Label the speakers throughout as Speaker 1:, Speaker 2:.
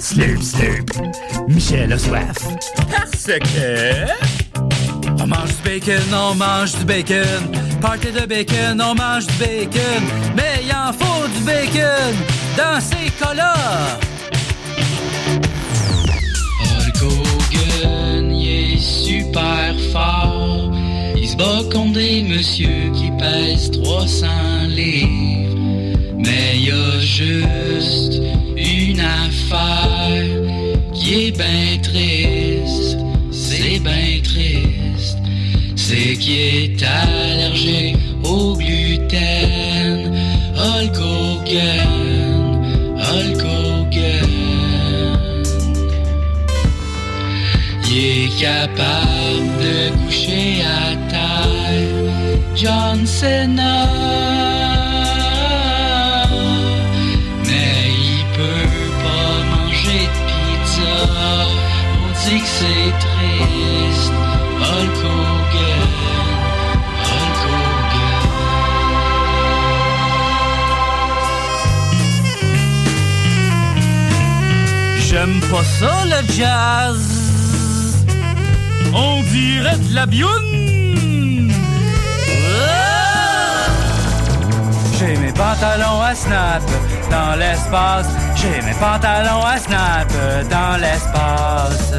Speaker 1: Slurp, slurp. Michel a soif.
Speaker 2: Parce que...
Speaker 3: On mange du bacon, on mange du bacon. Party de bacon, on mange du bacon. Mais il en faut du bacon dans ces cas-là.
Speaker 4: Hulk Hogan, il est super fort. Il se bat contre des messieurs qui pèsent 300 livres. Mais il y a juste une affaire qui est bien triste. C'est bien triste. C'est qu'il est allergique au gluten. Hulk Hogan, Hulk Hogan. Il est capable de coucher à terre John Cena Mais il peut pas manger de pizza On dit que c'est triste Hulk Hogan Hulk
Speaker 3: J'aime pas ça le jazz. On dirait de la bioune. Ah! J'ai mes pantalons à snap dans l'espace. J'ai mes pantalons à snap dans l'espace.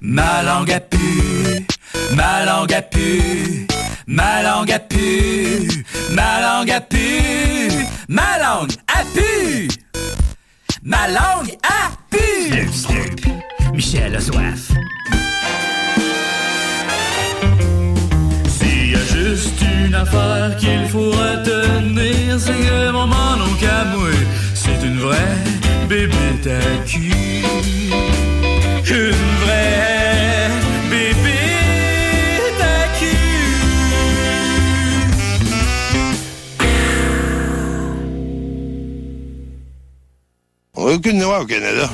Speaker 3: Ma langue a pu, ma langue a pu, ma langue a pu, ma langue a pu, ma langue a pu, ma langue a pu.
Speaker 1: Slurp, slurp. Michel a soif.
Speaker 3: S'il y a juste une affaire qu'il faut retenir, c'est que mon manon camoué, c'est une vraie bébête à cul. Une vraie bébête à cul.
Speaker 5: On n'a aucune loi au Canada.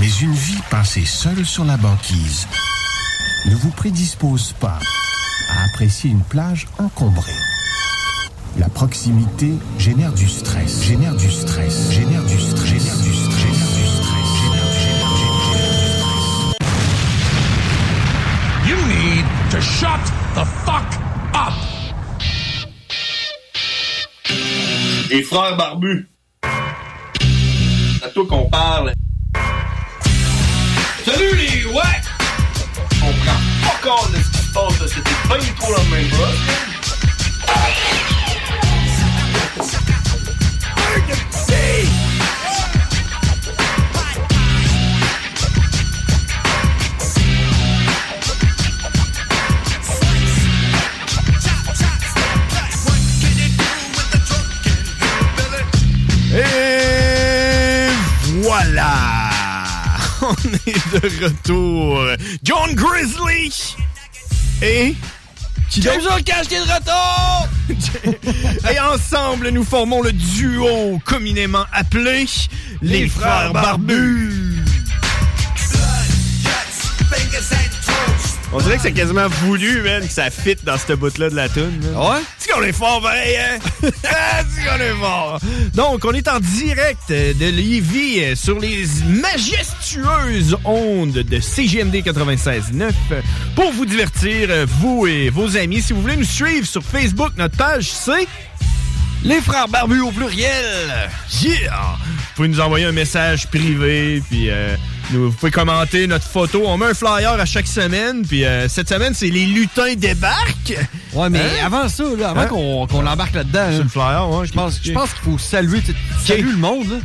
Speaker 6: Mais une vie passée seule sur la banquise ne vous prédispose pas à apprécier une plage encombrée. La proximité génère du stress, génère du stress, génère du stress, génère du stress, génère du stress, génère du génère- génère- génère du stress.
Speaker 2: You need to shut the fuck up. Les frères barbus. C'est à toi qu'on parle. Salut les ouais! On prend pas compte de ce qui se passe, là. c'était pas du tout la même bras.
Speaker 7: Et voilà! On est de retour. John Grizzly et... Toujours quand de retour! et ensemble, nous formons le duo communément appelé les, Frères Barbus. On dirait que c'est quasiment voulu, man, que ça fit dans ce bout-là de la toune. Ouais? Tu qu'on est fort, pareil, hein? tu qu'on est fort. Donc, on est en direct de Lévis euh, sur les majestueuses ondes de CGMD 96.9 pour vous divertir, euh, vous et vos amis. Si vous voulez nous suivre sur Facebook, notre page, c'est... Les frères barbus au pluriel. Yeah! Vous pouvez nous envoyer un message privé, puis euh, nous- vous pouvez commenter notre photo. On met un flyer à chaque semaine, puis euh, cette semaine, c'est les lutins débarquent.
Speaker 8: Ouais, mais avant ça, là, avant qu'on qu'on embarque là-dedans.
Speaker 7: Sur le flyer, ouais. Je
Speaker 8: pense, je pense qu'il faut saluer, tu sais, saluer le monde. Là.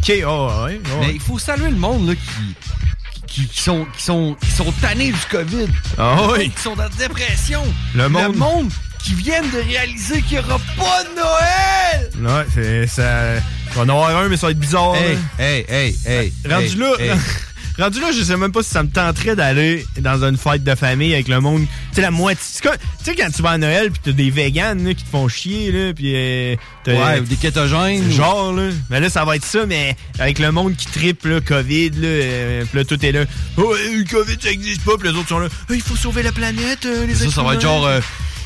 Speaker 8: Mais il faut saluer le monde là, qui, qui, qui sont, qui, sont, qui sont tannés du COVID.
Speaker 7: Ah
Speaker 8: Le monde
Speaker 7: oui.
Speaker 8: Qui sont dans la dépression.
Speaker 7: Le monde-
Speaker 8: qui viennent de réaliser qu'il n'y aura pas de Noël.
Speaker 7: Ouais, c'est- ça. On va en avoir un, mais ça va être bizarre.
Speaker 8: Hey,
Speaker 7: hein.
Speaker 8: hey, hey, hey,
Speaker 7: Rendu
Speaker 8: hey,
Speaker 7: là.
Speaker 8: hey.
Speaker 7: Rendu là, je sais même pas si ça me tenterait d'aller dans une fête de famille avec le monde. Tu sais, la moitié. c'est comme- Tu sais, quand tu vas à Noël, pis t'as des véganes là, qui te font chier, là, pis. euh, t'as-
Speaker 8: Ouais, ou des kétogènes.
Speaker 7: Genre, là. Mais là, ça va être ça, mais avec le monde qui tripe, là, COVID, là, euh, pis là, tout est là. Oh, euh, le COVID, ça existe pas, pis les autres sont là. Ah, Il faut sauver la planète, euh, les
Speaker 8: Ça, ça
Speaker 7: êtres
Speaker 8: va
Speaker 7: humains.
Speaker 8: être genre, euh,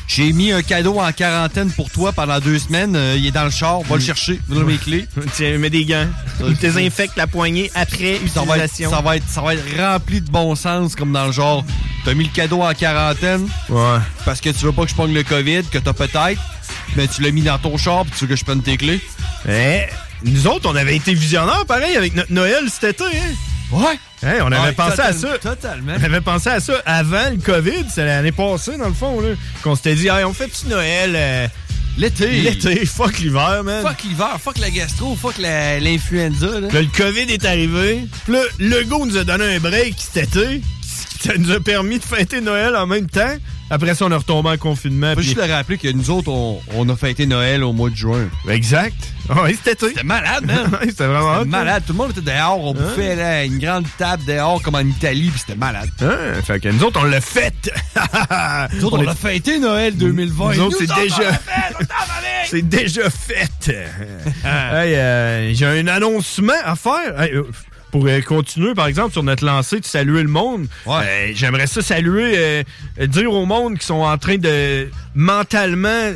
Speaker 8: j'ai mis un cadeau en quarantaine pour toi pendant deux semaines. euh, il est dans le char, va le chercher. Voilà mes clés.
Speaker 7: Tiens, mets des gants. Il désinfecte la poignée après
Speaker 8: Ça va, être,
Speaker 7: utilisation.
Speaker 8: ça, va être, ça va être rempli de bon sens, comme dans le genre, t'as mis le cadeau en quarantaine
Speaker 7: Ouais.
Speaker 8: parce que tu veux pas que je prenne le COVID, que t'as peut-être, mais tu l'as mis dans ton char puis tu veux que je prenne tes clés.
Speaker 7: Eh, nous autres, on avait été visionnaires pareil avec notre Noël cet été. Hein?
Speaker 8: Ouais!
Speaker 7: Hein, on avait
Speaker 8: Ouais,
Speaker 7: pensé à
Speaker 8: total-
Speaker 7: ça.
Speaker 8: Totalement.
Speaker 7: On avait pensé à ça avant le COVID, c'est l'année passée dans le fond, là. Qu'on s'était dit, hey, on fait-tu Noël euh,
Speaker 8: L'été.
Speaker 7: l'été, fuck l'hiver, man.
Speaker 8: Fuck l'hiver, fuck la gastro, fuck la- l'influenza. là.
Speaker 7: Là, le COVID est arrivé. Puis là, Legault nous a donné un break cet été. Ça nous a permis de fêter Noël en même temps. Après ça, on est retombé en confinement.
Speaker 8: Faut
Speaker 7: puis-
Speaker 8: juste le rappeler que nous autres, on, on a fêté Noël au mois de juin.
Speaker 7: Exact. Ah Oui, cet été.
Speaker 8: C'était malade, man!
Speaker 7: Ouais, C'était vraiment hot, Hein?
Speaker 8: C'était
Speaker 7: là.
Speaker 8: malade, tout le monde était dehors, on bouffait là, une grande table dehors comme en Italie, puis c'était malade.
Speaker 7: Hein, fait que nous autres, on l'a fait.
Speaker 8: Nous autres, on a fêté Noël 2020.
Speaker 7: Nous autres, c'est
Speaker 8: on
Speaker 7: déjà-
Speaker 8: l'a fait, on t'en valait.
Speaker 7: C'est déjà fait. Hey, euh, J'ai un annoncement à faire. Hey, euh, pour euh, continuer, par exemple, sur notre lancée de saluer le monde, euh, j'aimerais ça saluer, euh, euh, dire au monde qui sont en train de mentalement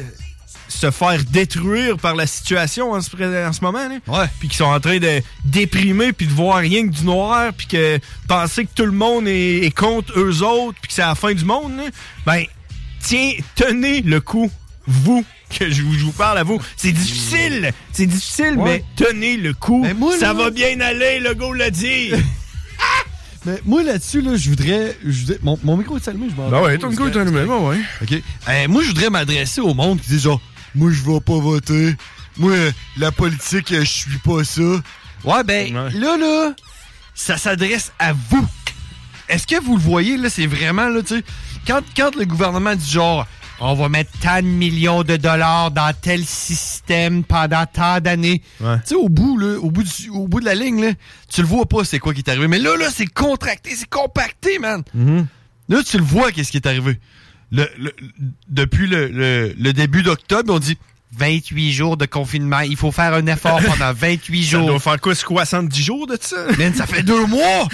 Speaker 7: se faire détruire par la situation en ce, pré- en ce moment. là.
Speaker 8: Ouais.
Speaker 7: Puis qui sont en train de déprimer, puis de voir rien que du noir, puis que penser que tout le monde est, est contre eux autres, puis que c'est la fin du monde. là. Ben, tiens, tenez le coup, vous, que je vous, je vous parle à vous. C'est difficile, c'est difficile,
Speaker 8: Ouais.
Speaker 7: mais tenez le coup.
Speaker 8: Mais moi,
Speaker 7: ça
Speaker 8: là-
Speaker 7: va bien aller, le go l'a dit.
Speaker 8: Mais moi là-dessus, là, je voudrais. je voudrais- mon, mon Ben micro est ben allumé, je
Speaker 7: Ben
Speaker 8: m'en fous, c'est correct.
Speaker 7: bon, ouais.
Speaker 8: OK. Euh, moi, je voudrais m'adresser au monde qui dit genre, moi, je vais pas voter. Moi, euh, la politique, euh, je suis pas ça. Ouais, ben,
Speaker 7: Ouais.
Speaker 8: là, là, ça s'adresse à vous. Est-ce que vous le voyez, là, c'est vraiment, là, tu sais, quand, quand le gouvernement dit genre, on va mettre tant de millions de dollars dans tel système pendant tant d'années.
Speaker 7: Ouais.
Speaker 8: Tu sais, au bout, là, au bout, du- au bout de la ligne, là, tu le vois pas, c'est quoi qui est arrivé. Mais là, là, c'est contracté, c'est compacté, man.
Speaker 7: Mm-hmm.
Speaker 8: Là, tu le vois, qu'est-ce qui est arrivé. Le- le- depuis le, le- le début d'octobre, on dit 28 jours de confinement. Il faut faire un effort pendant 28
Speaker 7: Ça doit
Speaker 8: jours.
Speaker 7: faire quoi, 70 jours de ça?
Speaker 8: Man, ça fait deux mois!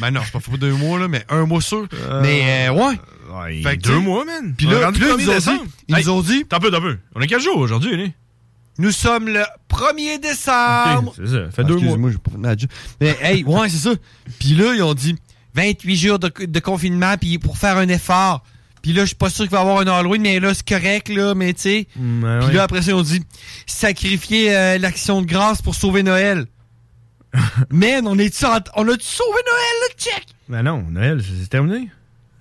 Speaker 8: ben non, c'est pas pour deux mois, là, mais un mois sûr. Mais euh, ouais.
Speaker 7: Ouais,
Speaker 8: Fait que
Speaker 7: deux
Speaker 8: tu-
Speaker 7: mois, man.
Speaker 8: Puis
Speaker 7: On est
Speaker 8: là,
Speaker 7: rendu
Speaker 8: puis là, ils,
Speaker 7: premier
Speaker 8: nous ont
Speaker 7: décembre.
Speaker 8: dit, ils
Speaker 7: Hey,
Speaker 8: nous ont dit,
Speaker 7: T'as peu, t'as peu. On a quel jour aujourd'hui, né?
Speaker 8: nous sommes le 1er décembre.
Speaker 7: c'est ça. Fait
Speaker 8: Ah,
Speaker 7: deux mois.
Speaker 8: Excuse-moi, j'ai pas fini la joke. Mais hey, ouais, c'est ça. Puis là, ils ont dit 28 jours de, de confinement puis pour faire un effort. Puis là, je suis pas sûr qu'il va y avoir un Halloween, mais là, c'est correct, là, mais tu sais.
Speaker 7: Mm, ouais,
Speaker 8: Puis
Speaker 7: ouais.
Speaker 8: là, après ça, on dit sacrifier euh, l'action de grâce pour sauver Noël. Man, on est on a sauvé Noël, là, check!
Speaker 7: Ben non, Noël, c'est c'est terminé.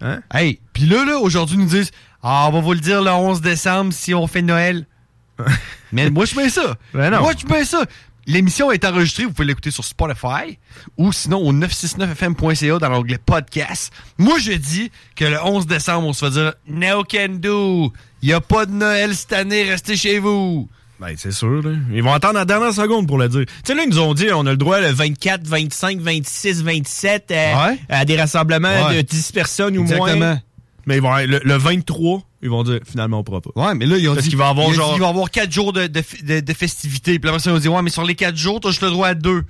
Speaker 7: Hein?
Speaker 8: Hey, puis là, là, aujourd'hui, ils nous disent Ah, on va vous le dire le 11 décembre si on fait Noël. Mais moi, je mets ça.
Speaker 7: Ben non.
Speaker 8: Moi, je mets ça. L'émission est enregistrée, vous pouvez l'écouter sur Spotify ou sinon au 969fm.ca dans l'onglet podcast. Moi, je dis que le 11 décembre, on se va dire No can do. Il a pas de Noël cette année, restez chez vous.
Speaker 7: Ben, c'est sûr, là. Ils vont attendre la dernière seconde pour le dire. Tu sais, là, ils nous ont dit, on a le droit le 24, 25, 26, 27 euh,
Speaker 8: Ouais.
Speaker 7: à des rassemblements
Speaker 8: Ouais.
Speaker 7: de 10 personnes ou moins. Mais ils vont, le, le 23, ils vont dire, finalement, on pourra pas.
Speaker 8: Ouais, mais là, ils ont
Speaker 7: Parce
Speaker 8: dit
Speaker 7: qu'il va avoir
Speaker 8: il a dit
Speaker 7: genre-
Speaker 8: qu'il
Speaker 7: Hmm.
Speaker 8: va avoir 4 jours de, de, f- de- de festivités. Puis la personne, ils ont dit Ouais, mais sur les 4 jours, t'as juste le droit à 2.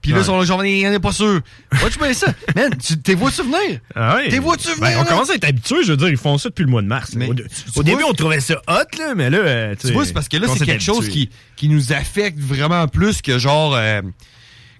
Speaker 8: Puis là, ils sont là, genre, on n'est pas sûr. Vois-tu bien ça? Man, tu- tes voix de souvenir.
Speaker 7: Ah oui.
Speaker 8: Tes voix de souvenir.
Speaker 7: Ben, on commence à être habitué, je veux dire, ils font ça depuis le mois de mars. au au début, on trouvait ça hot, là, mais là, euh,
Speaker 8: Tu vois, c'est parce que là,
Speaker 7: on
Speaker 8: c'est
Speaker 7: s'est
Speaker 8: quelque chose
Speaker 7: habitué.
Speaker 8: qui, qui nous affecte vraiment plus que genre euh,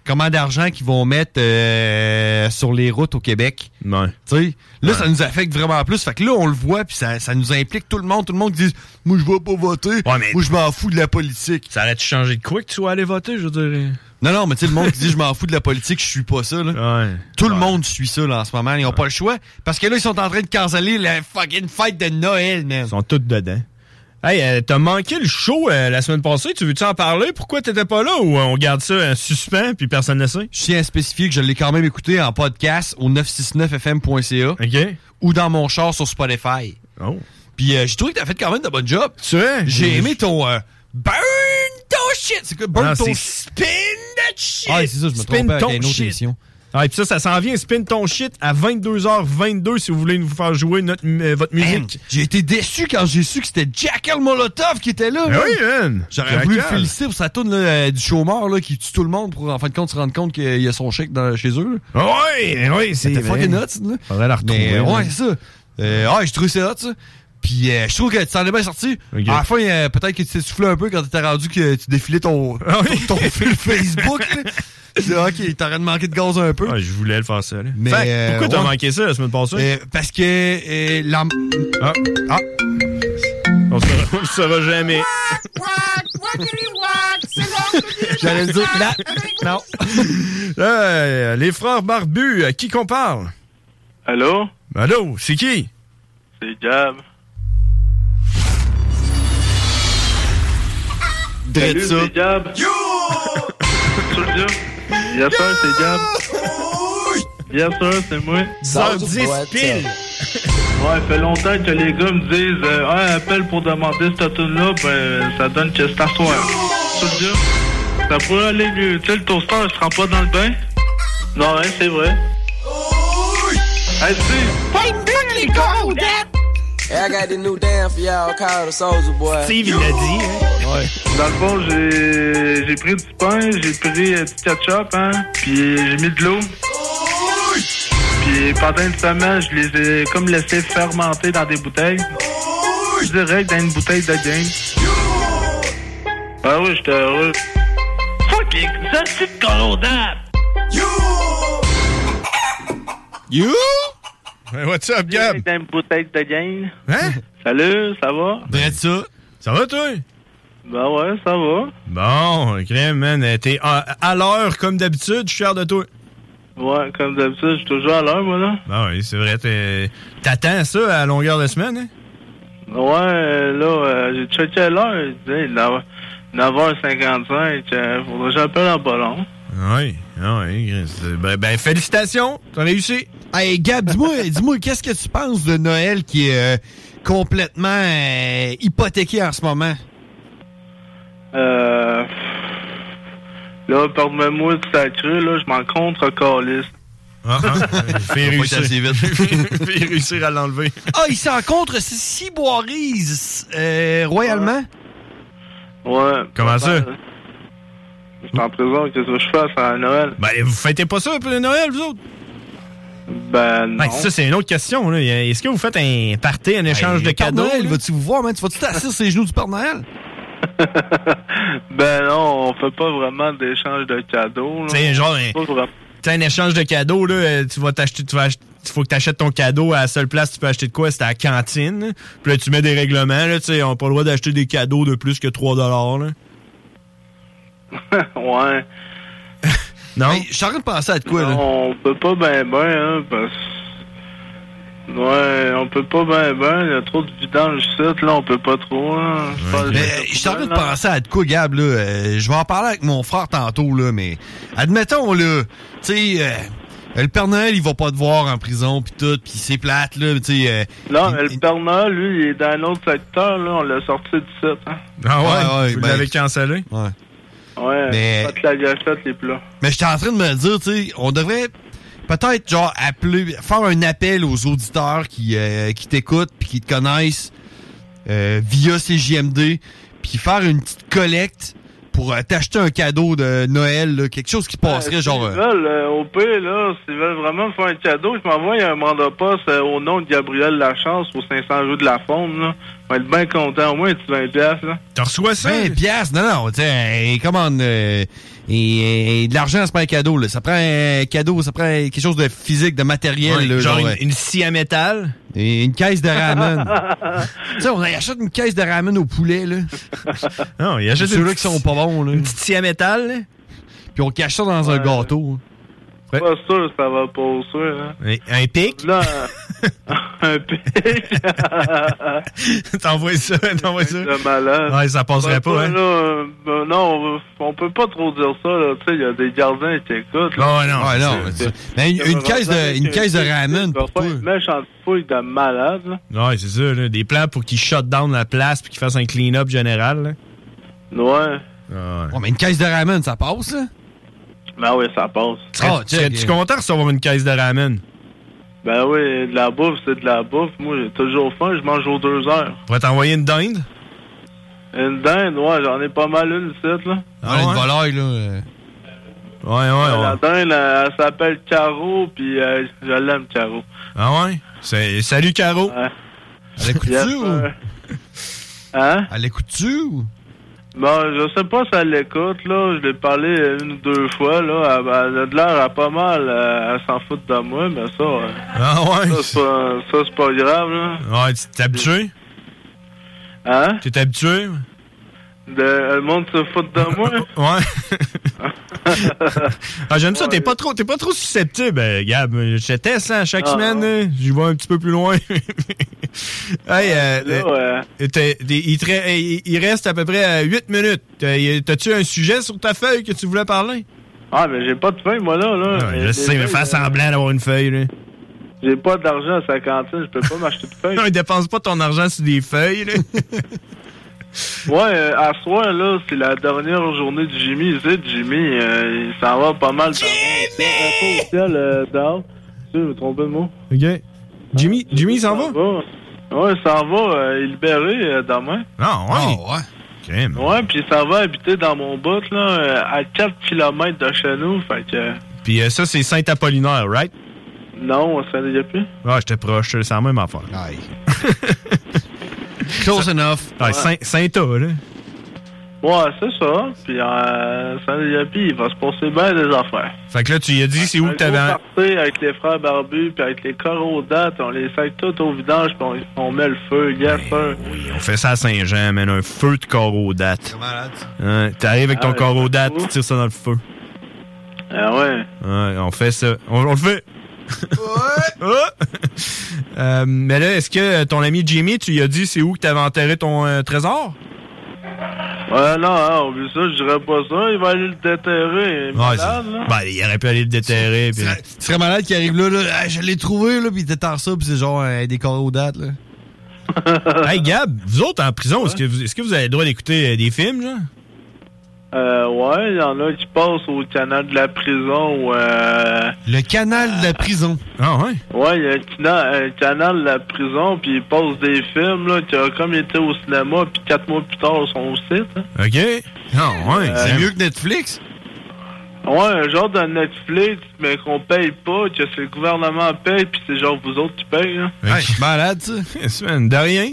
Speaker 8: comment d'argent qu'ils vont mettre euh, sur les routes au Québec. Tu sais, là, ça nous affecte vraiment plus. Fait que là, on le voit, puis ça, ça nous implique tout le monde. Tout le monde qui dit Moi, je vais pas voter. Moi, je m'en fous de la politique.
Speaker 7: Ça aurait-tu changé de quoi que tu sois allé voter, je veux dire?
Speaker 8: Non, non, mais tu sais, le monde qui dit Je m'en fous de la politique, je suis pas ça. Là. Tout le monde suit ça là, en ce moment. Ils ont pas le choix. Parce que là, ils sont en train de canceller la fucking fête de Noël, man. Ils
Speaker 7: sont tous dedans. Hey, euh, t'as manqué le show euh, la semaine passée. Tu veux-tu en parler? Pourquoi t'étais pas là? Ou euh, on garde ça en suspens, puis personne ne sait?
Speaker 8: Je tiens à spécifier que je l'ai quand même écouté en podcast au 969fm.ca ou dans mon char sur Spotify.
Speaker 7: Oh.
Speaker 8: Puis euh, j'ai trouvé que t'as fait quand même de bon job. J'ai aimé ton euh, burn ton shit. C'est quoi? Burn
Speaker 7: Non,
Speaker 8: ton
Speaker 7: c'est
Speaker 8: shit.
Speaker 7: spin that shit.
Speaker 8: Ah, c'est ça, je me
Speaker 7: Spin
Speaker 8: trompais avec
Speaker 7: ton
Speaker 8: une autre
Speaker 7: shit.
Speaker 8: émission.
Speaker 7: Ah, et puis ça, ça s'en vient. Spin ton shit à 22h22 si vous voulez nous faire jouer notre, euh, votre musique.
Speaker 8: J'ai été déçu quand j'ai su que c'était Jackal Molotov qui était là.
Speaker 7: Ben
Speaker 8: man.
Speaker 7: oui, man.
Speaker 8: J'aurais voulu le
Speaker 7: Jackal.
Speaker 8: féliciter pour sa tourne du chômeur là, qui tue tout le monde pour en fin de compte se rendre compte qu'il y a son chèque dans- chez eux.
Speaker 7: là. Ah Ouais, ouais, Eh c'est
Speaker 8: C'était
Speaker 7: vrai.
Speaker 8: fucking nuts. Là.
Speaker 7: Faudrait la retrouver.
Speaker 8: Mais, euh,
Speaker 7: là.
Speaker 8: ouais, c'est ça. Euh, ouais, je trouve ça hot, ça. Puis euh, je trouve que tu t'en es bien sorti. À la fin, euh, peut-être que tu t'es soufflé un peu quand t'étais rendu que tu défilais ton,
Speaker 7: Ah
Speaker 8: ton, ton fil Facebook. là. Tu dis, ok, t'aurais manqué de gaz un peu.
Speaker 7: Ouais, je voulais le faire ça. là.
Speaker 8: Mais,
Speaker 7: Fait que,
Speaker 8: euh,
Speaker 7: pourquoi t'as
Speaker 8: ouais.
Speaker 7: manqué ça la semaine passée?
Speaker 8: Euh, parce que euh, la...
Speaker 7: Ah. On saura- on le saura jamais.
Speaker 8: J'allais le dire là. Non.
Speaker 7: Euh, les frères barbus, à qui qu'on parle?
Speaker 5: Allô?
Speaker 7: Allô, c'est qui?
Speaker 5: C'est Gab.
Speaker 7: Drette ça.
Speaker 5: c'est Gab. Yo! Bien sûr, c'est Gab. Bien sûr, c'est moi.
Speaker 7: 10 pile!
Speaker 5: Ouais, fait longtemps que les gars me disent euh, Ouais, appelle pour demander cette tune là ben ça donne que c'est à soir. Tout le dire. Ça pourrait aller mieux. Tu sais, le toaster, il se rend pas dans le bain. Non, hein, c'est vrai. Hey, Steve!
Speaker 9: Hey, I got this new dance for y'all called the Soldier Boy.
Speaker 5: Steve, il l'a dit, Dans le fond, j'ai j'ai pris du pain, j'ai pris euh, du ketchup, hein, puis j'ai mis de l'eau. Puis pendant une semaine, je les ai comme laissé fermenter dans des bouteilles. Direct dans une bouteille de game. Ah oui, j'étais heureux. Fucking, ça c'est colondable!
Speaker 7: You? what's up, Gab?
Speaker 5: Dans une bouteille de game.
Speaker 7: Hein?
Speaker 5: Salut, ça va?
Speaker 8: Ben,
Speaker 7: Drette ça. Ça va, toi?
Speaker 5: Ben ouais, ça va.
Speaker 7: Bon, crème, man. euh, T'es à, à l'heure, comme d'habitude. Je suis fier de toi.
Speaker 5: Ouais, comme d'habitude, je suis toujours à l'heure, moi, là.
Speaker 7: Ben oui, c'est vrai. t'es- T'attends ça à longueur de semaine, hein?
Speaker 5: Ouais, là, euh, j'ai checké à l'heure, il disait 9h55, euh, faudrait que j'appelle en ballon.
Speaker 7: Oui, oui. c'est- Ben, ben, félicitations. T'as réussi.
Speaker 8: Hey Gab, dis-moi, dis-moi, qu'est-ce que tu penses de Noël qui est euh, complètement euh, hypothéqué en ce moment?
Speaker 5: Euh, là, pardonne-moi de sacré, là, je m'en contre calice.
Speaker 7: Ah, Fais réussir. Fais réussir à l'enlever.
Speaker 8: Ah, il s'en contre, c'est Ciboirise euh, royalement.
Speaker 7: Ah.
Speaker 5: Ouais.
Speaker 7: Comment ça?
Speaker 5: Je suis en prison, qu'est-ce que je fais à Noël?
Speaker 7: Ben, vous fêtez pas ça pour le Noël, vous autres?
Speaker 5: Ben, non.
Speaker 7: Ben, ça, c'est une autre question. là. Est-ce que vous faites un party, un échange de
Speaker 8: Ben, Père
Speaker 7: cadeaux?
Speaker 8: Noël,
Speaker 7: là?
Speaker 8: vas-tu vous voir, man? Tu vas-tu t'asseoir sur les genoux du Père Noël?
Speaker 5: Ben non, on fait pas vraiment d'échange de cadeaux. là.
Speaker 7: T'sais, genre, hein.
Speaker 5: Pas vraiment.
Speaker 7: T'as un échange de cadeaux, là, euh, tu vas t'acheter, tu vas ach- faut que t'achètes ton cadeau à la seule place que tu peux acheter de quoi, c'est à la cantine. Puis là, tu mets des règlements, là, tu sais, on n'a pas le droit d'acheter des cadeaux de plus que 3 là.
Speaker 5: ouais.
Speaker 7: Non?
Speaker 8: je suis en train de penser à de quoi, là?
Speaker 5: On peut pas ben ben, hein, parce... Ouais, on peut pas ben ben, il y a trop de vidange site, là, on peut pas trop, hein.
Speaker 8: Mais, euh, je suis en train de penser à de quoi, Gab, là? Euh, je vais en parler avec mon frère tantôt, là, mais admettons, là, tu sais, euh, le Père Noël, il va pas te voir en prison, pis tout, pis c'est plate, là, tu sais... euh,
Speaker 5: Non, mais le Père Noël, lui, il est dans un autre secteur, là, on l'a sorti du site, hein.
Speaker 7: Ah ouais?
Speaker 8: ouais,
Speaker 7: vous
Speaker 8: ben,
Speaker 7: l'avez cancellé?
Speaker 8: Ouais.
Speaker 5: Ouais,
Speaker 8: Mais-
Speaker 5: faites la gâchette, les plats.
Speaker 8: Mais j'étais en train de me dire, tu sais, on devrait peut-être genre appeler, faire un appel aux auditeurs qui, euh, qui t'écoutent puis qui te connaissent euh, via CJMD, puis faire une petite collecte pour pour euh, t'acheter un cadeau de Noël, là, quelque chose qui passerait genre...
Speaker 5: Ils
Speaker 8: euh,
Speaker 5: veulent, euh, au pire, là, s'ils veulent vraiment me faire un cadeau, je m'envoie un mandat poste euh, au nom de Gabriel Lachance au 500 jours de la Fonde, là. Je vais être bien content, au moins, tu 20 piastres, là.
Speaker 7: T'as reçois ça?
Speaker 8: 20 Ben, piastres, non, non, tu sais, euh, commande, euh, et, et de l'argent, c'est pas un cadeau, là. Ça prend un cadeau, ça prend quelque chose de physique, de matériel,
Speaker 7: Ouais,
Speaker 8: là,
Speaker 7: genre une- une
Speaker 8: scie à métal? Et une caisse de ramen. tu sais, on achète une caisse de ramen au poulet, là.
Speaker 7: Non, Ah, il achète
Speaker 8: Ceux-là
Speaker 7: une
Speaker 8: qui sont pas bons, là. Une petite
Speaker 7: scie à métal, là.
Speaker 8: Puis on cache ça dans un gâteau.
Speaker 5: Je suis Pas sûr, ça va pas au sûr, là.
Speaker 7: Un pic?
Speaker 5: Là, un pic.
Speaker 7: T'envoies ça, t'envoies ça.
Speaker 5: De malade.
Speaker 7: Ouais, ça passerait pas, hein.
Speaker 5: là, euh, ben non, on, on peut pas trop dire ça, là. Tu sais, il y a des gardiens qui écoutent. là.
Speaker 8: Ouais, non. c'est- Mais une, une caisse de, une caisse de ramen pour toi.
Speaker 5: Une méchante fouille de malade, là.
Speaker 7: Ouais, c'est ça, là. Des plans pour qu'ils shut down la place puis qu'ils fassent un clean-up général, là.
Speaker 5: Ouais.
Speaker 8: Ouais, mais une caisse de ramen, ça passe, là? Ah,
Speaker 5: Ben oui, ça passe.
Speaker 7: Serais- Serais-tu content de recevoir une caisse de ramen?
Speaker 5: Ben oui, de la bouffe, c'est de la bouffe. Moi, j'ai toujours faim, je mange aux deux heures.
Speaker 7: On va t'envoyer une dinde?
Speaker 5: Une dinde, ouais, j'en ai pas mal une, cette, là.
Speaker 8: Ah, une volaille, là. euh.
Speaker 7: Eh ouais,
Speaker 5: La dinde, elle, euh, elle s'appelle Caro, puis euh, je l'aime, Caro.
Speaker 7: Ah ouais? C'est- Salut, Caro.
Speaker 8: Elle écoute-tu
Speaker 5: ou? euh, Hein?
Speaker 8: Elle l'écoute-tu ou?
Speaker 5: Bon, je sais pas si elle l'écoute, là. Je l'ai parlé une ou deux fois, là. Elle, elle a de l'air à pas mal. euh, Elle, s'en fout de moi, mais ça. euh,
Speaker 7: Ah ouais?
Speaker 5: Ça, c'est pas, ça, c'est pas grave, là.
Speaker 7: Ouais, tu t'es habitué?
Speaker 5: Hein?
Speaker 7: Tu t'es habitué?
Speaker 5: De- le monde se fout de moi.
Speaker 7: ouais. Ah, j'aime ça, t'es pas trop, t'es pas trop susceptible, euh, Gab. Je te teste, hein, chaque
Speaker 5: Ah,
Speaker 7: semaine, hein. j'y vais un petit peu plus loin. hey, euh,
Speaker 5: euh,
Speaker 7: t'es- t'es- il, te re- il- il reste à peu près euh, 8 minutes. T'as- y- T'as-tu un sujet sur ta feuille que tu voulais parler? Ah,
Speaker 5: Ah, mais j'ai pas de faim, moi, là. là. euh.
Speaker 7: je sais, mais fais semblant d'avoir une feuille, là.
Speaker 5: J'ai pas d'argent à sa cantine, je peux pas m'acheter de feuilles.
Speaker 7: Non, il dépense pas ton argent sur des feuilles, là.
Speaker 5: Ouais, euh, à ce soir, là, c'est la dernière journée de Jimmy. Tu sais, Jimmy, euh, il s'en va pas mal. Jimmy! Un peu au ciel, euh, dehors. Tu sais, je me trompais de mot.
Speaker 7: OK. Jimmy, Jimmy, il s'en va?
Speaker 5: Ouais, il s'en va, euh, il est libéré euh, demain.
Speaker 7: Ah, ouais.
Speaker 8: Oh.
Speaker 7: ouais.
Speaker 5: Ouais, puis il s'en va habiter dans mon bout, là, euh, à 4 km de chez nous. Fait que, euh,
Speaker 7: Puis euh, ça, c'est Saint-Apollinaire, right?
Speaker 5: non, on s'en est déjà plus.
Speaker 7: Ah, j'étais proche, c'est la même affaire.
Speaker 8: Close enough.
Speaker 7: Ouais, Ah, Saint- hein. Saint-A, là.
Speaker 5: Ouais, c'est ça. Puis, euh, ça déjà plus, il va se passer bien des affaires.
Speaker 7: Fait que là, tu lui as dit, c'est où que
Speaker 5: On
Speaker 7: t'avais...
Speaker 5: partait avec les frères barbus, puis avec les corodates, on les sac tout au vidange, puis on, on met le feu, yes sir.
Speaker 7: On fait ça à Saint-Jean, man. Un feu de coraux date. Hein, T'arrives avec ton
Speaker 5: Ah, ouais,
Speaker 7: coraux date, tu tires ça dans le feu.
Speaker 5: Ah ouais.
Speaker 7: Ouais, on fait ça. On, on le fait. Ah! Euh, mais là, est-ce que ton ami Jimmy, tu lui as dit c'est où que t'avais enterré ton euh, trésor?
Speaker 5: Ouais, non, hein, on veut ça, je dirais pas ça, il va aller le déterrer. il est
Speaker 7: Ouais,
Speaker 5: malade,
Speaker 7: c'est-
Speaker 5: là.
Speaker 7: ben, il aurait pu aller le déterrer. puis-
Speaker 8: Tu serais malade qu'il arrive là, là. Ah, je l'ai trouvé, là, pis il déterre ça, pis c'est genre euh, des coraux dates, là.
Speaker 7: hey Gab, vous autres en prison, est-ce que, vous- est-ce que vous avez le droit d'écouter euh, des films, genre?
Speaker 5: Euh, ouais, il y en a qui passent au canal de la prison ou euh...
Speaker 8: Le canal de la prison.
Speaker 7: Ah, ouais?
Speaker 5: Ouais, il y a un, cana- un canal de la prison, puis ils passent des films, là, qui ont comme été au cinéma, puis quatre mois plus tard, ils sont au site. hein.
Speaker 7: OK. Non, ouais.
Speaker 5: Euh,
Speaker 8: C'est mieux que Netflix?
Speaker 5: Ouais, un genre de Netflix, mais qu'on paye pas, que c'est le gouvernement paye, puis c'est genre vous autres qui payez, hein.
Speaker 7: Hey, malade, ça. Semaine, de rien.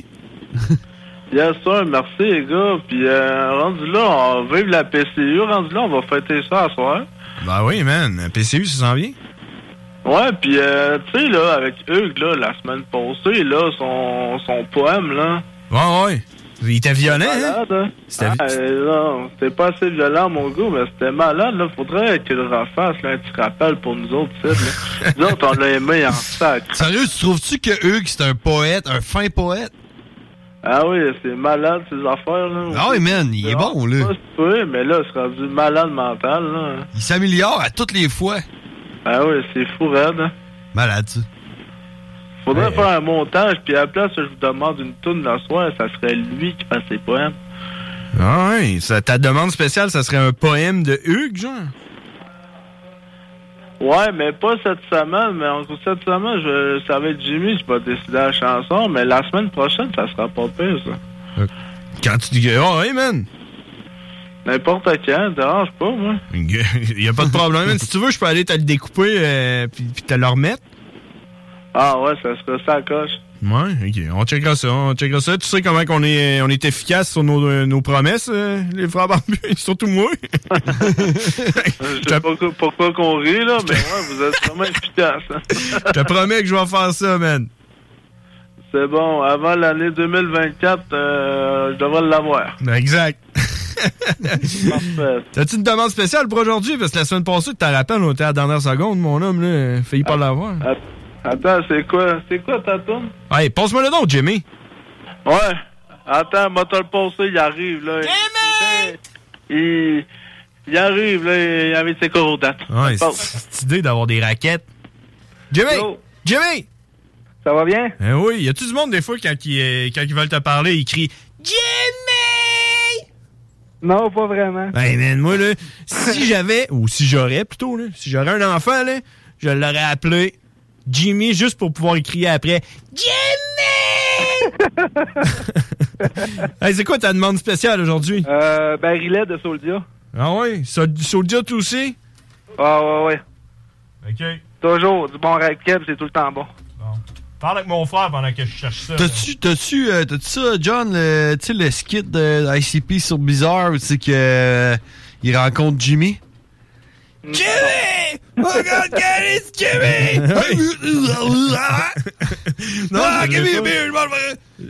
Speaker 5: Yes, sir, merci, les gars. Puis, euh, rendu là, on vive la PCU, rendu là, on va fêter ça à soir.
Speaker 7: Ben oui, man. PCU, ça s'en vient.
Speaker 5: Ouais, puis, euh, tu sais, là, avec Hugues, là, la semaine passée, là, son, son poème, là.
Speaker 7: Ouais, ouais. Il était violent, hein?
Speaker 5: malade, hein?
Speaker 7: C'était-
Speaker 5: Ah, euh, non, c'était pas assez violent, mon gars, mais c'était malade, là. Faudrait qu'il le refasse, là, un petit rappel pour nous autres, tu sais, là. Nous autres, on l'a aimé en sac.
Speaker 8: Sérieux, tu trouves-tu que Hugues, c'est un poète, un fin poète?
Speaker 5: Ah oui, c'est malade, ces affaires, là.
Speaker 8: Ah oui, man, il est bon, là.
Speaker 5: Oui, mais là, c'est rendu malade mental, là.
Speaker 8: Il s'améliore à toutes les fois.
Speaker 5: Ah oui, c'est fou, raide, hein.
Speaker 8: Malade, ça.
Speaker 5: Faudrait faire un montage, puis à la place, je vous demande une toune la soirée, ça serait lui qui fasse ses poèmes.
Speaker 7: Ah ouais. Ça, ta demande spéciale, ça serait un poème de Hugues, genre?
Speaker 5: Ouais, mais pas cette semaine, mais en- cette semaine, je, ça va être Jimmy, je vais décider la chanson, mais la
Speaker 7: Euh,
Speaker 5: semaine prochaine, ça sera pas pire, ça.
Speaker 7: oh, Quand tu dis... que- Ah ouais, man.
Speaker 5: N'importe quand, dérange pas, moi.
Speaker 7: Il y a pas de problème. hein, si tu veux, je peux aller te le découper euh, puis, puis te le remettre.
Speaker 5: Ah ouais, ça serait ça, la coche.
Speaker 7: Ouais, ok. On checkera ça. On checkera ça. Tu sais comment qu'on est, euh, on est efficace sur nos, euh, nos promesses, euh, les frères barbus, surtout moi.
Speaker 5: Je sais pas que- pourquoi qu'on rit, là, mais ouais, vous êtes vraiment efficace. hein.
Speaker 7: Je te promets que je vais faire ça, man.
Speaker 5: C'est bon, avant l'année 2024, euh, je devrais l'avoir.
Speaker 7: Ben, Exact. T'as-tu une demande spéciale pour aujourd'hui? Parce que la semaine passée, tu t'en rappelles, on était à la dernière seconde, mon homme, là. Failli pas l'avoir.
Speaker 5: Attends, c'est quoi, c'est quoi ta tourne?
Speaker 7: Hey, passe-moi le don, Jimmy.
Speaker 5: Ouais. Attends, moteur passé, il arrive, là. Il, il, il arrive, là, il- avec ses coordonnates.
Speaker 7: Ouais,
Speaker 5: Bon.
Speaker 7: c'est cette idée d'avoir des raquettes. Jimmy! Jimmy!
Speaker 10: Ça va bien?
Speaker 7: Ben oui, y a-tu du monde des fois quand ils, euh, quand ils veulent te parler, ils crient Jimmy!
Speaker 10: Non, pas vraiment.
Speaker 7: Hey man, moi là, si j'avais, ou si j'aurais plutôt, là, si j'aurais un enfant, là, je l'aurais appelé Jimmy juste pour pouvoir y crier après Jimmy! Hey, c'est quoi ta demande spéciale aujourd'hui?
Speaker 10: Euh, Barrilet de Soldia.
Speaker 7: Ah ouais? Ça, Soldier, toi aussi?
Speaker 10: Ah ouais, ouais.
Speaker 7: Ok.
Speaker 10: Toujours, du bon Red Cap, c'est tout le temps bon.
Speaker 7: Parle avec mon frère pendant que je cherche ça.
Speaker 8: T'as-tu, t'as-tu, euh, t'as-tu ça, John, le, tu sais, le skit de ICP sur Bizarre où tu sais que, euh, il rencontre Jimmy? Oh
Speaker 7: Jimmy! Regarde, Caris, Jimmy! non,
Speaker 8: Ah, give me a
Speaker 7: beer,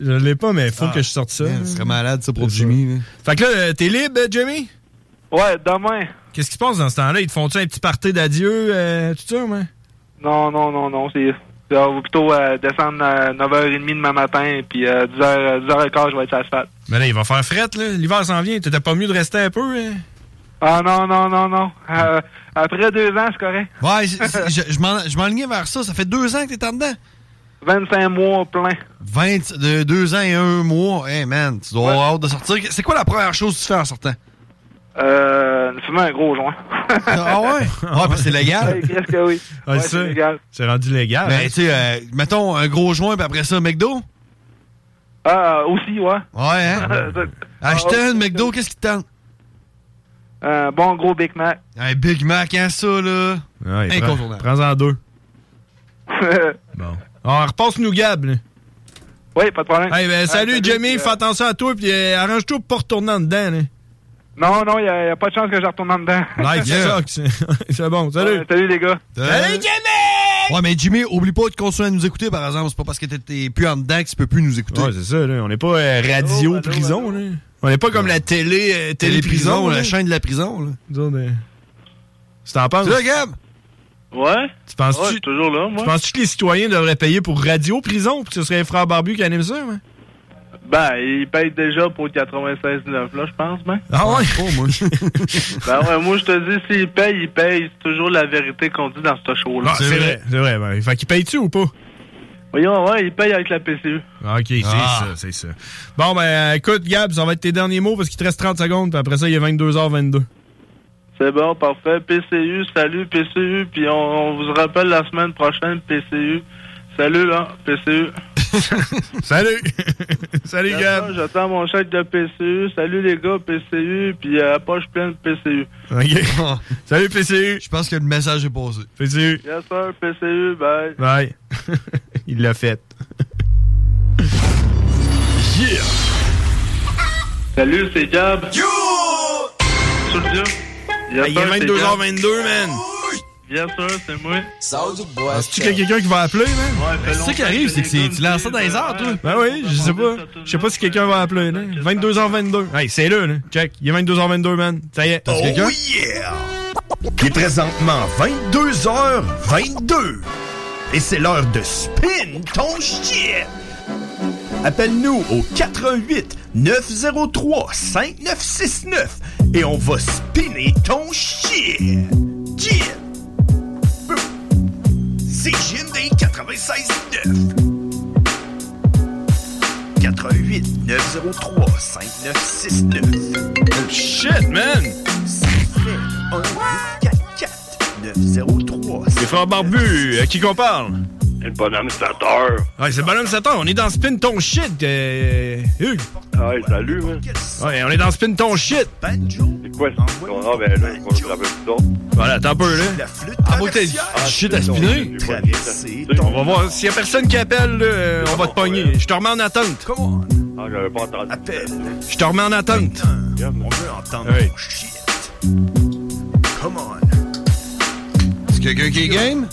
Speaker 7: Je l'ai pas, mais faut que je sorte ça. Ce serait malade, ça, pour Jimmy. Fait que là, euh, t'es libre, euh, Jimmy?
Speaker 10: Ouais, demain.
Speaker 7: Qu'est-ce qui se passe dans ce temps-là? Ils te font-tu un petit party d'adieu, euh, tout ça, moi?
Speaker 10: Non, non, non, non, c'est... Je vais plutôt euh, descendre à 9h30 demain matin, puis euh, 10h, 10h15, je vais être sur l'asphalte.
Speaker 7: Mais là, il va faire fret, là. L'hiver s'en vient. T'étais pas mieux de rester un peu, hein?
Speaker 10: Ah non, non, non, non. Euh, après deux ans, c'est correct.
Speaker 8: Ouais, j- j- je m'en- je m'enlignais vers ça. Ça fait deux ans que t'es en dedans.
Speaker 10: 25 mois plein.
Speaker 8: 20, de- deux ans et un mois. Hey man, tu dois avoir hâte de sortir. C'est quoi la première chose que tu fais en sortant?
Speaker 10: Euh, fumer un gros joint.
Speaker 8: ah ouais? Ouais, parce que c'est légal.
Speaker 10: Ouais, Qu'est-ce que oui.
Speaker 8: Ah,
Speaker 10: Ouais,
Speaker 8: c'est ça.
Speaker 10: c'est légal.
Speaker 7: C'est rendu légal. hein?
Speaker 8: Mais tu sais, euh, mettons un gros joint, puis après ça, un McDo.
Speaker 10: Ah, aussi, ouais.
Speaker 8: Ouais, hein? Acheter un McDo, qu'est-ce qui te tente?
Speaker 10: Un bon gros Big Mac.
Speaker 8: Un Big Mac, hein, ça, là?
Speaker 7: Ouais, prends-
Speaker 8: Incontournable.
Speaker 7: Prends-en deux. Bon. Alors, repasse-nous, Gab, là.
Speaker 10: Oui, pas de problème.
Speaker 7: Hey, ben, salut,
Speaker 10: salut,
Speaker 7: Jimmy.
Speaker 10: euh,
Speaker 7: Fais attention à toi, puis euh, arrange-toi pour pas retourner en dedans, là.
Speaker 10: Non, non, il n'y a, pas de chance que je retourne en dedans. Euh,
Speaker 7: Life sucks. c'est bon, salut.
Speaker 10: salut, les gars.
Speaker 7: Salut,
Speaker 8: Jimmy! Ouais, mais Jimmy, oublie pas de continuer à nous écouter, par exemple. C'est pas parce que t'es- t'es plus en dedans que tu peux plus nous écouter.
Speaker 7: Ouais, c'est ça, là. On n'est pas euh, radio prison, là. On n'est pas comme la télé, euh,
Speaker 8: Télé-prison,
Speaker 7: télé-prison,
Speaker 8: la chaîne de la prison, là.
Speaker 7: Tu t'en penses?
Speaker 8: Tu vois, Gab?
Speaker 5: Ouais?
Speaker 7: Tu penses
Speaker 5: Ouais, je suis toujours là, moi.
Speaker 7: Tu penses que les citoyens devraient payer pour radio-prison, puis que ce serait les frères barbus qui animent ça, hein? ouais?
Speaker 5: Ben, il paye déjà pour 96,9, là, je pense, ben.
Speaker 7: Ah ouais?
Speaker 5: Ben ouais, moi, je te dis, s'il paye, il paye. C'est toujours la vérité qu'on dit dans ce show-là.
Speaker 7: Ah, c'est vrai, c'est vrai. Ben, fait qu'ils payent-tu ou pas?
Speaker 5: Voyons, ouais, il paye avec la PCU.
Speaker 7: Ah, OK, c'est
Speaker 5: Ah.
Speaker 7: ça, c'est ça. Bon, ben, écoute, Gab, ça va être tes derniers mots parce qu'il te reste 30 secondes, puis après ça, il est 22h22.
Speaker 5: C'est bon, parfait. PCU, salut, PCU. Puis on, on vous rappelle la semaine prochaine, PCU. Salut, hein, là, PCU.
Speaker 7: Salut! salut,
Speaker 5: Gab. J'attends mon chèque de PCU. Salut, les gars, PCU. Puis euh, poche pleine, PCU.
Speaker 7: OK. Salut, PCU.
Speaker 8: Je pense que le message est passé.
Speaker 7: PCU.
Speaker 5: Yes, sir, PCU, bye.
Speaker 7: Bye. il l'a fait.
Speaker 5: Yeah! Salut, c'est Gab. Yo!
Speaker 7: il est 22h22, man.
Speaker 5: Bien sûr, c'est moi.
Speaker 9: Soldier boy.
Speaker 7: Est-ce qu'il y a quelqu'un qui va appeler, man?
Speaker 5: Ouais,
Speaker 7: c'est ça qui arrive, c'est que c'est- tu lances ça dans les airs, toi. Ben oui, je sais pas. Je sais pas si quelqu'un va appeler, là. 22h22. Hey, c'est là, là. Check. Il est 22h22, man. Ça y est.
Speaker 3: Oh yeah! Il est présentement 22h22. Et c'est l'heure de spin ton shit. Appelle-nous au 88 903 5969 et on va spinner ton shit. Yeah! C'est JMD 96.9. 88 903 5969.
Speaker 7: Shit, man!
Speaker 3: Ça fait un 844 903
Speaker 7: Les frères barbus, à qui Euh, qu'on parle?
Speaker 11: Le bonhomme 7 heures.
Speaker 7: Ouais, c'est bonhomme 7 heures. On est dans Spin Ton Shit, euh, Hugues.
Speaker 11: Ah Ouais, salut, man.
Speaker 7: Ouais, on est dans Spin Ton Shit.
Speaker 11: C'est quoi ce qu'on a? Ben là, je vais vous rappeler plus tard.
Speaker 7: Voilà, attends un peu, là. Ah, bon, t'as du shit à spinner. On va voir. S'il y a personne qui appelle, là, euh, on va te pogner. Je te remets en attente.
Speaker 11: Ah, j'avais pas entendu. Appel.
Speaker 7: Je te remets en attente.
Speaker 11: On veut entendre.
Speaker 7: Ouais.
Speaker 11: Come on.
Speaker 7: Est-ce que quelqu'un qui game?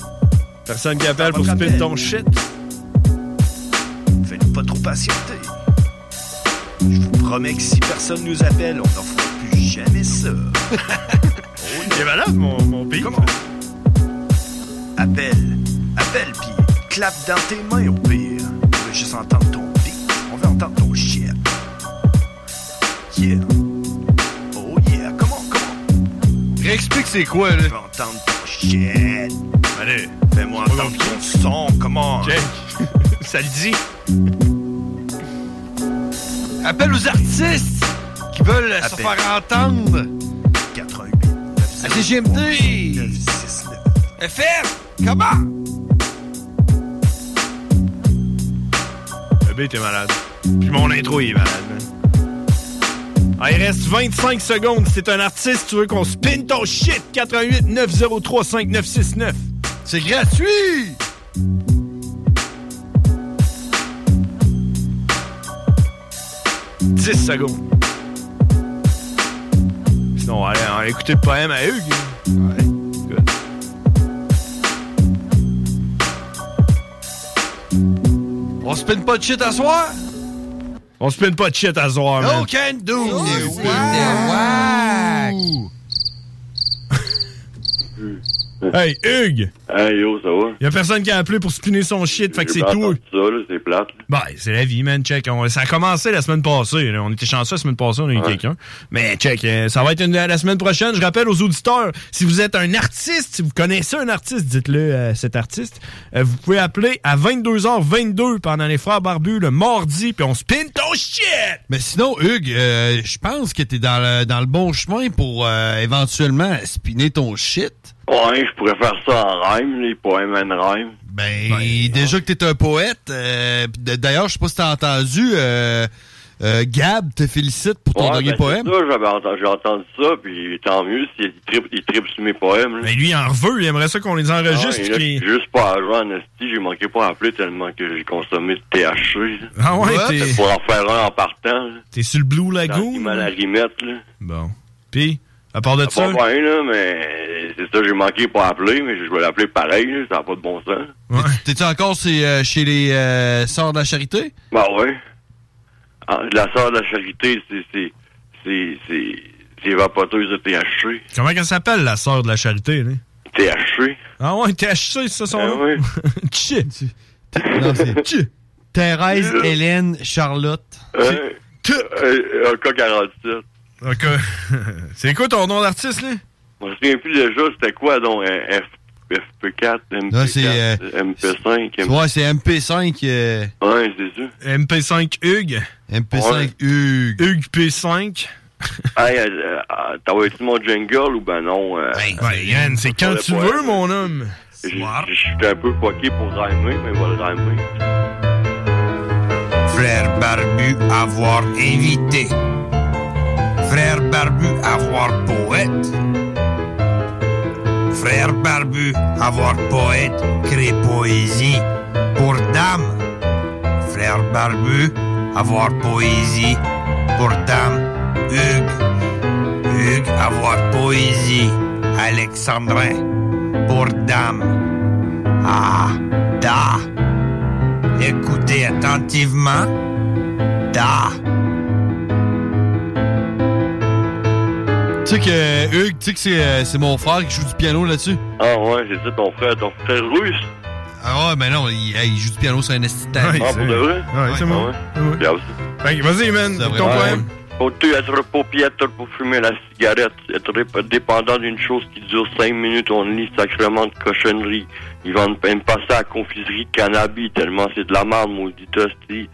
Speaker 7: Personne qui appelle pour spin ton shit.
Speaker 12: Faites pas trop patienter. Je vous promets que si personne nous appelle, on n'en fera plus jamais ça.
Speaker 7: Il est malade, mon, mon pays.
Speaker 12: Appelle, appelle, puis clap dans tes mains au pire. On veut juste entendre ton beat, on veut entendre ton shit. Yeah. Oh yeah, come on, come on.
Speaker 8: Réexplique c'est quoi, là.
Speaker 12: Je veux entendre ton shit. Allez, fais-moi entendre ton son, come on.
Speaker 7: Ça le dit.
Speaker 8: Appelle aux artistes qui veulent se
Speaker 12: Appelle.
Speaker 8: faire entendre.
Speaker 12: 88.
Speaker 8: À CGMD. FM. Comment?
Speaker 7: Bébé, t'es malade. Puis mon intro, il est malade, man. Ah, il reste 25 secondes. C'est un artiste, tu veux qu'on spin ton shit? 88 903 5969.
Speaker 8: C'est gratuit!
Speaker 7: Dix secondes. Sinon, allez, on va écouter le poème à Hugues. Ouais. Good.
Speaker 8: On spin pas de shit à soir?
Speaker 7: On spin pas de shit à soir, man.
Speaker 8: No can do.
Speaker 7: Hey, Hugues!
Speaker 11: Hey, yo, ça va?
Speaker 7: Y a personne qui a appelé pour spinner son shit, fait que
Speaker 11: J'ai
Speaker 7: c'est
Speaker 11: pas
Speaker 7: tout.
Speaker 11: entendu Ça, là, c'est plate. là.
Speaker 7: Bah, c'est la vie, man. Check. On- ça a commencé la semaine passée. là. On était chanceux la semaine passée, on a eu quelqu'un. Mais check, euh, ça va être une- la semaine prochaine. Je rappelle aux auditeurs, si vous êtes un artiste, si vous connaissez un artiste, dites-le à cet artiste. Euh, vous pouvez appeler à 22h22 pendant les Frères Barbus le mardi, puis on spin ton shit!
Speaker 8: Mais sinon, Hugues, euh, je pense que t'es dans le, dans le bon chemin pour euh, éventuellement spinner ton shit.
Speaker 11: Ouais, je pourrais faire ça en rhyme, les poèmes en rhyme.
Speaker 8: Ben, déjà que t'es un poète, euh, pis d- d'ailleurs, je sais pas si t'as entendu, euh, euh, Gab te félicite pour ton
Speaker 11: Ouais,
Speaker 8: dernier
Speaker 11: ben,
Speaker 8: poème.
Speaker 11: c'est Ça, j'avais entendu, j'ai entendu ça, puis tant mieux s'il tripe, il tripe sur mes poèmes.
Speaker 7: Mais Ben, lui, il en veut. Il aimerait ça qu'on les enregistre.
Speaker 11: Ah,
Speaker 7: puis
Speaker 11: et là,
Speaker 7: qu'il-
Speaker 11: Juste pas à jouer en esti, j'ai manqué pas à appeler tellement que j'ai consommé de THC. là.
Speaker 7: Ah ouais, t'es-
Speaker 11: Fait Pour en faire un en partant. là.
Speaker 7: T'es sur le Blue
Speaker 11: Tant qu'il
Speaker 7: Lagoon?
Speaker 11: m'a la rimette, là.
Speaker 7: Bon. Puis, à part de
Speaker 11: Pas
Speaker 7: ça...
Speaker 11: bien, là, mais c'est ça, j'ai manqué pas à appeler, mais je vais l'appeler pareil, là, ça n'a pas de bon sens.
Speaker 8: T'es-tu encore chez, euh, chez les euh, Sœurs de la Charité?
Speaker 11: Ben ouais. Ah, La sœur de la charité, c'est- c'est. C'est. C'est. C'est vapoteuse de THC.
Speaker 7: Comment qu'elle s'appelle, la sœur de la charité, là?
Speaker 11: THC.
Speaker 7: Ah ouais, THC, c'est ça
Speaker 11: Euh,
Speaker 7: son nom? Shit!
Speaker 8: Non, c'est Thérèse, Hélène, Charlotte.
Speaker 11: Euh, euh, AK-47.
Speaker 7: Ok. c'est quoi ton nom d'artiste, là?
Speaker 11: Je me souviens plus déjà, c'était quoi, donc, un F- FP4,
Speaker 8: Non, c'est, euh,
Speaker 11: MP4, MP5, MP5.
Speaker 8: Ouais, c'est MP5. euh,
Speaker 11: Ouais, c'est ça.
Speaker 7: MP5 Hugues.
Speaker 8: MP5 Hugues.
Speaker 7: Hugues P5.
Speaker 11: Hey, euh, euh, t'envoies-tu mon jingle ou ben non? Euh,
Speaker 7: Ben,
Speaker 8: Mm.
Speaker 7: Yann, c'est quand tu veux, mon homme.
Speaker 11: Je je- je suis un peu poqué pour rhymer, mais je vais le rhymer.
Speaker 13: Frère Barbu avoir invité. Frère Barbu avoir poète. Frère Barbu avoir poète crée poésie pour dame. Frère Barbu avoir poésie pour dame. Hugues. Hugues avoir poésie. Alexandrin pour dame. Ah, da. Écoutez attentivement. Da.
Speaker 8: Tu sais que euh, Hugues, tu sais que c'est euh, c'est mon frère qui joue du piano là-dessus?
Speaker 11: Ah ouais, c'est ça, ton frère, ton frère russe.
Speaker 8: Ah ouais, mais non, il, hey, il joue du piano sur un esthétique.
Speaker 11: ah, pour de vrai?
Speaker 8: c'est moi.
Speaker 7: vas-y, man,
Speaker 8: ton poème.
Speaker 11: Faut-tu être paupiètre pour fumer la cigarette, être dép- dépendant d'une chose qui dure 5 minutes, on lit sacrément de cochonneries. Ils vendent même pas ça à confiserie de cannabis, tellement c'est de la merde, maudite hostie.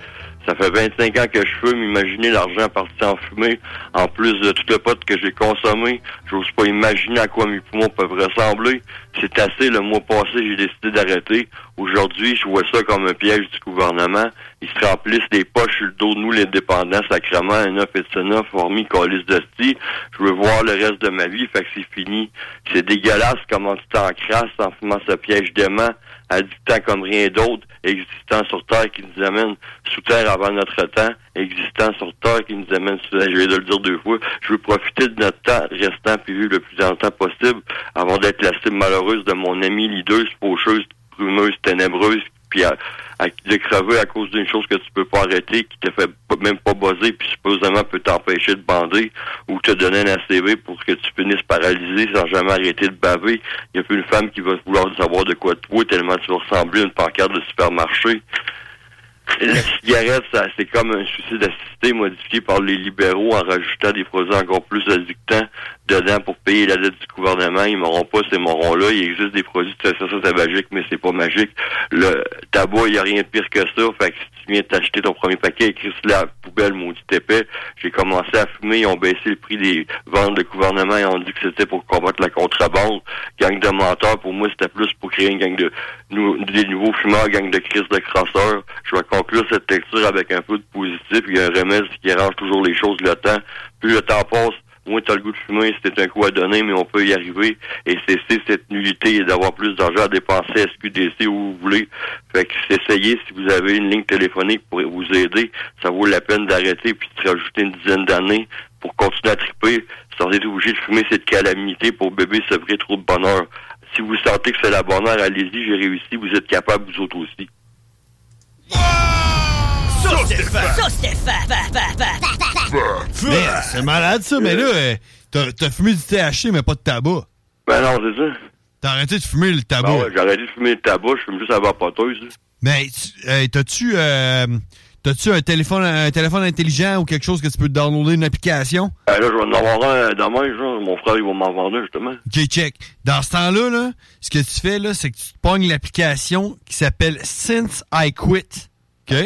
Speaker 11: Ça fait 25 ans que je fume, imaginez l'argent parti en fumée. En plus de tout le pot que j'ai consommé, j'ose pas imaginer à quoi mes poumons peuvent ressembler. C'est assez, le mois passé, j'ai décidé d'arrêter. Aujourd'hui, je vois ça comme un piège du gouvernement. Ils se remplissent des poches sur le dos de nous, les dépendants, sacrement, un œuf et de son œuf, hormis colis de sti. Je veux voir le reste de ma vie, fait que c'est fini. C'est dégueulasse comment tu t'encrasses en fumant ce piège d'aimant, addictant comme rien d'autre, existant sur terre qui nous amène sous terre avant notre temps, existant sur terre qui nous amène sous terre. Je vais de le dire deux fois. Je veux profiter de notre temps restant puis vivre le plus longtemps possible avant d'être la cible malheureuse de mon amie lideuse, pocheuse, brumeuse, ténébreuse, puis à, à- de crever à cause d'une chose que tu peux pas arrêter, qui te fait p- même pas buzzer, puis supposément peut t'empêcher de bander ou te donner un ACV pour que tu finisses paralysé sans jamais arrêter de baver. Il y a plus une femme qui va vouloir savoir de quoi toi tellement tu vas ressembler à une pancarte de supermarché. La cigarette, ça, c'est comme un suicide assisté modifié par les libéraux en rajoutant des produits encore plus addictants dedans pour payer la dette du gouvernement. Ils m'auront pas ces morons-là. Il existe des produits de cessation tabagique, mais c'est pas magique. Le tabac, il n'y a rien de pire que ça. Fait que si tu viens t'acheter ton premier paquet, écris sur la poubelle, maudit épais. J'ai commencé à fumer. Ils ont baissé le prix des ventes. Le gouvernement, ils ont dit que c'était pour combattre la contrebande. Gang de menteurs, pour moi, c'était plus pour créer une gang de nou- des nouveaux fumeurs, gang de crise de crasseurs. Je vais conclure cette lecture avec un peu de positif. Il y a un remède qui arrange toujours les choses le temps. Plus le temps passe, moins t'as le goût de fumer, c'est un coup à donner, mais on peut y arriver et cesser cette nullité et d'avoir plus d'argent à dépenser à SQDC où vous voulez. Fait que essayez si vous avez une ligne téléphonique pour vous aider. Ça vaut la peine d'arrêter puis de se rajouter une dizaine d'années pour continuer à triper sans être obligé de fumer cette calamité pour bébé ce vrai trop de bonheur. Si vous sentez que c'est la bonne heure, allez-y, j'ai réussi, vous êtes capable, vous autres aussi.
Speaker 14: Sauce Stéphane! Sauce Stéphane! Fa, fa, fa, fa, fa, fa.
Speaker 8: Mais, c'est malade ça, mais là, euh, t'as t'as fumé du THC, mais pas de tabac.
Speaker 11: Ben non, c'est ça.
Speaker 8: T'as arrêté de fumer le tabac.
Speaker 11: Ben ouais, j'ai arrêté de fumer le tabac, je fume juste à la vapoteuse. là.
Speaker 8: Mais tu- hey, t'as-tu euh, t'as-tu un téléphone un téléphone intelligent ou quelque chose que tu peux downloader une application?
Speaker 11: Ah, là, je vais en avoir un euh, demain, genre. Mon frère, il va m'en vendre un, justement.
Speaker 8: Ok, check. Dans ce temps-là, là, ce que tu fais, là, c'est que tu te pognes l'application qui s'appelle Since I Quit. OK?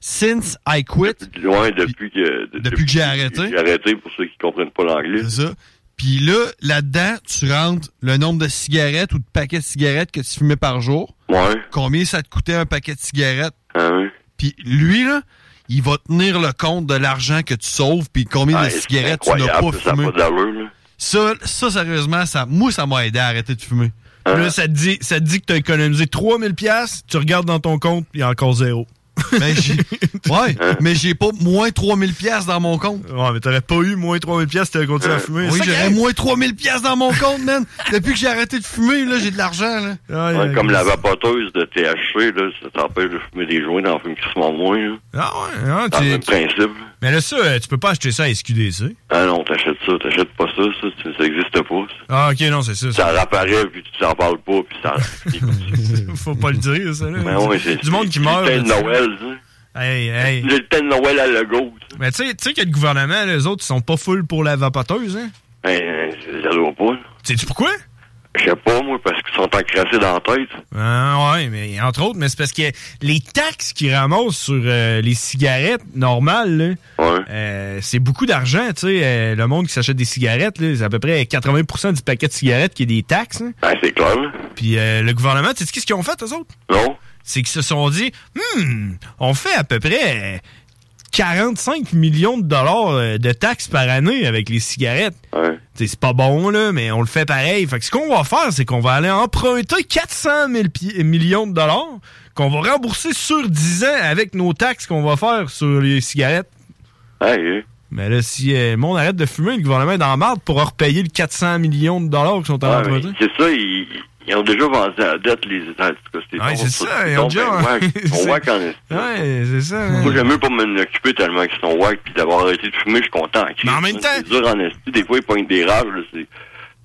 Speaker 8: Since I Quit.
Speaker 11: Loin depuis que. de-
Speaker 8: Depuis que j'ai arrêté.
Speaker 11: J'ai arrêté pour ceux qui comprennent pas l'anglais.
Speaker 8: C'est ça. Puis là, là-dedans, tu rentres le nombre de cigarettes ou de paquets de cigarettes que tu fumais par jour.
Speaker 11: Ouais.
Speaker 8: Combien ça te coûtait un paquet de cigarettes.
Speaker 11: Ah oui.
Speaker 8: Puis lui, là, il va tenir le compte de l'argent que tu sauves puis combien
Speaker 11: Ah,
Speaker 8: de
Speaker 11: c'est
Speaker 8: cigarettes tu n'as pas
Speaker 11: incroyable, ça a
Speaker 8: fumé.
Speaker 11: pas d'allure, là.
Speaker 8: Ça, ça, sérieusement, ça, moi, ça m'a aidé à arrêter de fumer.
Speaker 11: Ah.
Speaker 7: Là, ça te dit, ça te dit que t'as économisé 3000 pièces, tu regardes dans ton compte, il y a encore zéro.
Speaker 8: Mais j'ai, ouais,
Speaker 11: Hein?
Speaker 8: mais j'ai pas moins 3000 pièces dans mon compte.
Speaker 7: Ouais, mais t'aurais pas eu moins 3000 pièces si t'avais
Speaker 11: Euh,
Speaker 7: continué à fumer.
Speaker 8: Oui,
Speaker 7: Ça,
Speaker 8: j'aurais
Speaker 7: quand-
Speaker 8: moins 3000 pièces dans mon compte, man. Depuis que j'ai arrêté de fumer, là, j'ai de l'argent, là.
Speaker 11: Ouais, Hein, comme la vapoteuse de THC, là, ça t'empêche de fumer des joints dans fume crissement moins, là.
Speaker 7: Ah ouais, hein,
Speaker 11: Dans le même
Speaker 7: tu-
Speaker 11: principe.
Speaker 7: Mais là, ça, euh, tu peux pas acheter ça à SQDC.
Speaker 11: Ah non, t'achètes ça, t'achètes pas ça, ça, ça, ça existe pas.
Speaker 7: Ah, ok, non, c'est ça.
Speaker 11: Ça, ça réapparaît, puis tu t'en parles pas, puis ça.
Speaker 8: Mm.
Speaker 7: Faut pas le dire, ça, là.
Speaker 11: Ben ouais, c'est-
Speaker 7: du monde qui meurt.
Speaker 11: C'est le
Speaker 7: là,
Speaker 11: thème
Speaker 7: tu-
Speaker 11: de hein. Noël, ça.
Speaker 7: Hey, hey.
Speaker 11: Le thème de Noël à la gauche.
Speaker 7: Mais tu sais- tu sais que le gouvernement, les autres, ils sont pas full pour la vapoteuse, hein?
Speaker 11: Ben, ça doit pas,
Speaker 7: Sais-tu pourquoi?
Speaker 11: Je sais pas, moi, parce qu'ils sont encrassés dans la tête.
Speaker 7: Ah, ouais, mais entre autres, mais c'est parce que les taxes qu'ils ramassent sur euh, les cigarettes normales, là, euh, c'est beaucoup d'argent, tu sais. euh, le monde qui s'achète des cigarettes, là, c'est à peu près 80 du paquet de cigarettes qui est des taxes. hein.
Speaker 11: Ben, c'est clair, là.
Speaker 7: Puis euh, le gouvernement, tu sais qu'est-ce qu'ils ont fait, eux autres?
Speaker 11: Non.
Speaker 7: C'est qu'ils se sont dit, hmm, on fait à peu près euh, 45 millions de dollars euh, de taxes par année avec les cigarettes. Tu sais, C'est pas bon, là, mais on le fait pareil. Fait que ce qu'on va faire, c'est qu'on va aller emprunter 400 000 pi- millions de dollars qu'on va rembourser sur 10 ans avec nos taxes qu'on va faire sur les cigarettes. Mais là, si euh, le monde arrête de fumer, le gouvernement est en marde pour repayer le 400 millions de dollars qu'ils sont en
Speaker 11: Ouais,
Speaker 7: emprunter.
Speaker 11: mais c'est ça, ils, ils ont déjà vendu à la dette les États. En tout cas, c'est
Speaker 7: Ouais,
Speaker 11: bon,
Speaker 7: c'est ça, ils ont
Speaker 11: donc
Speaker 7: déjà-
Speaker 11: bien wack. Ils sont
Speaker 7: c'est-
Speaker 11: wack en est.
Speaker 7: Ouais, c'est ça. hein.
Speaker 11: Moi, j'aime mieux pas m'en occuper tellement qu'ils sont wack, puis d'avoir arrêté de fumer, je suis content. Mais en même temps... C'est dur en esti, des fois, ils pognent des rages, là, c'est...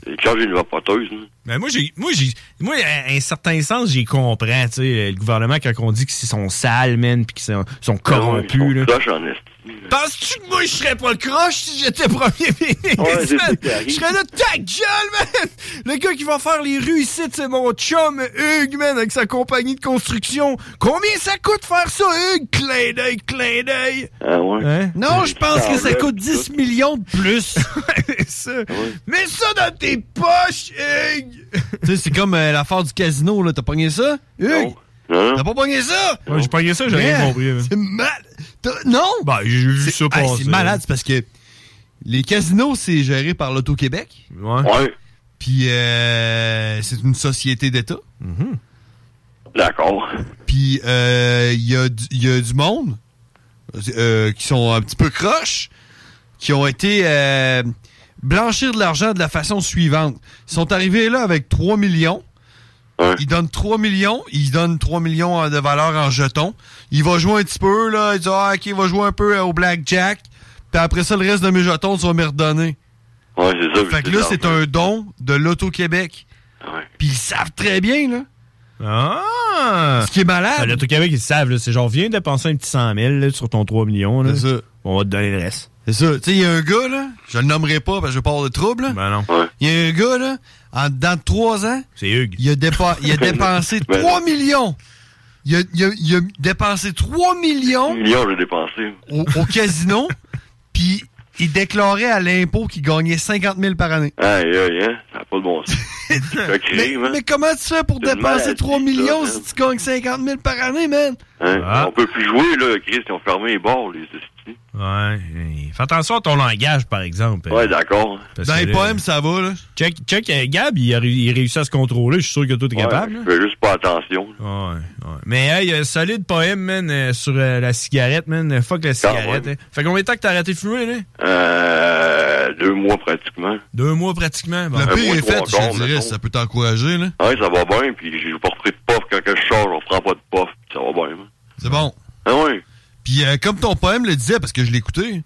Speaker 11: c'est Quand j'ai une vapoteuse, là.
Speaker 7: Ben moi, j'ai, moi, j'ai, moi, à un certain sens, j'y comprends, tu sais, le gouvernement, quand on dit qu'ils sont sales, man, pis qu'ils sont, sont
Speaker 11: Ah
Speaker 7: corrompus, là.
Speaker 11: Là, j'en ai.
Speaker 7: Penses-tu que moi, je serais pas le croche si j'étais premier ministre,
Speaker 11: Ouais, c'est ça
Speaker 7: man?
Speaker 11: qui arrive.
Speaker 7: Je serais là, ta gueule, man! Le gars qui va faire les rues ici, c'est mon chum, Hugues, man, avec sa compagnie de construction. Combien ça coûte faire ça, Hugues? Clin d'œil, clin d'œil!
Speaker 11: Ah ouais?
Speaker 7: Hein?
Speaker 11: Ah
Speaker 8: Non, je pense que ça coûte 10 millions de plus.
Speaker 7: Mais ça dans tes poches, Hugues!
Speaker 8: tu sais, c'est comme euh, l'affaire du casino, là. T'as pogné ça? Hugues? T'as pas pogné ça?
Speaker 7: Ouais, j'ai pogné ça, j'ai
Speaker 8: Man,
Speaker 7: rien compris. là.
Speaker 8: C'est mal. T'as- Non!
Speaker 7: Bah, j'ai vu ça
Speaker 8: Hey,
Speaker 7: passer.
Speaker 8: c'est malade, c'est parce que les casinos, c'est géré par l'Auto-Québec.
Speaker 7: Ouais.
Speaker 8: Puis euh, c'est une société d'État.
Speaker 7: Mm-hmm.
Speaker 11: D'accord.
Speaker 8: Puis euh, il y, a du- il y a du monde euh, qui sont un petit peu croches, qui ont été euh, blanchir de l'argent de la façon suivante. Ils sont arrivés là avec 3 millions. Ils donnent 3 millions, ils donnent 3 millions euh, de valeur en jetons. Il va jouer un petit peu, là, il dit Ah, ok, il va jouer un peu euh, au blackjack. Puis après ça, le reste de mes jetons, tu vas me redonner.
Speaker 11: Ouais, c'est ça.
Speaker 8: Fait que là, c'est un don de l'Auto-Québec. Puis ils savent très bien, là.
Speaker 7: Ah!
Speaker 8: Ce qui est malade.
Speaker 7: le truc avec, ils le savent, là, c'est genre, viens dépenser un petit 100 000 là, sur ton 3 millions. là. On va te donner le reste.
Speaker 8: C'est ça. Tu sais, il y a un gars, là, je le nommerai pas parce que je parle de trouble.
Speaker 7: Ben non.
Speaker 8: Il y a un gars, là, en, dans trois ans,
Speaker 7: C'est Hugues.
Speaker 8: il a, dépa- il a dépensé
Speaker 11: Ben non.
Speaker 8: 3 millions. Il a, il a- il a dépensé 3 millions
Speaker 11: million, j'ai dépensé.
Speaker 8: au, au casino, puis il déclarait à l'impôt qu'il gagnait 50 000 par année.
Speaker 11: Aïe, aïe, hein? Ça n'a pas de bon sens. C'est
Speaker 8: Mais,
Speaker 11: crime, hein?
Speaker 8: mais comment tu fais pour
Speaker 11: C'est une
Speaker 8: dépenser
Speaker 11: maladie,
Speaker 8: 3 millions
Speaker 11: ça,
Speaker 8: si tu gagnes 50 000 par année, man?
Speaker 11: Hein?
Speaker 7: Ah.
Speaker 11: On peut plus jouer, là. Chris, ils ont fermé les bars, les estis.
Speaker 7: Ouais. ben- hey. Fais attention à ton langage, par exemple.
Speaker 11: Ouais, d'accord.
Speaker 7: Dans les poèmes,
Speaker 8: ça va, là.
Speaker 7: Check, check euh, Gab, il, a, ré- il réussit à se contrôler. Je suis sûr que toi, t'es capable.
Speaker 11: Je fais juste pas attention.
Speaker 7: Ouais, ouais. Mais hey, euh, solide poème, man, euh, sur euh, la cigarette, man. Euh, Fuck la cigarette. hein. Fait combien de temps que t'as arrêté de fumer, là?
Speaker 11: Euh, deux mois pratiquement.
Speaker 7: Deux mois hein, pratiquement.
Speaker 11: Le pire est fait, je te dirais, ça
Speaker 8: peut t'encourager, là.
Speaker 11: Ah Ouais, ça va bien, puis j'ai pas repris de puff quand que je sors, on prend pas de puff, puis ça va bien. hein.
Speaker 8: C'est bon.
Speaker 11: Ah oui.
Speaker 8: Puis euh, comme ton poème le disait, parce que je l'écoutais,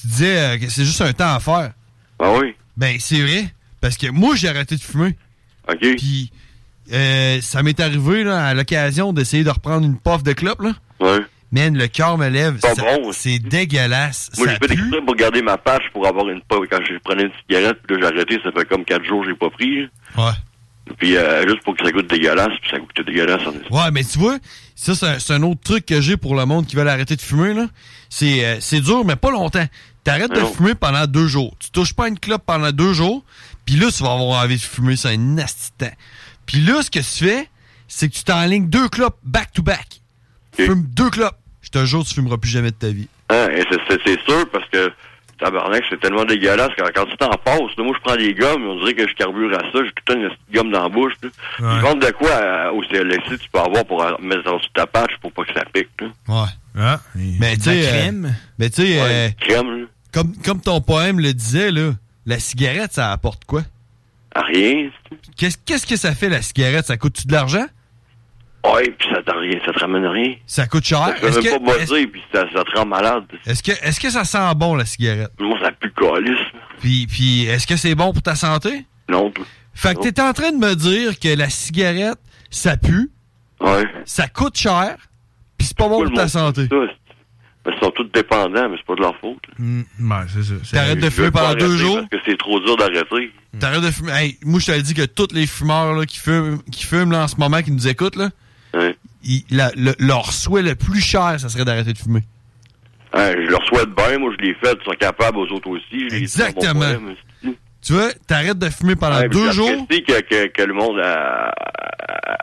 Speaker 8: tu disais euh, que c'est juste un temps à faire.
Speaker 11: Ah oui.
Speaker 8: Ben, c'est vrai. Parce que moi, j'ai arrêté de fumer.
Speaker 11: OK.
Speaker 8: Puis, euh, ça m'est arrivé, là, à l'occasion d'essayer de reprendre une pof de clope, là.
Speaker 11: Ouais.
Speaker 8: Man, le cœur me lève.
Speaker 11: Pas
Speaker 8: Ça-
Speaker 11: bon, hein.
Speaker 8: C'est dégueulasse.
Speaker 11: Moi,
Speaker 8: Ça
Speaker 11: j'ai fait des extraits pour garder ma patch pour avoir une puff quand je prenais une cigarette, puis là, j'ai arrêté, ça fait comme quatre jours, j'ai pas pris. hein.
Speaker 8: Ouais.
Speaker 11: Puis euh, juste pour que ça goûte dégueulasse, puis ça goûtait dégueulasse. en est-
Speaker 8: Ouais, mais tu vois, ça, c'est un, c'est un autre truc que j'ai pour le monde qui veut arrêter de fumer, là. C'est euh, c'est dur, mais pas longtemps. T'arrêtes de
Speaker 11: Non.
Speaker 8: fumer pendant deux jours. Tu touches pas à une clope pendant deux jours, puis là, tu vas avoir envie de fumer, c'est un nasty temps. Puis là, ce que tu fais, c'est que tu t'enlignes deux clopes back-to-back. Tu fumes deux clopes. Je te jure, tu fumeras plus jamais de ta vie.
Speaker 11: Hein, et c'est- c'est c'est sûr, parce que tabarnak, c'est tellement dégueulasse quand, quand tu t'en passes. là, moi, je prends des gommes, on dirait que je carbure à ça, j'ai tout le temps une petite gomme dans la bouche. là. Ils vendent de quoi euh, au CLSC tu peux avoir pour euh, mettre dans ta patch pour pas que ça pique. là.
Speaker 8: Ouais. Ah. mais tu
Speaker 11: la
Speaker 8: sais, euh,
Speaker 11: crème.
Speaker 8: mais tu sais, euh,
Speaker 11: Crème, là.
Speaker 8: comme, comme ton poème le disait, là, la cigarette, ça apporte quoi?
Speaker 11: À rien.
Speaker 8: Qu'est-ce qu'est-ce que ça fait, la cigarette? Ça coûte-tu de l'argent?
Speaker 11: Ouais, puis ça, t'en rien, ça te ramène rien.
Speaker 8: Ça coûte cher?
Speaker 11: Ça te fait
Speaker 8: Est-ce
Speaker 11: même
Speaker 8: que,
Speaker 11: pas bosser, puis ça, ça te rend malade.
Speaker 8: Est-ce que, est-ce que ça sent bon, la cigarette?
Speaker 11: Moi, ça pue le calice.
Speaker 8: Puis, puis est-ce que c'est bon pour ta santé?
Speaker 11: Non. tout.
Speaker 8: Fait que t'es en train de me dire que la cigarette, ça pue,
Speaker 11: Ouais.
Speaker 8: ça coûte cher, puis c'est pas bon
Speaker 11: Pourquoi
Speaker 8: pour
Speaker 11: le
Speaker 8: ta
Speaker 11: monde
Speaker 8: santé.
Speaker 11: fait ça, c'est- mais ils sont tous dépendants, mais c'est pas de leur faute.
Speaker 8: Ben,
Speaker 7: Ouais, c'est ça.
Speaker 8: Mm. T'arrêtes de
Speaker 11: Je
Speaker 8: fumer
Speaker 11: veux pas
Speaker 8: pendant deux
Speaker 11: arrêter
Speaker 8: jours?
Speaker 11: Parce que c'est trop dur d'arrêter.
Speaker 8: Hmm. T'arrêtes de fumer. Hey, moi, je te le dis que tous les fumeurs là, qui fument, qui fument là, en ce moment, qui nous écoutent, là, ils- la- le- leur souhait le plus cher, ça serait d'arrêter de fumer.
Speaker 11: Hein, je leur souhaite bien, moi je l'ai fait, ils sont capables, aux autres aussi. je les- c'est mon
Speaker 8: Exactement.
Speaker 11: problème.
Speaker 8: Tu vois, t'arrêtes de fumer pendant
Speaker 11: Ouais, puis
Speaker 8: deux jours.
Speaker 11: J'apprécie que, que, que le monde à,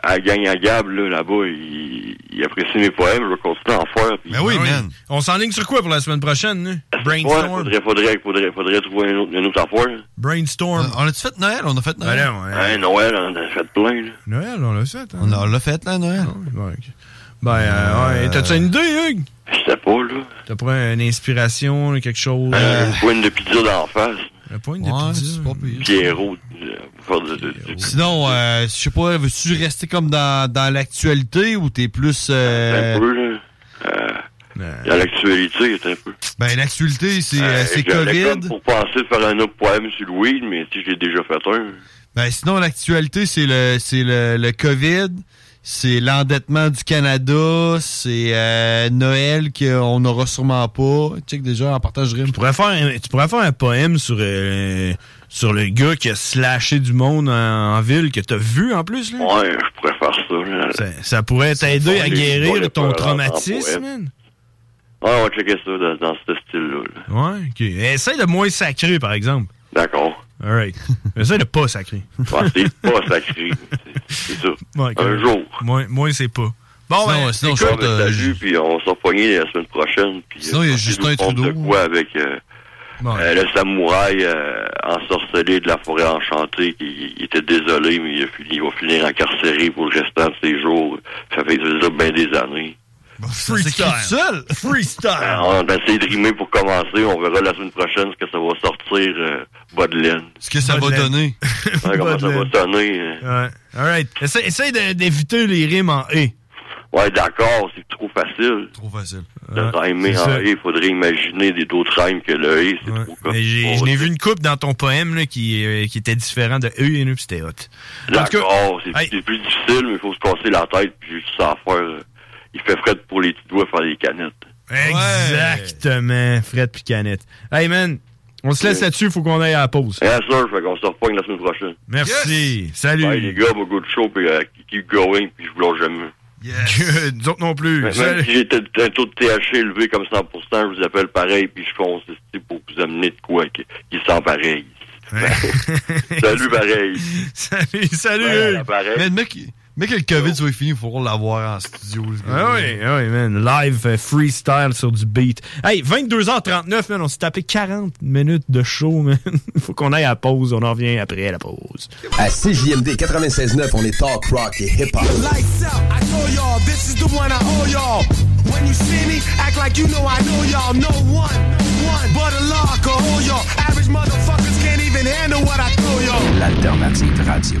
Speaker 11: à, à gagne à Gab, là, là-bas, il, il apprécie mes poèmes, je vais continuer à en faire. Puis,
Speaker 7: Ben oui, man. On s'enligne sur quoi pour la semaine prochaine, là?
Speaker 11: Ouais,
Speaker 7: Brainstorm.
Speaker 11: faudrait, faudrait, faudrait, faudrait trouver une autre, une autre affaire. là.
Speaker 7: Brainstorm.
Speaker 8: on a-tu fait Noël? On a fait Noël?
Speaker 11: Hein, Noël, on en a fait plein. Là.
Speaker 7: Noël, on l'a fait. hein.
Speaker 8: On, l'a fait, là,
Speaker 7: Ah,
Speaker 8: Noël.
Speaker 7: Ben, euh, ouais. T'as-tu une idée, Hugues?
Speaker 11: Je sais pas, là.
Speaker 7: T'as pas une inspiration, là, quelque chose? Euh,
Speaker 11: Hein, Une poigne de pizza d'en face,
Speaker 7: La pointe de pizza.
Speaker 11: Pierrot, euh, pour faire de, de- du-
Speaker 8: Sinon, euh, je sais pas, veux-tu rester comme dans, dans l'actualité ou t'es plus... euh,
Speaker 11: un peu, là. Euh, à l'actualité, c'est un peu.
Speaker 8: ben, l'actualité, c'est euh,
Speaker 11: Euh,
Speaker 8: c'est
Speaker 11: j'allais comme
Speaker 8: COVID.
Speaker 11: pour penser de faire un autre poème sur le weed, mais tu sais, j'ai déjà fait un.
Speaker 8: Ben, sinon, l'actualité, c'est le, c'est le, le COVID, c'est l'endettement du Canada, c'est euh, Noël qu'on n'aura sûrement pas. Check déjà, en partagerai.
Speaker 7: Tu pourrais faire un, tu pourrais faire un poème sur, euh, sur le gars qui a slashé du monde en, en ville, que t'as vu en plus. Là.
Speaker 11: Ouais, je pourrais faire ça, là.
Speaker 7: Ça, ça pourrait t'aider à
Speaker 11: Ouais, ouais,
Speaker 7: guérir ton
Speaker 11: ouais,
Speaker 7: traumatisme.
Speaker 11: ouais. Ouais, on va checker ça dans, dans ce style-là. là.
Speaker 7: Ouais, ok. Essaye de moins sacré, par exemple.
Speaker 11: D'accord.
Speaker 7: All right. Essaye de pas sacrer.
Speaker 11: Ah, c'est pas sacré. C'est- C'est ça.
Speaker 7: Ouais,
Speaker 11: Un
Speaker 7: correct.
Speaker 11: jour.
Speaker 7: Moi, moi c'est pas. Bon, ben,
Speaker 11: on
Speaker 7: écoute,
Speaker 11: t'as vu, puis on s'en pognait la semaine prochaine. Puis,
Speaker 7: Sinon, il y a Justin
Speaker 11: Trudeau. de quoi avec euh, euh, le samouraï euh, ensorcelé de la forêt enchantée qui il était désolé, mais il, a fini- il va finir incarcéré pour le restant de ses jours. Ça fait ça bien des années.
Speaker 7: freestyle. seul? Freestyle.
Speaker 11: Alors, Ah, on a essayé de rimer pour commencer. On verra la semaine prochaine ce que ça va sortir, euh, bas de laine.
Speaker 8: Ce que ça va donner.
Speaker 11: Ouais, comment ça va sonner. euh.
Speaker 7: Ouais. All right. Essaye, essaye de- d'éviter les rimes en E. « et
Speaker 11: Ouais, d'accord, c'est trop facile.
Speaker 8: Trop facile.
Speaker 11: De rimer
Speaker 7: c'est
Speaker 11: en
Speaker 7: ça.
Speaker 11: E, il faudrait imaginer des d'autres rimes que le E, c'est trop
Speaker 7: Mais j'ai- Je n'ai vu une coupe dans ton poème là, qui, euh, qui était différent de « e » et « nu », puis c'était hot. En tout cas,
Speaker 11: D'accord, c'est c'est plus difficile, mais il faut se casser la tête puis juste s'en faire. euh, Il fait fret pour les petits doigts faire des canettes.
Speaker 7: Exactement, Fred Picanette. Hey man, on se laisse là-dessus, faut qu'on aille à la pause.
Speaker 11: Rien sûr, Hein, fait qu'on se repogne la semaine prochaine.
Speaker 7: Merci, salut.
Speaker 11: Bye, les gars, beaucoup de show, puis euh, keep going, puis je vous lâche jamais.
Speaker 7: Good. Nous autres non plus.
Speaker 11: Même
Speaker 7: Salut.
Speaker 11: si j'ai t- t- un taux de THC élevé comme 100%, je vous appelle pareil, puis je fonce ici pour vous amener de quoi qui, qui sent pareil. Salut pareil.
Speaker 7: Salut, salut. E.
Speaker 11: Ouais, pareil.
Speaker 8: Mais le mec, mec, le COVID soit fini, il faudra l'avoir en studio. ce gars-là.
Speaker 7: Ah oui, ah oui, man. Live euh, freestyle sur du beat. Hey, 22h39, man. On s'est tapé 40 minutes de show, man. Faut qu'on aille à la pause. On en revient après la pause.
Speaker 15: À CJMD 96.9, on est talk rock et hip-hop.
Speaker 1: Lights out, I told y'all, this is the one I owe y'all. When you see me, act like you know I know y'all. No one, one, but a law can hold y'all. Average motherfuckers can't even handle what I throw y'all.
Speaker 16: L'alternative radio.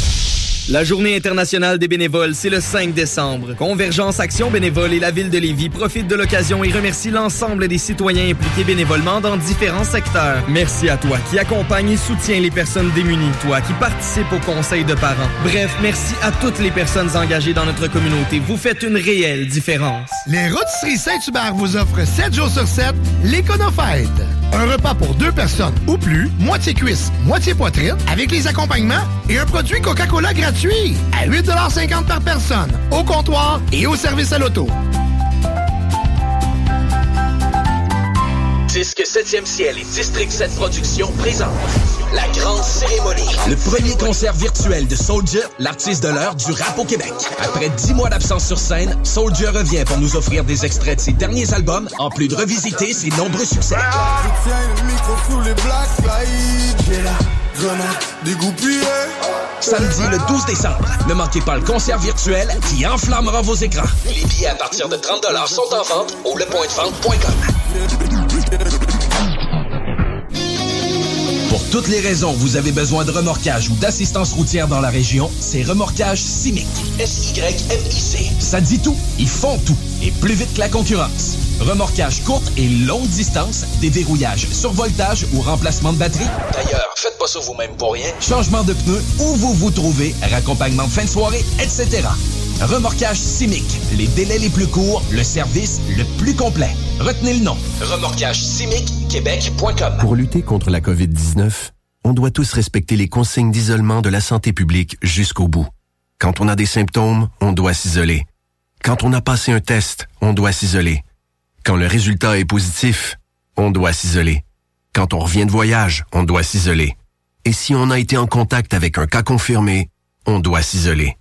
Speaker 17: La Journée internationale des bénévoles, c'est le 5 décembre. Convergence Action Bénévole et la Ville de Lévis profitent de l'occasion et remercient l'ensemble des citoyens impliqués bénévolement dans différents secteurs. Merci à toi qui accompagne et soutient les personnes démunies, toi qui participe au conseil de parents. Bref, merci à toutes les personnes engagées dans notre communauté. Vous faites une réelle différence.
Speaker 16: Les Rôtisseries Saint-Hubert vous offrent 7 jours sur 7 l'Econofête. Un repas pour deux personnes ou plus, moitié cuisse, moitié poitrine, avec les accompagnements et un produit Coca-Cola gratuit à 8,50 par personne, au comptoir et au service à l'auto.
Speaker 18: Disque 7e ciel et District 7 Productions présentent la grande cérémonie.
Speaker 15: Le premier concert virtuel de Soldier, l'artiste de l'heure du rap au Québec.
Speaker 18: Après 10 mois d'absence sur scène, Soldier revient pour nous offrir des extraits de ses derniers albums, en plus de revisiter ses nombreux succès.
Speaker 1: Je tiens le micro sous les black lights. J'ai la grenade dégoupillée.
Speaker 18: Samedi le 12 décembre, ne manquez pas le concert virtuel qui enflammera vos écrans. Les billets à partir de 30 sont en vente au lepointdevente.com. Pour toutes les raisons où vous avez besoin de remorquage ou d'assistance routière dans la région, c'est Remorquage Simic. S-Y-M-I-C. Ça dit tout, ils font tout, et plus vite que la concurrence. Remorquage courte et longue distance, déverrouillage, survoltage ou remplacement de batterie. D'ailleurs, faites pas ça vous-même pour rien. Changement de pneus, où vous vous trouvez, raccompagnement de fin de soirée, etc. Remorquage Simic. Les délais les plus courts, le service le plus complet. Retenez le nom. Remorquage Québec.com.
Speaker 6: Pour lutter contre la COVID-19, on doit tous respecter les consignes d'isolement de la santé publique jusqu'au bout. Quand on a des symptômes, on doit s'isoler. Quand on a passé un test, on doit s'isoler. Quand le résultat est positif, on doit s'isoler. Quand on revient de voyage, on doit s'isoler. Et si on a été en contact avec un cas confirmé, on doit s'isoler.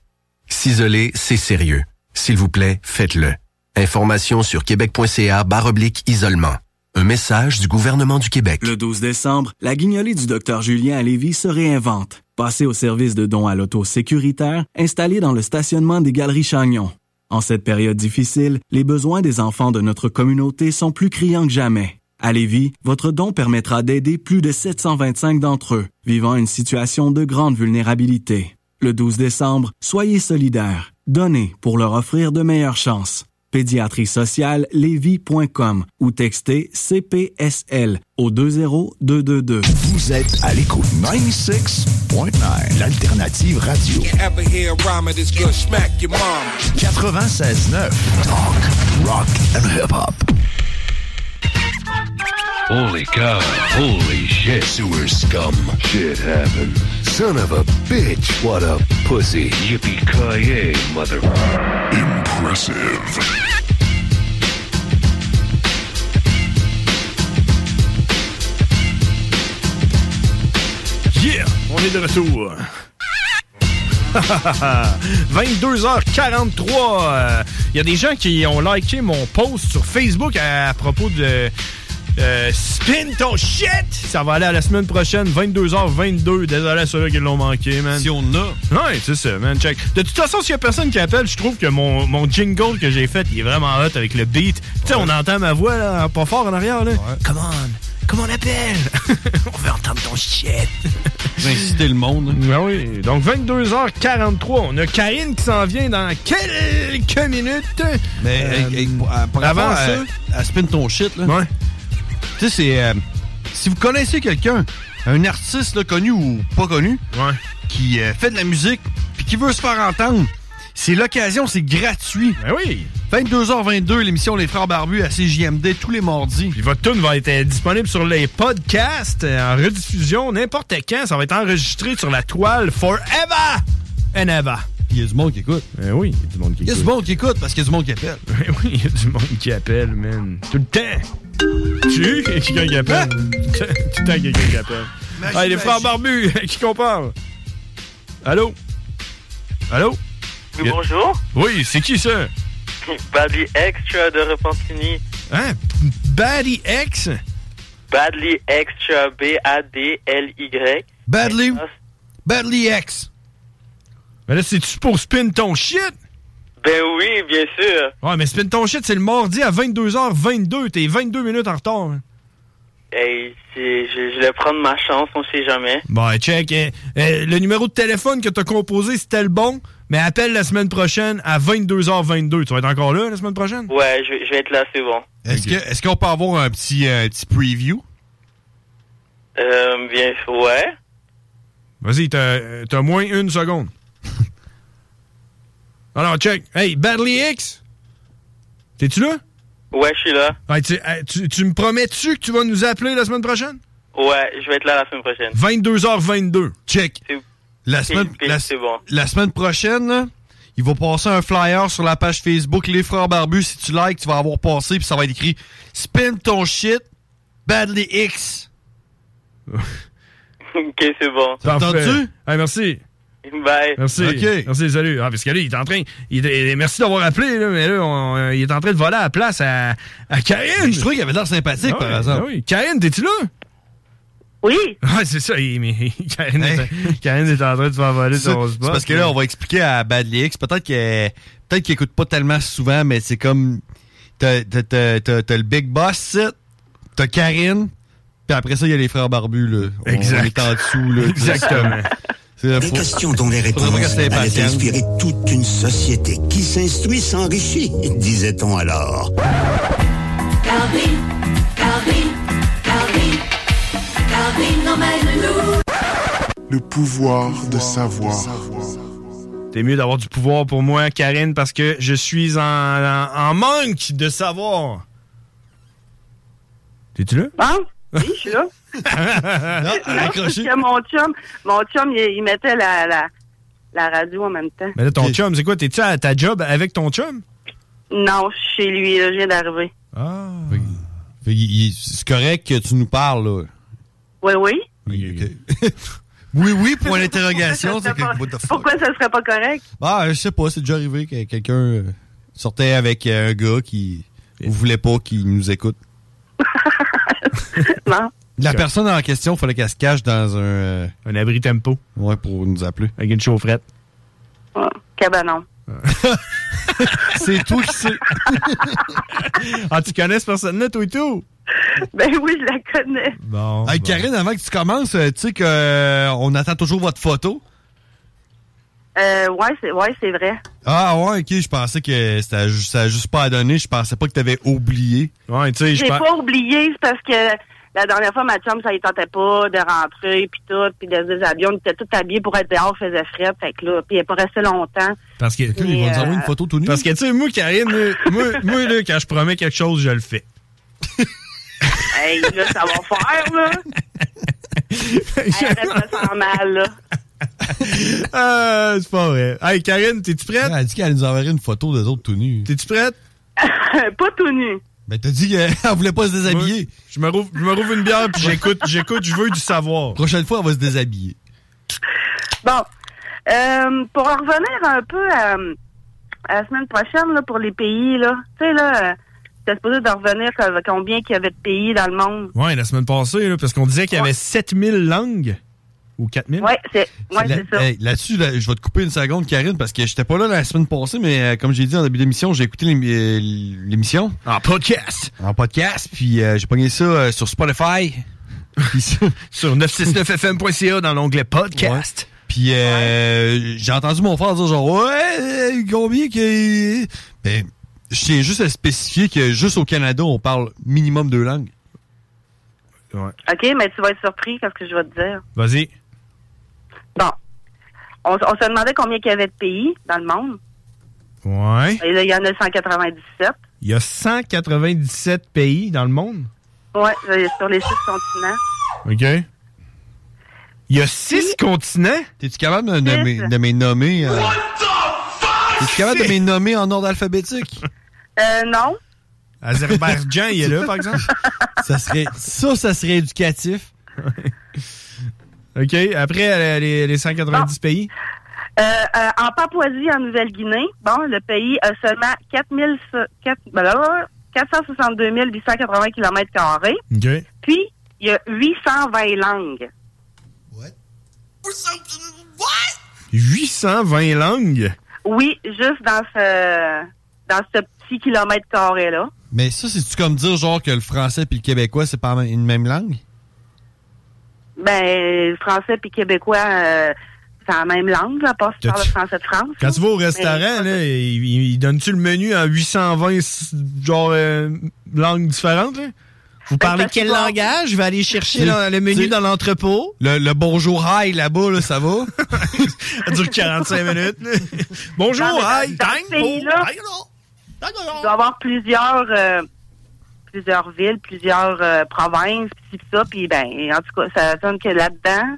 Speaker 6: S'isoler, c'est sérieux. S'il vous plaît, faites-le. Information sur québec.ca baroblique isolement. Un message du gouvernement du Québec.
Speaker 19: Le 12 décembre, la guignolée du docteur Julien à Lévis se réinvente. Passez au service de dons à l'auto sécuritaire installé dans le stationnement des Galeries Chagnon. En cette période difficile, les besoins des enfants de notre communauté sont plus criants que jamais. À Lévis, votre don permettra d'aider plus de 725 d'entre eux vivant une situation de grande vulnérabilité. Le 12 décembre, soyez solidaires. Donnez pour leur offrir de meilleures chances. pédiatrie sociale lévis.com ou textez CPSL au 20222.
Speaker 20: Vous êtes à l'écoute 96.9, l'alternative radio.
Speaker 21: Can't ever hear a rhyme of this good smack your mom.
Speaker 20: 96.9, talk, rock and hip-hop.
Speaker 22: Holy cow, holy shit, sewer scum. Shit happened.
Speaker 20: Son of a bitch, what a pussy.
Speaker 22: Yippee-ki-yay, mother...
Speaker 20: Impressive.
Speaker 7: Yeah! On est de retour. 22h43. Il Euh, y a des gens qui ont liké mon post sur Facebook à, à propos de euh, Spin ton shit. Ça va aller à la semaine prochaine, 22h22. Désolé à ceux-là qui l'ont manqué, man. Si on a. Ouais, c'est ça, man. Check. De toute façon, s'il y a personne qui appelle, je trouve que mon, mon jingle que j'ai fait, il est vraiment hot avec le beat. Tu sais, on entend ma voix, là, pas fort en arrière, là. Come on. Comment on appelle? on veut entendre ton shit.
Speaker 8: J'incitais le monde. hein.
Speaker 7: Ah oui. Donc 22h43, on a Karine qui s'en vient dans quelques minutes.
Speaker 8: Mais
Speaker 7: Euh,
Speaker 8: hey, hey, pour- euh, par
Speaker 7: avant
Speaker 8: rapport à-
Speaker 7: ça,
Speaker 8: à spin ton shit là.
Speaker 7: Ouais.
Speaker 8: Tu sais c'est euh, si vous connaissez quelqu'un, un artiste là, connu ou pas connu, qui euh, fait de la musique puis qui veut se faire entendre, c'est l'occasion, c'est gratuit.
Speaker 7: Ben oui.
Speaker 8: 22h22 l'émission Les Frères Barbus à CJMD tous les mardis.
Speaker 7: Puis votre tune va être euh, disponible sur les podcasts, euh, en rediffusion, n'importe quand. Ça va être enregistré sur la toile forever and ever.
Speaker 8: Il y a du monde qui écoute.
Speaker 7: Ben oui, il y a du monde qui
Speaker 8: Il y a du
Speaker 7: écoute.
Speaker 8: monde qui écoute parce qu'il y a du monde qui appelle.
Speaker 7: Ben oui, il y a du monde qui appelle, man. Tout le temps. Tu es quelqu'un qui
Speaker 8: Hein?
Speaker 7: appelle. Tout le temps, quelqu'un qui appelle.
Speaker 8: Magie,
Speaker 7: Ah, les
Speaker 8: magie.
Speaker 7: frères barbus, à qui qu'on parle? Allô? Allô?
Speaker 4: Oui, bonjour.
Speaker 7: Oui, c'est qui ça?
Speaker 4: Badly Extra de Repentini.
Speaker 7: Hein? Baddy X?
Speaker 4: Badly Extra, B-A-D-L-Y.
Speaker 8: Badly. Badly X.
Speaker 7: Mais Ben là, c'est-tu pour spin ton shit?
Speaker 4: Ben oui, bien sûr.
Speaker 7: Ouais, mais spin ton shit, c'est le mardi à 22h22. T'es 22 minutes en retard. hein.
Speaker 4: Hey, c'est- je, je vais prendre ma chance, on sait jamais.
Speaker 7: Bon, check. eh, eh, le numéro de téléphone que t'as composé, c'était le bon, mais appelle la semaine prochaine à 22h22. Tu vas être encore là la semaine prochaine?
Speaker 4: Ouais, je, je vais être là, c'est bon.
Speaker 8: Est-ce que est-ce qu'on peut avoir un petit euh, petit preview
Speaker 4: Euh, bien sûr, ouais.
Speaker 7: Vas-y, t'as euh, t'as moins une seconde. Alors, check. Hey, Badly X! T'es-tu là?
Speaker 4: Ouais, je suis là.
Speaker 7: Ouais, tu, eh, tu- tu me promets-tu que tu vas nous appeler la semaine prochaine?
Speaker 4: Ouais, je vais être là la semaine prochaine.
Speaker 7: 22h22.
Speaker 8: Check. La
Speaker 4: C'est-
Speaker 8: semaine,
Speaker 4: c'est-
Speaker 8: la,
Speaker 4: c'est bon.
Speaker 8: la semaine prochaine, là, il va passer un flyer sur la page Facebook Les Frères Barbus. Si tu likes, tu vas avoir passé, puis ça va être écrit Spin ton shit, Badly X.
Speaker 4: ok, c'est bon.
Speaker 8: T'as entendu?
Speaker 7: Hey, merci.
Speaker 4: Bye.
Speaker 7: Merci. Merci, salut. Ah, parce que là, il est en train. il est- merci d'avoir appelé, là, mais là, on- euh, il est en train de voler à la place à, à Karine. Je
Speaker 8: trouvais qu'il avait l'air sympathique, par exemple.
Speaker 7: Oui. Karine, t'es-tu là?
Speaker 23: Oui.
Speaker 7: Ah, c'est ça. il- mais- Karine, est, Karine est en train de Ben, se faire voler
Speaker 8: C'est
Speaker 7: son
Speaker 8: c'est
Speaker 7: spot.
Speaker 8: parce que là, on va expliquer à Badly X. Peut-être qu'il peut qu'il écoute pas tellement souvent, mais c'est comme. T'as t'as- t'as- t'as- t'as le Big Boss, site, t'as Karine, puis après ça, il y a les Frères Barbus. Là. On-
Speaker 23: Exact.
Speaker 8: On est en dessous. Là,
Speaker 23: Exactement.
Speaker 8: C'est
Speaker 23: Des questions dont les réponses allaient inspirer toute une société qui s'instruit s'enrichit, disait-on alors.
Speaker 24: Calvin, Calvin, Calvin, Calvin emmène-nous. Le pouvoir de savoir.
Speaker 7: T'es mieux d'avoir du pouvoir pour moi, Karine, parce que je suis en, en- en manque de savoir. T'es-tu là?
Speaker 23: Bon, Ah, oui, je suis là.
Speaker 7: non,
Speaker 23: Non, parce que mon chum, mon chum, il, il mettait la, la, la radio en même temps.
Speaker 7: Mais là, ton chum, c'est quoi? T'es-tu à ta job avec ton chum?
Speaker 23: Non, je suis chez lui, là, je viens d'arriver.
Speaker 7: Ah.
Speaker 8: Fait qu'il- il- C'est correct que tu nous parles, là.
Speaker 23: Oui, oui.
Speaker 8: Ok. oui, oui, pour l'interrogation. c'est que- what the fuck?
Speaker 23: Pourquoi ça serait pas correct?
Speaker 8: Ah, je sais pas, c'est déjà arrivé que quelqu'un euh, sortait avec euh, un gars qui ne voulait pas qu'il nous écoute.
Speaker 23: non.
Speaker 8: La personne en question, fallait qu'elle se cache dans un... euh,
Speaker 7: Un abri tempo.
Speaker 8: Ouais, pour nous appeler.
Speaker 7: Avec une chaufferette.
Speaker 23: Ouais, Cabanon.
Speaker 8: C'est toi qui sais.
Speaker 7: ah, tu connais cette personne-là, toi et tout?
Speaker 23: Ben oui, je la connais.
Speaker 7: Bon.
Speaker 8: euh, Hey, Karine, avant que tu commences, euh, tu sais qu'on attend toujours votre photo.
Speaker 25: Euh, ouais, c'est ouais, c'est vrai.
Speaker 8: Ah ouais, ok, je pensais que ça, a ju- ça a juste pas à donner. Je pensais pas que t'avais oublié.
Speaker 7: Ouais, tu
Speaker 25: J'ai pas oublié, c'est parce que la dernière fois, ma chum, ça y tentait pas de rentrer, puis tout, puis dans les avions, on était tout habillés pour être dehors, faisait frais, fait que là, puis elle est pas restée longtemps.
Speaker 7: Parce que.
Speaker 25: ils vont nous envoyer
Speaker 23: euh,
Speaker 25: une
Speaker 8: photo tout nu.
Speaker 7: Parce que, tu sais, moi, Karine, euh, moi, moi, là, quand je promets quelque chose, je le fais.
Speaker 25: Hey, là, ça va faire, là. Elle arrête pas sans mal, là.
Speaker 7: Ah, c'est pas vrai. Hey, Karine, t'es-tu prête?
Speaker 8: Elle a dit qu'elle nous enverrait une photo des autres tout nus.
Speaker 7: T'es-tu prête?
Speaker 25: pas tout nu.
Speaker 8: Ben, t'as dit qu'elle voulait pas se déshabiller.
Speaker 7: Je me rouvre, je me rouvre une bière, puis j'écoute, j'écoute, je veux du savoir.
Speaker 8: Prochaine fois, elle va se déshabiller.
Speaker 25: Bon, euh, pour en revenir un peu à, à la semaine prochaine, là, pour les pays, là, tu sais, là, euh, c'était supposé de revenir co- combien qu'il y avait de pays dans le monde.
Speaker 7: Ouais, la semaine passée, là, parce qu'on disait qu'il y avait 7000 langues. Ou 4000.
Speaker 25: Ouais, c'est ouais,
Speaker 8: La-
Speaker 25: c'est ça.
Speaker 8: hey, Là-dessus, là, je vais te couper une seconde, Karine, parce que j'étais pas là la semaine passée, mais euh, comme j'ai dit en début d'émission, j'ai écouté l'émi- euh, l'émission.
Speaker 7: En podcast.
Speaker 8: En podcast, puis euh, j'ai pogné ça euh, sur Spotify.
Speaker 7: sur 969fm.ca dans l'onglet podcast.
Speaker 8: Puis euh, j'ai entendu mon frère dire genre ouais euh, combien que ben je tiens juste à spécifier que juste au Canada on parle minimum deux langues.
Speaker 25: OK, mais tu vas être surpris parce que je vais te dire.
Speaker 7: Vas-y.
Speaker 25: Bon, on, on se demandait combien qu'il y avait de pays dans le monde.
Speaker 7: Ouais.
Speaker 25: Et là, il y en a 197.
Speaker 7: Il y a 197 pays dans le monde.
Speaker 25: Ouais, euh, sur les six continents.
Speaker 7: OK. Il y a six continents.
Speaker 8: T'es-tu capable de, de
Speaker 25: Six.
Speaker 8: mes- de mes nommer? euh, T'es-tu capable de mes nommer en ordre alphabétique?
Speaker 25: Euh, non.
Speaker 7: Azerbaïdjan, il est là, par exemple.
Speaker 8: Ça serait, ça, ça serait éducatif.
Speaker 7: OK. Après, euh, les, les 190 pays.
Speaker 25: Euh, euh, en Papouasie, en Nouvelle-Guinée, bon, le pays a seulement 4 000 so- quatre- ben blablabla, 462 880 km carrés.
Speaker 7: OK.
Speaker 25: Puis, il y a 820 langues.
Speaker 7: 820 langues.
Speaker 25: Oui, juste dans ce, dans ce petit kilomètre carré-là.
Speaker 8: Mais ça, c'est-tu comme dire genre que le français puis le québécois, c'est pas une même langue?
Speaker 25: Ben, français puis québécois, euh, c'est la même langue, là, à part si tu parles
Speaker 7: T'as-tu-
Speaker 25: français de France.
Speaker 7: Quand tu vas au restaurant,
Speaker 25: Mais-
Speaker 7: là, ils il donnent-tu le menu en 820 s- genre euh, langues différentes? là? Vous parlez
Speaker 25: Ben, parce
Speaker 7: quel
Speaker 25: que-
Speaker 7: langage? Je vais aller chercher dans- le
Speaker 8: Tu sais-
Speaker 7: menu dans l'entrepôt.
Speaker 8: Le, le bonjour high là-bas, là, ça va?
Speaker 7: Ça dure 45 minutes. là. Bonjour,
Speaker 25: Non, mais dans-
Speaker 7: hi,
Speaker 25: dans ce
Speaker 7: dang, oh,
Speaker 25: pays-là,
Speaker 7: hi.
Speaker 25: Il doit y avoir plusieurs, euh, plusieurs villes, plusieurs euh, provinces, puis ci, puis ça. Puis, ben, en tout cas, ça donne que là-dedans,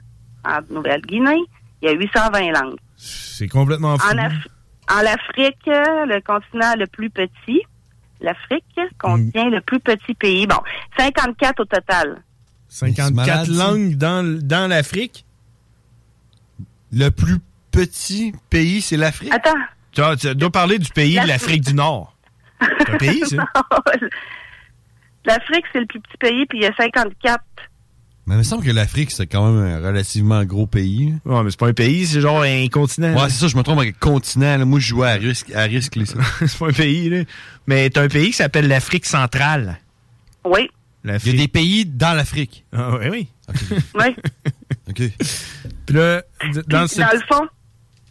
Speaker 25: en Nouvelle-Guinée, il y a 820 langues.
Speaker 7: C'est complètement fou.
Speaker 25: En, Af- en Afrique, euh, le continent le plus petit, l'Afrique contient
Speaker 7: Mm.
Speaker 25: le plus petit pays. Bon, 54 au total.
Speaker 8: Mais c'est
Speaker 7: 54
Speaker 8: malade, ça.
Speaker 7: langues dans, l- dans l'Afrique.
Speaker 8: Le plus petit pays, c'est l'Afrique?
Speaker 25: Attends.
Speaker 7: Tu, vois, tu dois parler du pays de l'Afrique du Nord. C'est un pays, ça?
Speaker 25: L'Afrique, c'est le plus petit pays, puis il y a 54.
Speaker 8: Mais il me semble que l'Afrique, c'est quand même un relativement gros pays.
Speaker 7: Ouais, mais c'est pas un pays, c'est genre un continent.
Speaker 8: Ouais, c'est ça, je me trompe avec continent. là. Moi, je jouais à risque, à risque, là, ça.
Speaker 7: c'est pas un pays, là. Mais c'est un pays qui s'appelle l'Afrique centrale.
Speaker 25: Oui,
Speaker 8: Il y a des pays dans l'Afrique.
Speaker 7: Ah, oui, oui.
Speaker 25: oui.
Speaker 8: OK.
Speaker 7: Puis là, d- dans
Speaker 25: Puis,
Speaker 7: ce...
Speaker 25: dans le fond,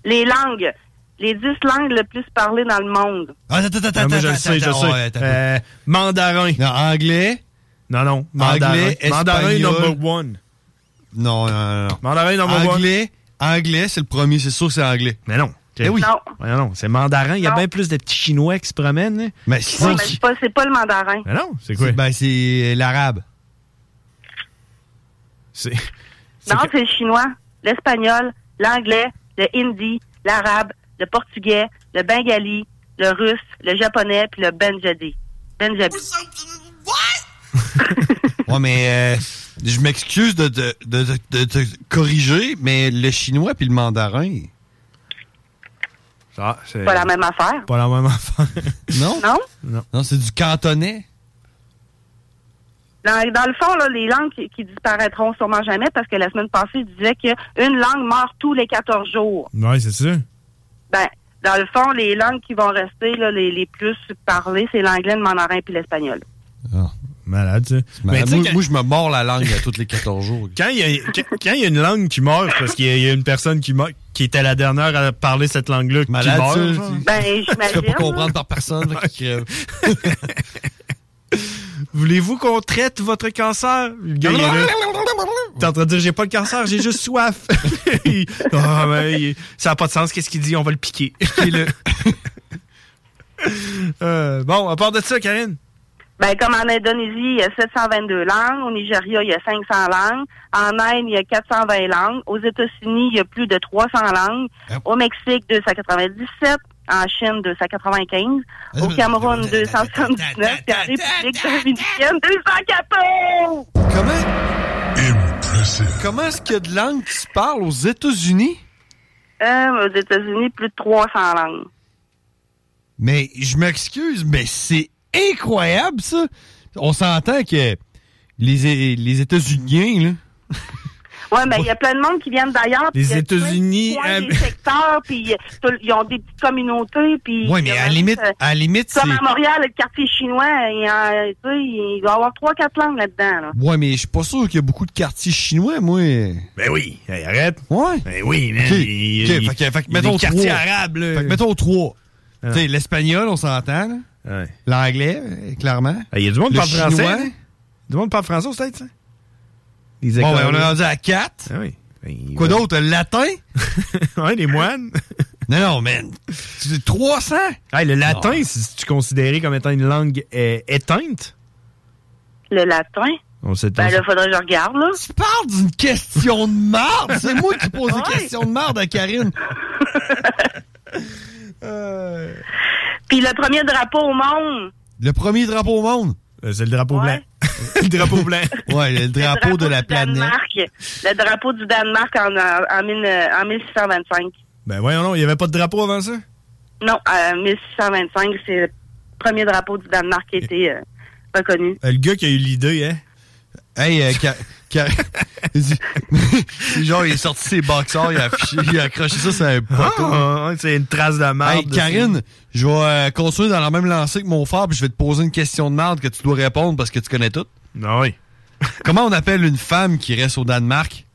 Speaker 25: les langues. Les dix langues le plus parlées dans le monde.
Speaker 8: Attends, attends,
Speaker 7: Ah, moi, je le
Speaker 8: attends,
Speaker 7: sais, je le
Speaker 8: attends, ouais,
Speaker 7: sais.
Speaker 8: attends.
Speaker 7: Euh, mandarin.
Speaker 8: anglais.
Speaker 7: Non, non. Mandarin.
Speaker 8: Anglais,
Speaker 7: mandarin
Speaker 8: espagnol.
Speaker 7: number one.
Speaker 8: Non, non, non, non.
Speaker 7: Mandarin number one.
Speaker 8: Anglais, anglais, c'est le premier, c'est sûr que c'est anglais.
Speaker 7: Mais non.
Speaker 8: Eh oui.
Speaker 25: Non.
Speaker 7: Voyons, non, c'est mandarin. Il y a
Speaker 25: Non.
Speaker 7: bien plus de petits Chinois qui se promènent. là.
Speaker 8: Mais
Speaker 25: Oui,
Speaker 8: sinon,
Speaker 25: mais c'est pas, c'est pas le mandarin.
Speaker 7: Mais non, c'est quoi?
Speaker 8: c'est- ben, c'est l'arabe.
Speaker 7: C'est...
Speaker 25: Non, c'est le chinois, l'espagnol, l'anglais, le hindi, l'arabe, le portugais, le bengali, le russe, le japonais, puis le benjadi. Benjabi.
Speaker 8: Ouais, mais euh, je m'excuse de te de, de- de te corriger, mais le chinois puis le mandarin.
Speaker 7: Ah, c'est...
Speaker 25: Pas la même affaire.
Speaker 7: Pas la même affaire.
Speaker 8: Non?
Speaker 25: Non?
Speaker 7: Non.
Speaker 8: Non, c'est du cantonais.
Speaker 25: Dans, dans le fond, là, les langues qui, qui disparaîtront sûrement jamais, parce que la semaine passée, je disais qu'une langue meurt tous les 14 jours.
Speaker 7: Ouais, c'est sûr.
Speaker 25: Ben, dans le fond, les langues qui vont rester là, les, les plus parlées, c'est l'anglais, le mandarin puis l'espagnol.
Speaker 7: Malade, ça.
Speaker 8: Ah. malade.
Speaker 7: tu sais,
Speaker 8: Moi-
Speaker 7: quand-
Speaker 8: moi, je me mords la langue à tous les 14 jours.
Speaker 7: Quand il y, a- quand- quand il y a une langue qui meurt, parce qu'il y, a- il y a une personne qui meurt, qui était la dernière à parler cette langue-là, qui
Speaker 8: Malade,
Speaker 7: meurt.
Speaker 8: ça,
Speaker 7: genre.
Speaker 25: Ben, j'imagine. là.
Speaker 8: par personne. euh,
Speaker 7: Voulez-vous qu'on traite votre cancer? Le gars, il est là. T'es en train de dire, j'ai pas de cancer, j'ai juste soif. Il- Ah, ben, il- ça n'a pas de sens, qu'est-ce qu'il dit? On va le piquer. Euh, bon, à part de ça, Karine?
Speaker 25: Ben, comme en Indonésie, il y a 722 langues. Au Nigeria, il y a 500 langues. En Inde, il y a 420 langues. Aux États-Unis, il y a plus de 300 langues. Au Mexique, 297. En Chine, 295. Au Cameroun, 279. Puis en République dominicaine, 214!
Speaker 8: Comment est-ce qu'il y a de langues qui se parlent aux États-Unis?
Speaker 25: Euh, aux États-Unis, plus de 300 langues.
Speaker 8: Mais je m'excuse, mais c'est incroyable, ça. On s'entend que les, les États-Unis, là.
Speaker 25: Ouais, mais il y a plein de monde qui viennent d'ailleurs. puis
Speaker 8: Les
Speaker 25: il y a plein de
Speaker 8: États-Unis,
Speaker 25: coins,
Speaker 8: euh,
Speaker 25: des secteurs, puis tout- ils ont des petites communautés, puis.
Speaker 8: Ouais, mais à la limite- à la limite,
Speaker 25: euh, Comme
Speaker 8: c'est-
Speaker 25: à Montréal, le quartier chinois, il, y a- tu sais, il doit y avoir trois, quatre langues là-dedans. Là.
Speaker 8: Ouais, mais je suis pas sûr qu'il y a beaucoup de quartiers chinois, moi.
Speaker 7: Ben oui, hey, arrête.
Speaker 8: Ouais.
Speaker 7: Ben oui, man.
Speaker 8: Ok,
Speaker 7: Il-
Speaker 8: ok,
Speaker 7: il-
Speaker 8: fait
Speaker 7: il-
Speaker 8: que- fait que
Speaker 7: il y a
Speaker 8: mettons
Speaker 7: des quartiers
Speaker 8: trois.
Speaker 7: arabes, là.
Speaker 8: Fait que mettons trois.
Speaker 7: Ah.
Speaker 8: Tu sais, l'espagnol, on s'entend, là. L'anglais, euh, clairement.
Speaker 7: Il y a du monde qui
Speaker 8: Le
Speaker 7: parle français.
Speaker 8: chinois.
Speaker 7: hein? Du monde qui parle français, peut-être, ça? Les
Speaker 8: Bon, ben,
Speaker 7: écoles,
Speaker 8: on est
Speaker 7: là.
Speaker 8: rendu à quatre.
Speaker 7: Ah oui. Ben,
Speaker 8: Quoi
Speaker 7: va-
Speaker 8: d'autre? Le latin?
Speaker 7: ouais, les moines.
Speaker 8: non, non, man. 300?
Speaker 7: le latin, si tu considéré comme étant une langue euh, éteinte,
Speaker 25: Le latin.
Speaker 7: on s'est
Speaker 25: Ben là, faudrait que je regarde, là.
Speaker 8: Tu parles d'une question de marde! C'est moi qui pose des questions de marde à Karine.
Speaker 25: Puis le premier drapeau au monde.
Speaker 8: Le premier drapeau au monde?
Speaker 7: Euh, c'est le drapeau blanc. le drapeau blanc.
Speaker 8: Ouais, le drapeau, de la
Speaker 7: Ben,
Speaker 8: planète.
Speaker 25: Danemark. Le drapeau du Danemark en, en, en mille- euh, en 1625.
Speaker 7: Ben voyons, non, il n'y avait pas de drapeau avant ça?
Speaker 25: Non, euh, en 1625, c'est le premier drapeau du Danemark qui a été euh, reconnu.
Speaker 7: Euh, Le gars qui a eu l'idée, hein?
Speaker 8: Hey, euh, Ka- Ka- Genre, il est sorti ses boxeurs, il a, affiché, il a accroché ça
Speaker 7: Ah,
Speaker 8: sur un poteau.
Speaker 7: c'est une trace de marde.
Speaker 8: Hey, Karine, je vais euh, continuer dans la même lancée que mon phare, puis je vais te poser une question de marde que tu dois répondre parce que tu connais tout.
Speaker 7: Ah Oui.
Speaker 8: Comment on appelle une femme qui reste au Danemark?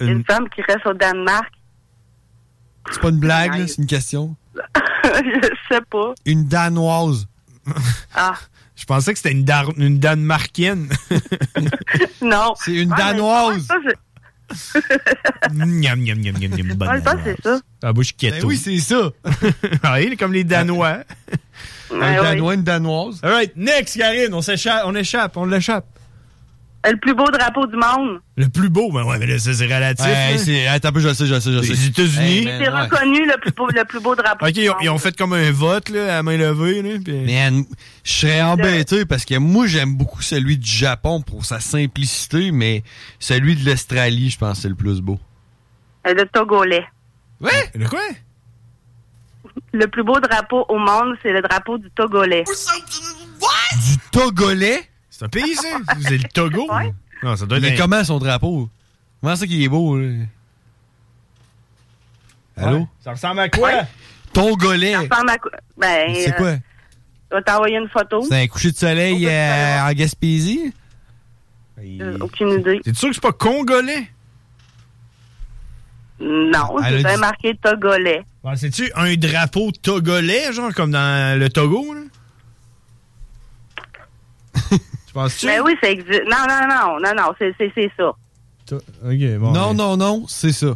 Speaker 25: Une... femme qui reste au Danemark,
Speaker 8: C'est pas une blague, là, c'est une question.
Speaker 25: je sais pas.
Speaker 8: Une Danoise.
Speaker 25: Ah,
Speaker 7: Je pensais que c'était une, Dar- une Danemarkienne.
Speaker 25: non.
Speaker 8: C'est une
Speaker 25: Ah, mais
Speaker 8: Danoise.
Speaker 25: Ça, c'est-
Speaker 7: Miam, miam, miam, miam, miam, bonne
Speaker 25: Ouais, ça,
Speaker 7: Danoise.
Speaker 25: c'est ça.
Speaker 7: Ah, moi, je suis keto.
Speaker 8: Ben oui, c'est ça.
Speaker 7: oui, comme les Danois.
Speaker 25: Ouais, Danois,
Speaker 8: une Danoise.
Speaker 7: All right, next, Karine, on s'échappe, on échappe, on l'échappe.
Speaker 25: Le plus beau drapeau du monde.
Speaker 7: Le plus beau, ben ouais, mais là, ça, c'est relatif.
Speaker 8: Hey,
Speaker 7: hein.
Speaker 8: c'est- attends un peu, je le sais, je le sais, je le sais.
Speaker 7: Les États-Unis.
Speaker 8: Hey,
Speaker 25: C'est
Speaker 8: man, ouais.
Speaker 25: reconnu le plus beau, le plus beau drapeau
Speaker 7: OK,
Speaker 25: du
Speaker 7: ils
Speaker 25: monde.
Speaker 7: ont, ils ont fait comme un vote, là, à main levée, là. puis-
Speaker 8: Man, je serais embêté parce que moi, j'aime beaucoup celui du Japon pour sa simplicité, mais celui de l'Australie, je pense, que c'est le plus beau.
Speaker 25: Euh, Le Togolais.
Speaker 8: Ouais?
Speaker 7: Le quoi?
Speaker 25: Le plus beau drapeau au monde, c'est le drapeau du Togolais.
Speaker 8: Du Togolais?
Speaker 7: C'est un pays, ça? C'est le Togo? Non, ça doit être
Speaker 8: Mais
Speaker 7: un-
Speaker 8: comment son drapeau? Comment ça qu'il est beau, là? Allô?
Speaker 7: Ça ressemble à quoi?
Speaker 8: Togolais!
Speaker 25: Ça ressemble à quoi? Ben,
Speaker 8: C'est
Speaker 25: euh,
Speaker 8: quoi?
Speaker 25: Je vais t'envoyer une photo.
Speaker 8: C'est un coucher de soleil euh, en Gaspésie?
Speaker 25: Euh, Aucune idée.
Speaker 7: T'es sûr que c'est pas congolais?
Speaker 25: Non,
Speaker 8: Ah,
Speaker 7: Elle a
Speaker 25: c'est
Speaker 7: dit-
Speaker 25: marqué Togolais.
Speaker 7: Ouais, C'est-tu un drapeau togolais, genre, comme dans le Togo, là? tu penses-tu?
Speaker 25: Ben oui, ça existe. Non, non, non, non, non, c'est c'est- c'est ça.
Speaker 7: OK, bon.
Speaker 8: Non, non, non, c'est ça.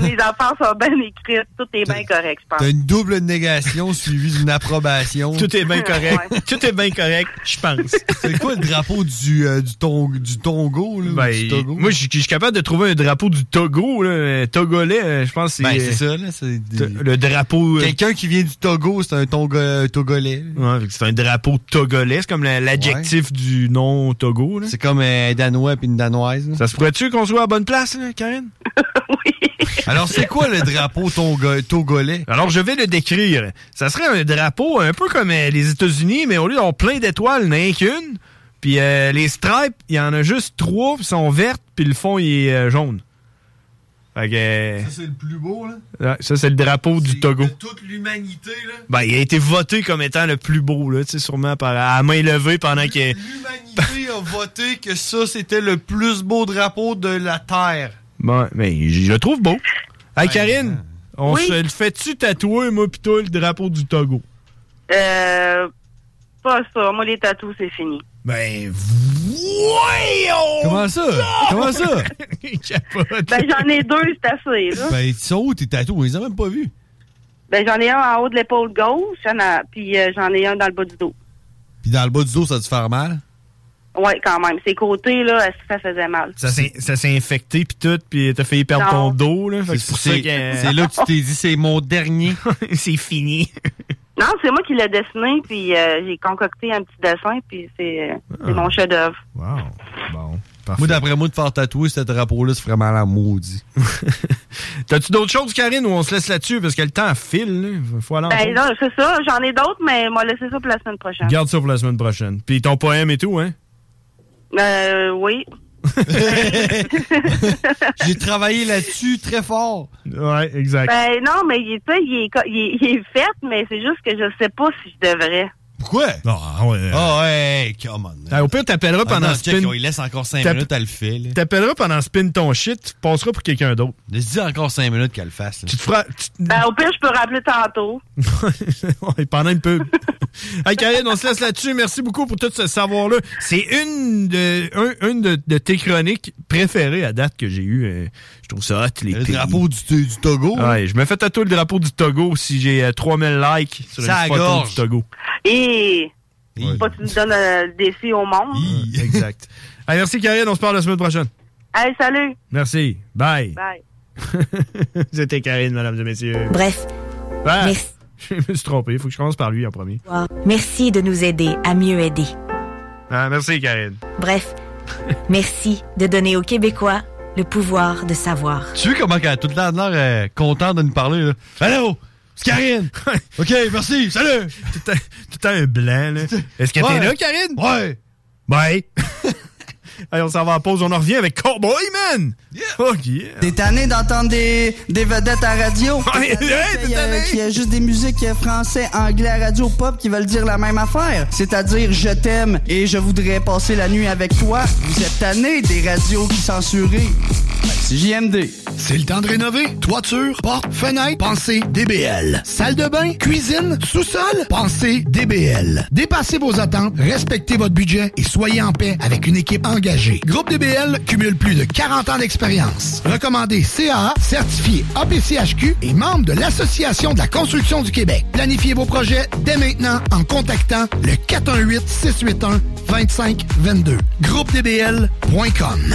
Speaker 25: Les affaires sont bien écrites, tout est bien correct, je pense.
Speaker 8: T'as une double négation suivie d'une approbation.
Speaker 7: Tout est bien correct. Tout est bien correct, je pense.
Speaker 8: C'est quoi le drapeau du, euh, du, Tong- du Tongo, là? ou
Speaker 7: Ben,
Speaker 8: du Togo?
Speaker 7: moi, je je suis capable de trouver un drapeau du Togo, là, euh, togolais, euh, je pense que
Speaker 8: Ben,
Speaker 7: c'est...
Speaker 8: c'est ça, là. c'est des-
Speaker 7: to- Le drapeau... euh,
Speaker 8: Quelqu'un qui vient du Togo, c'est un Tongo- euh, Togolais.
Speaker 7: ouais, fait que c'est un drapeau togolais, c'est comme la- l'adjectif du nom Togo.
Speaker 8: C'est comme un Danois puis une Danoise. là.
Speaker 7: Ça se pourrait-tu qu'on soit à bonne place, là, Karine?
Speaker 8: Alors, c'est quoi le drapeau tongo- togolais?
Speaker 7: Alors, je vais le décrire. Ça serait un drapeau un peu comme euh, les États-Unis, mais au lieu d'avoir plein d'étoiles, il n'y en a qu'une. Puis euh, les stripes, il y en a juste trois, puis sont vertes, puis le fond, il est euh, jaune. Fait que-
Speaker 8: Ça, c'est le plus beau, là.
Speaker 7: Ouais, ça, c'est le drapeau du Togo.
Speaker 8: Toute l'humanité, là.
Speaker 7: Ben, il a été voté comme étant le plus beau, là, tu sais, sûrement par, à main levée pendant que.
Speaker 8: L'humanité a voté que ça, c'était le plus beau drapeau de la Terre.
Speaker 7: Bon, mais je le trouve beau. Hey, Karine, on
Speaker 25: Oui.
Speaker 7: se le fait-tu tatouer, moi, pis toi, le drapeau du Togo?
Speaker 25: Euh, pas ça. Moi, les tatous, c'est fini.
Speaker 7: Ben,
Speaker 8: Oh
Speaker 7: Comment ça? Comment ça?
Speaker 25: Ben, j'en ai deux, c'est assez, là.
Speaker 8: Ben, ils sont où tes tatous? On les a même pas vus.
Speaker 25: Ben, j'en ai un en haut de l'épaule gauche, j'en ai- puis euh, j'en ai un dans le bas du dos.
Speaker 8: Puis dans le bas du dos, ça a dû faire mal.
Speaker 25: Ouais, quand même. Ces côtés, là, est-ce que ça faisait mal?
Speaker 7: Ça s'est ça s'est infecté, pis tout, pis t'as failli perdre ton
Speaker 25: Non.
Speaker 7: dos, là. Fait que c'est pour ça
Speaker 8: C'est-
Speaker 7: que-
Speaker 8: c'est là que tu t'es dit, c'est mon dernier.
Speaker 7: c'est fini.
Speaker 25: Non, c'est moi qui l'ai dessiné, puis euh, j'ai concocté un petit dessin, puis c'est euh,
Speaker 7: Ah.
Speaker 25: c'est mon chef-d'œuvre.
Speaker 8: Moi, d'après moi, de faire tatouer ce drapeau-là, c'est vraiment la maudit.
Speaker 7: T'as-tu d'autres choses, Karine, ou on se laisse là-dessus? Parce que le temps file, là. Faut aller en
Speaker 25: Ben
Speaker 7: pause.
Speaker 25: là, c'est ça. J'en ai d'autres, mais moi, laisser ça pour la semaine prochaine.
Speaker 7: Garde ça pour la semaine prochaine. Puis ton poème et tout, hein?
Speaker 25: Euh, oui.
Speaker 8: J'ai travaillé là-dessus très fort.
Speaker 7: Ouais, exact.
Speaker 25: Ben non, mais il, tu sais, il est, co- il, est- il est fait, mais c'est juste que je sais pas si je devrais.
Speaker 8: Pourquoi?
Speaker 7: Ah ouais.
Speaker 8: Ah ouais, come on.
Speaker 7: Ah, au pire, t'appelleras
Speaker 8: Ah
Speaker 7: pendant
Speaker 8: non,
Speaker 7: spin.
Speaker 8: check, on, il laisse encore 5
Speaker 7: T'app-
Speaker 8: minutes, elle le fait. là.
Speaker 7: T'appelleras pendant spin ton shit, tu passeras pour quelqu'un d'autre.
Speaker 8: Dis encore 5 minutes qu'elle le fasse. là.
Speaker 7: Tu te feras.
Speaker 25: Ben au pire, je peux rappeler tantôt.
Speaker 7: Ouais, pendant une pub. hey Karine, on se laisse là-dessus. Merci beaucoup pour tout ce savoir-là. C'est une de un- une de, de tes chroniques préférées à date que j'ai eu. je trouve ça hot, les
Speaker 8: Le drapeau du, du Togo. hein?
Speaker 7: Ouais, je me fais tatouer le drapeau du Togo si j'ai euh, 3000 likes sur
Speaker 8: Ça
Speaker 7: une photo
Speaker 8: gorge.
Speaker 7: du Togo.
Speaker 25: Et pas tu me donnes euh, le défi au monde.
Speaker 7: exact. Hey, merci Karine, on se parle la semaine prochaine.
Speaker 25: Hey, salut.
Speaker 7: Merci. Bye.
Speaker 25: Bye.
Speaker 7: C'était Karine, mesdames et messieurs.
Speaker 3: Bref.
Speaker 7: Ah,
Speaker 3: Merci.
Speaker 7: Je me suis trompé, faut que je commence par lui en premier.
Speaker 3: Merci de nous aider à mieux aider.
Speaker 7: Ah, merci Karine.
Speaker 3: Bref, merci de donner aux Québécois le pouvoir de savoir.
Speaker 8: Tu vois comment elle a tout le temps l'air euh, contente de nous parler. Là. Allô, c'est Karine. OK, merci, salut.
Speaker 7: Tout le temps- tout le temps un blanc. Là. Est-ce que t'es là, Karine?
Speaker 8: Ouais.
Speaker 7: Bye. Allez, on s'en va en pause, on en revient avec Cowboy Man. Oh yeah.
Speaker 26: T'es tanné d'entendre des, des vedettes à radio.
Speaker 7: Ouais,
Speaker 26: T'es tanné qu'il y a- qu'il y a juste des musiques euh, français, anglais, radio, pop qui veulent dire la même affaire. C'est-à-dire, je t'aime et je voudrais passer la nuit avec toi. Vous êtes tanné des radios qui censurées. C'est JMD.
Speaker 16: C'est le temps de rénover. Toiture, porte, fenêtre, pensez DBL. Salle de bain, cuisine, sous-sol, pensez DBL. Dépassez vos attentes, respectez votre budget et soyez en paix avec une équipe engagée. Groupe DBL cumule plus de 40 ans d'expérience. Recommandé CAA, certifié APCHQ et membre de l'Association de la construction du Québec. Planifiez vos projets dès maintenant en contactant le 418-681-2522. GroupeDBL.com.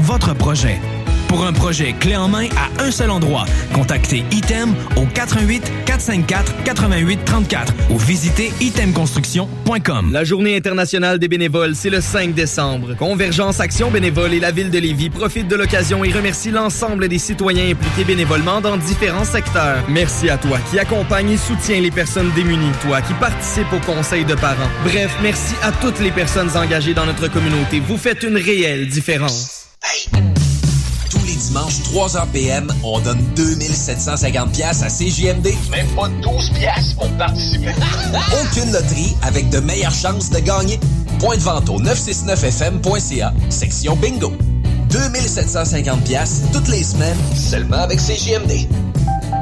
Speaker 27: votre projet. Pour un projet clé en main à un seul endroit, contactez Item au 88 454 88 34 ou visitez itemconstruction.com.
Speaker 17: La Journée internationale des bénévoles, c'est le 5 décembre. Convergence Action Bénévole et la Ville de Lévis profitent de l'occasion et remercient l'ensemble des citoyens impliqués bénévolement dans différents secteurs. Merci à toi qui accompagne et soutient les personnes démunies, toi qui participe au conseil de parents. Bref, merci à toutes les personnes engagées dans notre communauté. Vous faites une réelle différence.
Speaker 18: Tous les dimanches, 3h PM, on donne 2750 pièces à CJMD. Même pas 12 pièces pour participer. Aucune loterie avec de meilleures chances de gagner. Point de vente au 969fm.ca, section bingo. 2750 pièces toutes les semaines, seulement avec CJMD.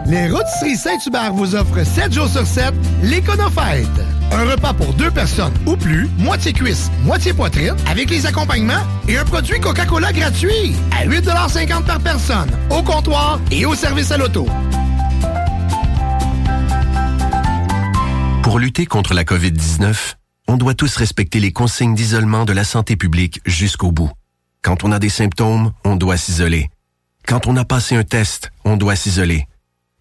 Speaker 16: Les Rôtisseries Saint-Hubert vous offrent 7 jours sur 7 l'Econofête. Un repas pour deux personnes ou plus, moitié cuisse, moitié poitrine, avec les accompagnements et un produit Coca-Cola gratuit à 8,50 par personne, au comptoir et au service à l'auto.
Speaker 6: Pour lutter contre la COVID-19, on doit tous respecter les consignes d'isolement de la santé publique jusqu'au bout. Quand on a des symptômes, on doit s'isoler. Quand on a passé un test, on doit s'isoler.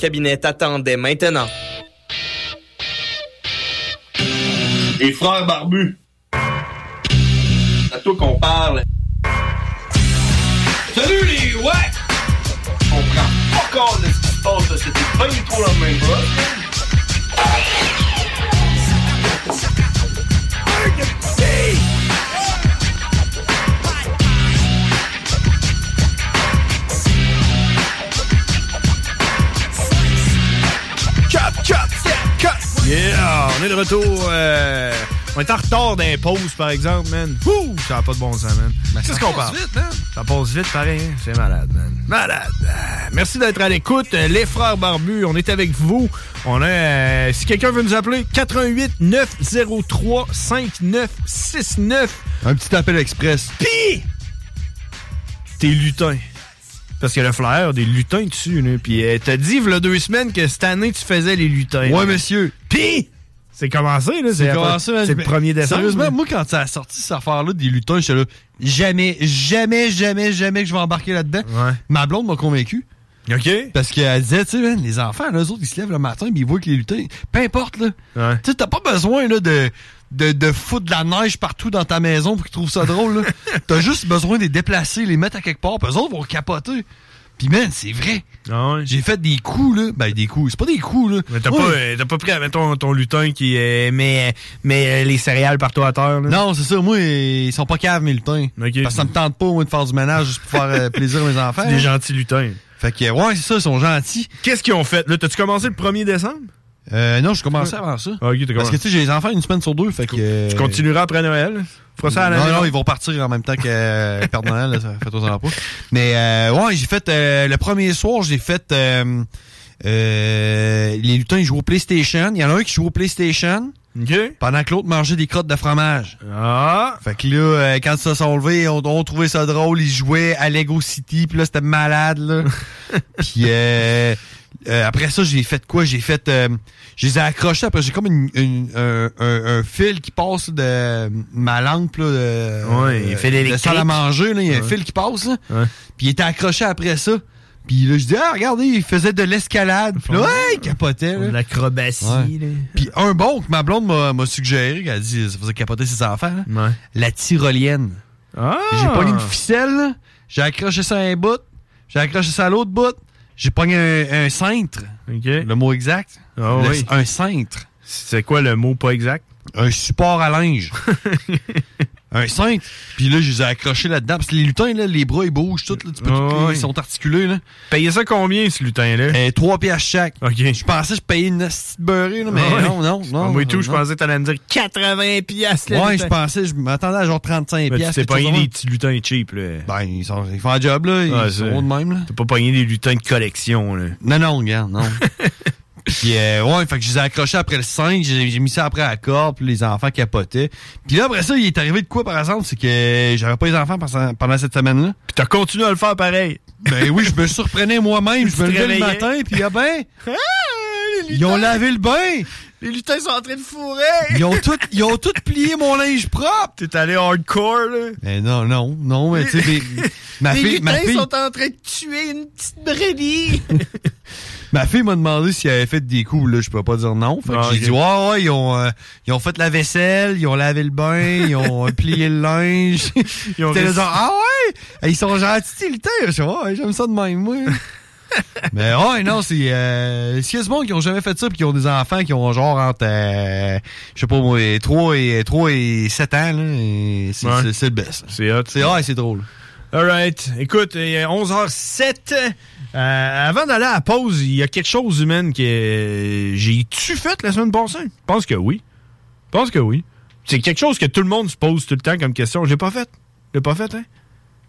Speaker 17: Cabinet t'attendait maintenant.
Speaker 5: Les frères barbus. C'est à toi qu'on parle. Salut les ouais! On prend pas compte de ce qui se passe, là. c'était pas du tout la même chose.
Speaker 7: Chop, chop, step, cut. Yeah! On est de retour. euh, on est en retard d'un pause, par exemple, man. Wouh! Ça n'a pas de bon sens, man. C'est ce qu'on parle. Ça passe vite, pareil. hein? C'est malade, man. Malade. Euh, Merci d'être à l'écoute. Euh, Les frères barbus, on est avec vous. On a, euh, si quelqu'un veut nous appeler, 88 903 5969. Un petit appel express. Pis! T'es lutin. Parce que le flair, des lutins dessus, là. Puis euh, t'as dit, il deux semaines, que cette année, tu faisais les lutins.
Speaker 8: Ouais,
Speaker 7: monsieur. Pis! C'est commencé, là.
Speaker 8: C'est commencé, man.
Speaker 7: C'est le 1er décembre.
Speaker 8: Sérieusement,
Speaker 7: là.
Speaker 8: moi, quand ça a sorti cette affaire-là des lutins, j'étais là, jamais, jamais, jamais, jamais que je vais embarquer là-dedans. Ma blonde m'a convaincu.
Speaker 7: OK.
Speaker 8: Parce qu'elle disait, tu sais, man, les enfants, là, eux autres, ils se lèvent le matin et ils voient que les lutins. Peu importe, là. Tu sais, t'as pas besoin, là, de, de, de foutre de la neige partout dans ta maison pour qu'ils trouvent ça drôle, là. t'as juste besoin de les déplacer, les mettre à quelque part, puis eux autres vont capoter. Puis, man, c'est vrai. J'ai fait des coups, là. Ben, des coups. C'est pas des coups, là.
Speaker 7: Ah Mais t'as
Speaker 8: Moi,
Speaker 7: pas, euh, t'as pas pris, mettons, ton lutin qui euh, met, met, euh, les céréales partout à terre. Là.
Speaker 8: Non, c'est ça. Moi, ils sont pas caves, mes lutins. Parce que ça me tente pas, moi, de faire du ménage juste pour faire euh, plaisir à mes enfants.
Speaker 7: Des
Speaker 8: hein.
Speaker 7: gentils lutins.
Speaker 8: Fait que, ouais, c'est ça, ils sont gentils.
Speaker 7: Qu'est-ce qu'ils ont fait? Là, t'as-tu commencé le 1er décembre?
Speaker 8: Euh, non, je commençais avant ça.
Speaker 7: Ah, ok, t'as
Speaker 8: Parce
Speaker 7: commencé.
Speaker 8: que, tu sais, j'ai les enfants une semaine sur deux. Fait que. euh,
Speaker 7: Tu continueras après Noël? Feras ça à la
Speaker 8: non,
Speaker 7: maison?
Speaker 8: non, ils vont partir en même temps que euh, Père Noël, là, ça fait trois ans pas. Mais euh, ouais, j'ai fait euh, le premier soir, j'ai fait euh, euh, les lutins ils jouent au PlayStation. Il y en a un qui joue au PlayStation. Pendant que l'autre mangeait des crottes de fromage.
Speaker 7: Ah.
Speaker 8: Fait que là, euh, quand ils se sont levés, on, on trouvait ça drôle. Ils jouaient à Lego City, puis là, c'était malade, là. puis euh, euh, après ça, j'ai fait quoi? J'ai fait... euh, je les ai accrochés. Après, j'ai comme une, une- un, un- un fil qui passe de ma lampe, là. de-
Speaker 7: Ouais, il
Speaker 8: euh,
Speaker 7: fait
Speaker 8: de
Speaker 7: l'électrique.
Speaker 8: salle à manger, là. Il y a un
Speaker 7: Ouais.
Speaker 8: fil qui passe, là. Puis il était accroché après ça. Puis là, je dis, ah, regardez, il faisait de l'escalade. Puis là, ouais, il capotait. De
Speaker 7: l'acrobatie.
Speaker 8: Puis un bon que ma blonde m'a m'a suggéré, qu'elle dit, ça faisait capoter ses enfants. là. La tyrolienne.
Speaker 7: Ah!
Speaker 8: J'ai pogné une ficelle, là. j'ai accroché ça à un bout, j'ai accroché ça à l'autre bout, j'ai pogné un, un cintre. Le mot exact. Le-
Speaker 7: Ah oui.
Speaker 8: Un cintre.
Speaker 7: C'est quoi le mot pas exact?
Speaker 8: Un support à linge. un cintre. Puis là, je les ai accrochés là-dedans. Parce que les lutins, là, les bras, ils bougent tout. là. Tu peux tout-
Speaker 7: Ouais.
Speaker 8: Ils sont articulés. Là.
Speaker 7: Payez ça combien, ce lutin-là?
Speaker 8: 3 piastres chaque. Je pensais que je payais une petite beurrée, là, mais
Speaker 7: Ah ouais.
Speaker 8: non, non, non.
Speaker 7: Moi et tout,
Speaker 8: non.
Speaker 7: je pensais que t'allais me dire 80 piastres. le
Speaker 8: Ouais,
Speaker 7: lutin.
Speaker 8: je pensais, je m'attendais à genre 35
Speaker 7: Mais Ben, tu
Speaker 8: piastres.
Speaker 7: t'es
Speaker 8: quelque chose
Speaker 7: pogné
Speaker 8: de
Speaker 7: des
Speaker 8: même.
Speaker 7: petits lutins cheap, là.
Speaker 8: Ben, ils, sont, ils font un job, là. Ils sont de même, là.
Speaker 7: T'as pas pogné des lutins de collection, là.
Speaker 8: Non, non, regarde, non. Puis, euh, ouais, fait que je les ai accrochés après le 5, j'ai j'ai mis ça après la corde, puis les enfants capotaient. Puis là, après ça, il est arrivé de quoi, par exemple? C'est que j'avais pas les enfants pendant, pendant cette semaine-là. Puis
Speaker 7: t'as continué à le faire pareil.
Speaker 8: Ben oui, je me surprenais moi-même. Je me
Speaker 7: Tu te
Speaker 8: levais le
Speaker 7: réveillais.
Speaker 8: matin, puis ah ben... Ils ont lavé le bain!
Speaker 7: Les lutins sont en train de fourrer!
Speaker 8: Ils ont tout, ils ont tout plié mon linge propre!
Speaker 7: T'es allé hardcore, là!
Speaker 8: Mais non, non, non, mais tu sais, mais- ma
Speaker 7: les
Speaker 8: fille,
Speaker 7: lutins
Speaker 8: ma fille,
Speaker 7: sont en train de tuer une petite brebis!
Speaker 8: ma fille m'a demandé si elle avait fait des coups, là, je peux pas dire non. Fait que
Speaker 7: Ah,
Speaker 8: j'ai
Speaker 7: ok.
Speaker 8: dit, ouais, ouais, ils ont, euh, ils ont fait la vaisselle, ils ont lavé le bain, ils ont euh, plié le linge.
Speaker 7: Ils ont
Speaker 8: J'étais là,
Speaker 7: réussi-
Speaker 8: genre, ah ouais! Ils sont gentils, les lutins! Je dis, ouais, j'aime ça de même, moi. Mais ouais, non, c'est. Euh, S'il y a du monde qui ont jamais fait ça puis qui ont des enfants qui ont genre entre. euh, je sais pas moi, 3 et, 3 et 7 ans, là, et c'est c'est- c'est le best.
Speaker 7: C'est hot.
Speaker 8: C'est ouais, c'est drôle.
Speaker 7: Alright. Écoute, il est 11h07. Euh, avant d'aller à la pause, il y a quelque chose, humaine, que euh, j'ai-tu fait la semaine passée? Je pense que oui. Je pense que oui. C'est quelque chose que tout le monde se pose tout le temps comme question. Je l'ai pas fait. Je l'ai pas fait, hein?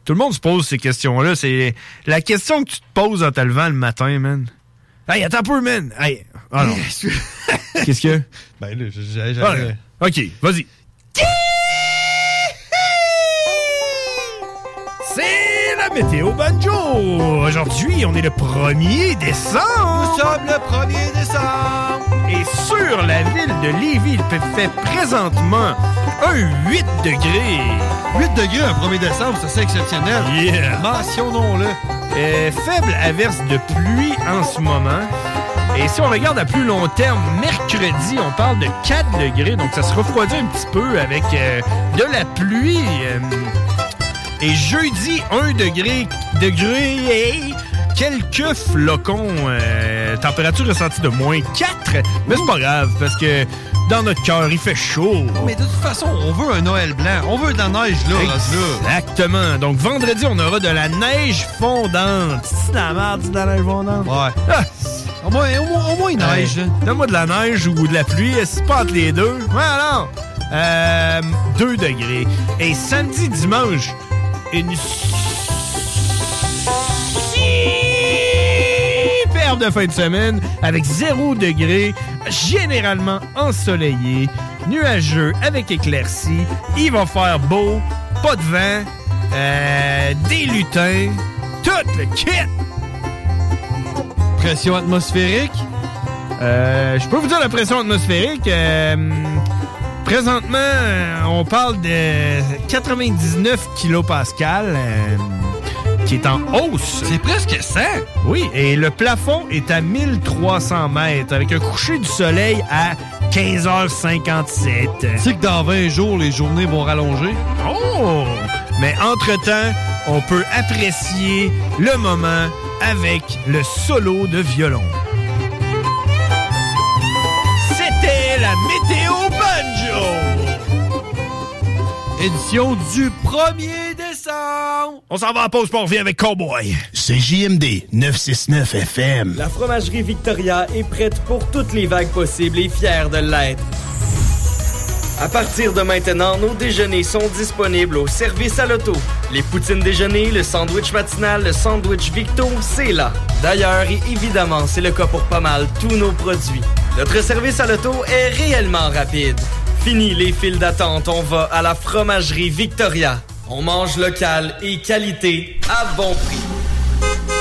Speaker 7: Tout le monde se pose ces questions-là. C'est la question que tu te poses en te levant le matin, man. Hey, attends un peu, man. Hey. Ah non. Qu'est-ce que?
Speaker 8: Ben là, j'ai. j'ai-
Speaker 7: Ah, OK, vas-y. C'est la météo banjo! Aujourd'hui, on est le 1er décembre! Nous sommes le 1er décembre! Et sur la ville de Lévis, il fait présentement un 8 degrés. 8 degrés un 1er décembre, ça c'est exceptionnel. Yeah! Mentionnons-le. Euh, faible averse de pluie en ce moment. Et si on regarde à plus long terme, mercredi, on parle de 4 degrés, donc ça se refroidit un petit peu avec euh, de la pluie. euh, et jeudi, 1 degré, degré et quelques flocons. euh, température ressentie de moins 4. Mais c'est pas grave, parce que dans notre cœur, il fait chaud. Mais de toute façon, on veut un Noël blanc. On veut de la neige, là. Exactement. Donc, vendredi, on aura de la neige fondante. Ah, C'est la merde, c'est de la neige fondante. Ouais. au, moins, au, moins, hein. une
Speaker 8: neige,
Speaker 7: Donne-moi de la neige ou de la pluie. C'est pas entre les deux. Ouais, alors, euh, 2 degrés. Et samedi, dimanche, une superbe fin de semaine avec 0 degré, généralement ensoleillé, nuageux avec éclaircies. Il va faire beau, pas de vent, euh, des lutins, tout le kit! Pression atmosphérique? Euh, je peux vous dire la pression atmosphérique. euh, présentement, euh, on parle de 99 kilopascales, euh, qui est en hausse. C'est presque 100! Oui, et le plafond est à 1300 mètres, avec un coucher du soleil à 15h57. Tu sais que dans 20 jours, les journées vont rallonger? Oh! Mais entre-temps, on peut apprécier le moment avec le solo de violon. C'était la météo banjo. Édition du 1er décembre. On s'en va en pause pour on revient avec Cowboy.
Speaker 28: C'est JMD 969 FM.
Speaker 14: La fromagerie Victoria est prête pour toutes les vagues possibles et fière de l'être. À partir de maintenant, nos déjeuners sont disponibles au service à l'auto. Les poutines déjeuner, le sandwich matinal, le sandwich Victo, c'est là. D'ailleurs, et évidemment, c'est le cas pour pas mal tous nos produits. Notre service à l'auto est réellement rapide. Fini les files d'attente, on va à la fromagerie Victoria. On mange local et qualité à bon prix.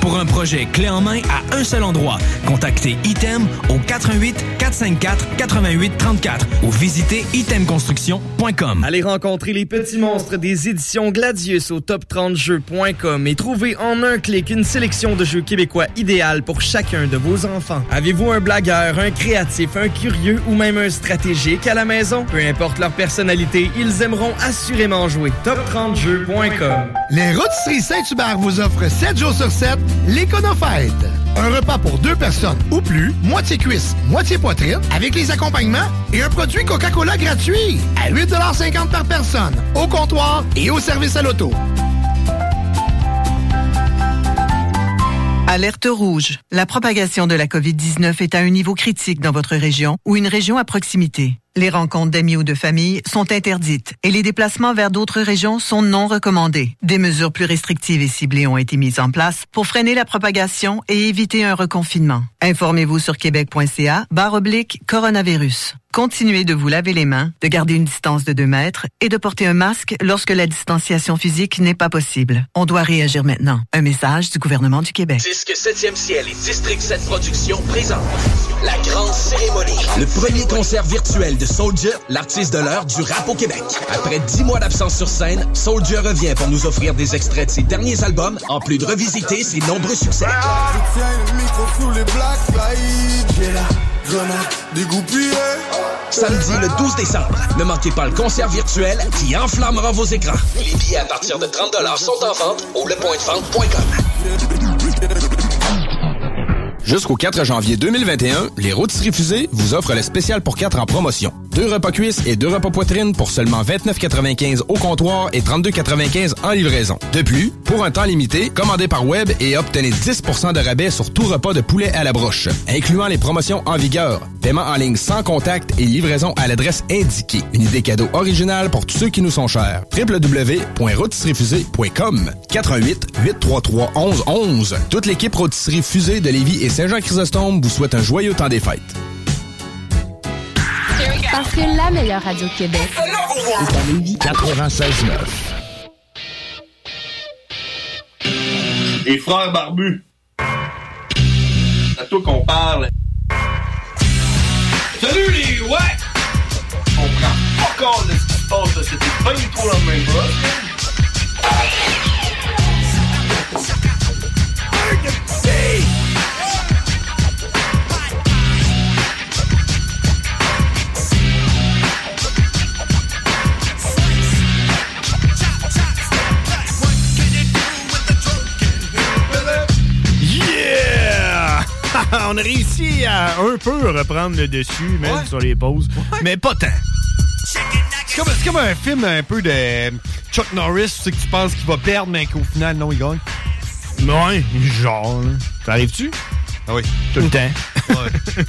Speaker 27: Pour un projet clé en main à un seul endroit, contactez Item au 88 454 88 34 ou visitez itemconstruction.com.
Speaker 14: Allez rencontrer les petits monstres des éditions Gladius au top30jeux.com et trouvez en un clic une sélection de jeux québécois idéale pour chacun de vos enfants. Avez-vous un blagueur, un créatif, un curieux ou même un stratégique à la maison? Peu importe leur personnalité, ils aimeront assurément jouer. top30jeux.com
Speaker 29: Les Rôtisseries Saint-Hubert vous offrent 7 jours sur 7 l'Econofête. Un repas pour deux personnes ou plus, moitié cuisse, moitié poitrine, avec les accompagnements et un produit Coca-Cola gratuit à 8,50 par personne, au comptoir et au service à l'auto.
Speaker 30: Alerte rouge. La propagation de la COVID-19 est à un niveau critique dans votre région ou une région à proximité. Les rencontres d'amis ou de famille sont interdites et les déplacements vers d'autres régions sont non recommandés. Des mesures plus restrictives et ciblées ont été mises en place pour freiner la propagation et éviter un reconfinement. Informez-vous sur québec.ca barre oblique coronavirus. Continuez de vous laver les mains, de garder une distance de 2 mètres et de porter un masque lorsque la distanciation physique n'est pas possible. On doit réagir maintenant. Un message du gouvernement du Québec.
Speaker 13: Disque 7e ciel et District 7 Productions présentent la grande cérémonie. Le premier concert virtuel de Soldier, l'artiste de l'heure du rap au Québec. Après 10 mois d'absence sur scène, Soldier revient pour nous offrir des extraits de ses derniers albums, en plus de revisiter ses nombreux succès.
Speaker 18: Je tiens le micro sous les black flies. J'ai la grenade dégoupillée.
Speaker 13: Samedi le 12 décembre, ne manquez pas le concert virtuel qui enflammera vos écrans. Les billets à partir de 30 sont en vente au lepointdevente.com. Jusqu'au 4 janvier 2021, les Rôtisseries Fusées vous offrent le spécial pour 4 en promotion. Deux repas cuisses et deux repas poitrine pour seulement 29,95 au comptoir et 32,95 en livraison. De plus, pour un temps limité, commandez par web et obtenez 10 de rabais sur tout repas de poulet à la broche, incluant les promotions en vigueur, paiement en ligne sans contact et livraison à l'adresse indiquée. Une idée cadeau originale pour tous ceux qui nous sont chers. www.rôtisseriesfusées.com 88 833 1111 Toute l'équipe Rôtisserie Fusée de Lévis et Saint-Jean-Chrysostome vous souhaite un joyeux temps des fêtes.
Speaker 10: Parce que la meilleure radio de Québec.
Speaker 31: 96.9.
Speaker 2: Les frères barbus. C'est à toi qu'on parle. Salut les ouais! On prend pas compte de ce qui se passe, là. c'était pas du tout la même chose.
Speaker 7: Yeah! On a réussi à un peu reprendre le dessus, même sur les pauses, mais pas tant.
Speaker 8: C'est comme, c'est comme un film un peu de Chuck Norris, tu sais que tu penses qu'il va perdre, mais qu'au final, non, il gagne.
Speaker 7: Ouais, genre, là. T'arrives-tu?
Speaker 8: Ah oui. Ah
Speaker 7: Tout le temps.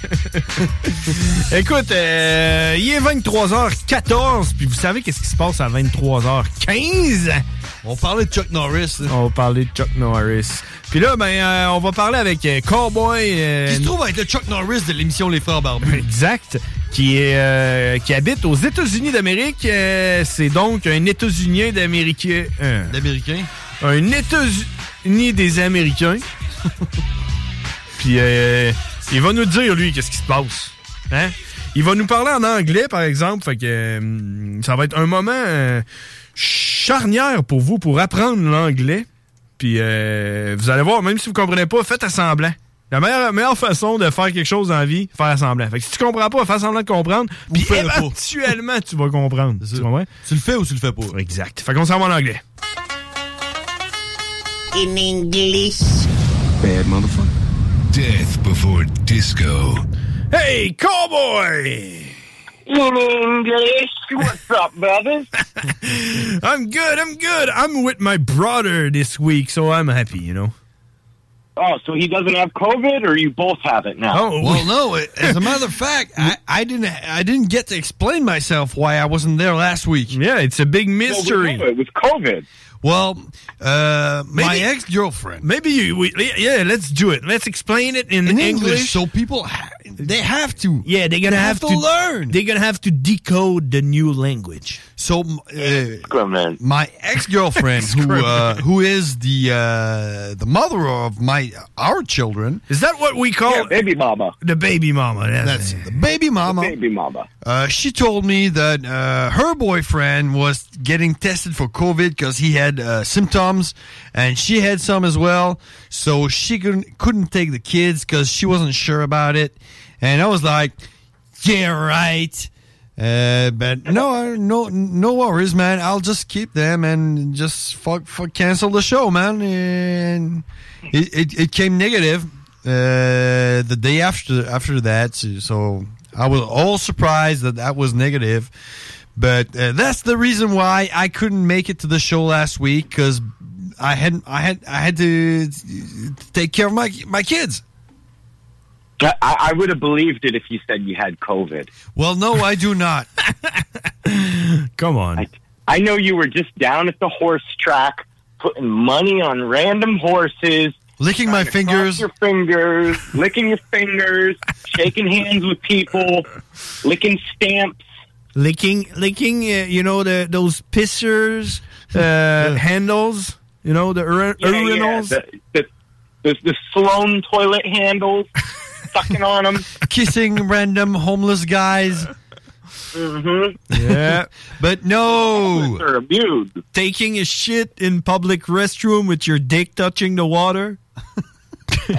Speaker 7: Écoute, euh, il est 23h14, puis vous savez qu'est-ce qui se passe à 23h15? On parlait de Chuck Norris. On parlait de Chuck Norris. Puis là, ben, euh, on va parler avec euh, Cowboy... euh,
Speaker 8: Qui se trouve être le Chuck Norris de l'émission Les Frères Barbus.
Speaker 7: Exact. Qui, est, euh, qui habite aux États-Unis d'Amérique. Euh, c'est donc un États-Unien d'Américain.
Speaker 8: D'Américain.
Speaker 7: Un États-Unis des Américains. Puis euh, il va nous dire, lui, qu'est-ce qui se passe. Hein? Il va nous parler en anglais, par exemple. Fait que euh, ça va être un moment euh, charnière pour vous pour apprendre l'anglais. Puis euh, vous allez voir, même si vous comprenez pas, faites à semblant. La meilleure, meilleure façon de faire quelque chose dans la vie, faire à semblant. Fait que si tu comprends pas, fais semblant de comprendre. Puis éventuellement, tu vas comprendre. Tu, comprends? tu le fais ou tu le fais pas. Exact. Fait qu'on s'en va en anglais.
Speaker 18: In English.
Speaker 1: Bad motherfucker. Death before disco.
Speaker 7: Hey, cowboy!
Speaker 18: In English. What's up, brothers?
Speaker 7: I'm good, I'm good. I'm with my brother this week, so I'm happy, you know.
Speaker 12: Oh, so he doesn't have COVID, or you both have it now?
Speaker 8: Oh well, no. it- As a matter of fact, I, I didn't I didn't get to explain myself why I wasn't there last week.
Speaker 7: Yeah, it's a big
Speaker 12: mystery. Well, we know it was COVID.
Speaker 8: Well, uh, my ex girlfriend.
Speaker 7: Maybe you. We, yeah, let's do it. Let's explain it in,
Speaker 8: In English,
Speaker 7: English.
Speaker 8: so people ha- they have to.
Speaker 7: Yeah, they're gonna
Speaker 8: They
Speaker 7: have,
Speaker 8: have to learn.
Speaker 7: They're gonna have to decode the new language.
Speaker 8: So uh, my ex girlfriend, who uh,
Speaker 7: Excrement.
Speaker 8: who is the uh, the mother of my our children,
Speaker 7: is that what we call
Speaker 12: baby mama?
Speaker 7: The baby mama. That's,
Speaker 8: it. the baby mama.
Speaker 12: baby mama.
Speaker 8: Uh, she told me that uh, her boyfriend was getting tested for COVID because he had uh, symptoms, and she had some as well. So she couldn't couldn't take the kids because she wasn't sure about it. And I was like, "Yeah, right." Uh, but no, no, no worries, man. I'll just keep them and just fuck, fuck cancel the show, man. And it, it, it came negative uh, the day after after that. So- So I was all surprised that that was negative. But uh, that's the reason why I couldn't make it to the show last week because I had I had I had to take care of my my kids.
Speaker 12: I, I would have believed it if you said you had COVID.
Speaker 8: Well, no, I do not.
Speaker 7: Come on.
Speaker 12: I, I know you were just down at the horse track putting money on random horses.
Speaker 8: Licking my
Speaker 12: trying to cross
Speaker 8: fingers.
Speaker 12: Your fingers. licking your fingers. Shaking hands with people. Licking stamps.
Speaker 7: licking licking uh, you know the those pissers uh, handles you know the ur- urinals
Speaker 12: Yeah, yeah, the, the, the, the Sloan toilet handles. sucking on them.
Speaker 8: Kissing random homeless guys.
Speaker 12: Mm-hmm.
Speaker 7: yeah
Speaker 8: but no
Speaker 7: taking a shit in public restroom with your dick touching the water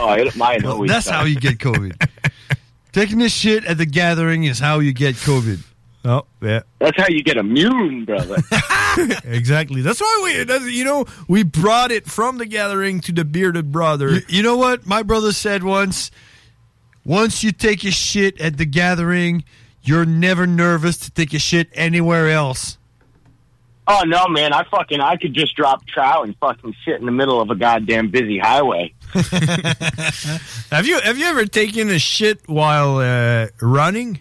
Speaker 12: Oh, it, mine
Speaker 8: Well,
Speaker 12: always
Speaker 8: that's
Speaker 12: does.
Speaker 8: how you get COVID. Taking this shit at the gathering is how you get COVID.
Speaker 7: Oh, yeah.
Speaker 12: That's how you get immune, brother.
Speaker 7: exactly that's why we that's, you know we brought it from the gathering to the bearded brother
Speaker 8: You, you know what my brother said once? Once you take a shit at the gathering, you're never nervous to take a shit anywhere else.
Speaker 12: Oh no, man! I fucking I could just drop trout and fucking shit in the middle of a goddamn busy highway.
Speaker 7: have you have you ever taken a shit while uh, running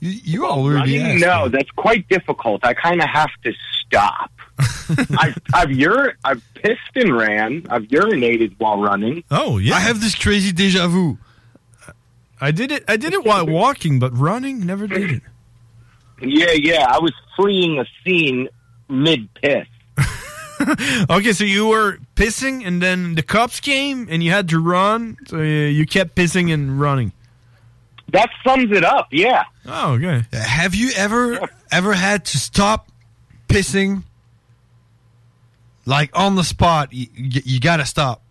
Speaker 8: you, you
Speaker 12: Running? no, that's quite difficult. I kind of have to stop. I've I've ur- I've pissed and ran. I've urinated while running.
Speaker 7: Oh yeah,
Speaker 8: I have this crazy deja vu.
Speaker 7: I did it. I did it while walking, but running never did it.
Speaker 12: Yeah, yeah. I was fleeing a scene mid piss.
Speaker 7: Okay, so you were pissing, and then the cops came, and you had to run. So uh, you kept pissing and running.
Speaker 12: That sums it up. Yeah.
Speaker 7: Oh, okay.
Speaker 8: Have you ever ever had to stop pissing? Like on the spot, you, you you gotta stop.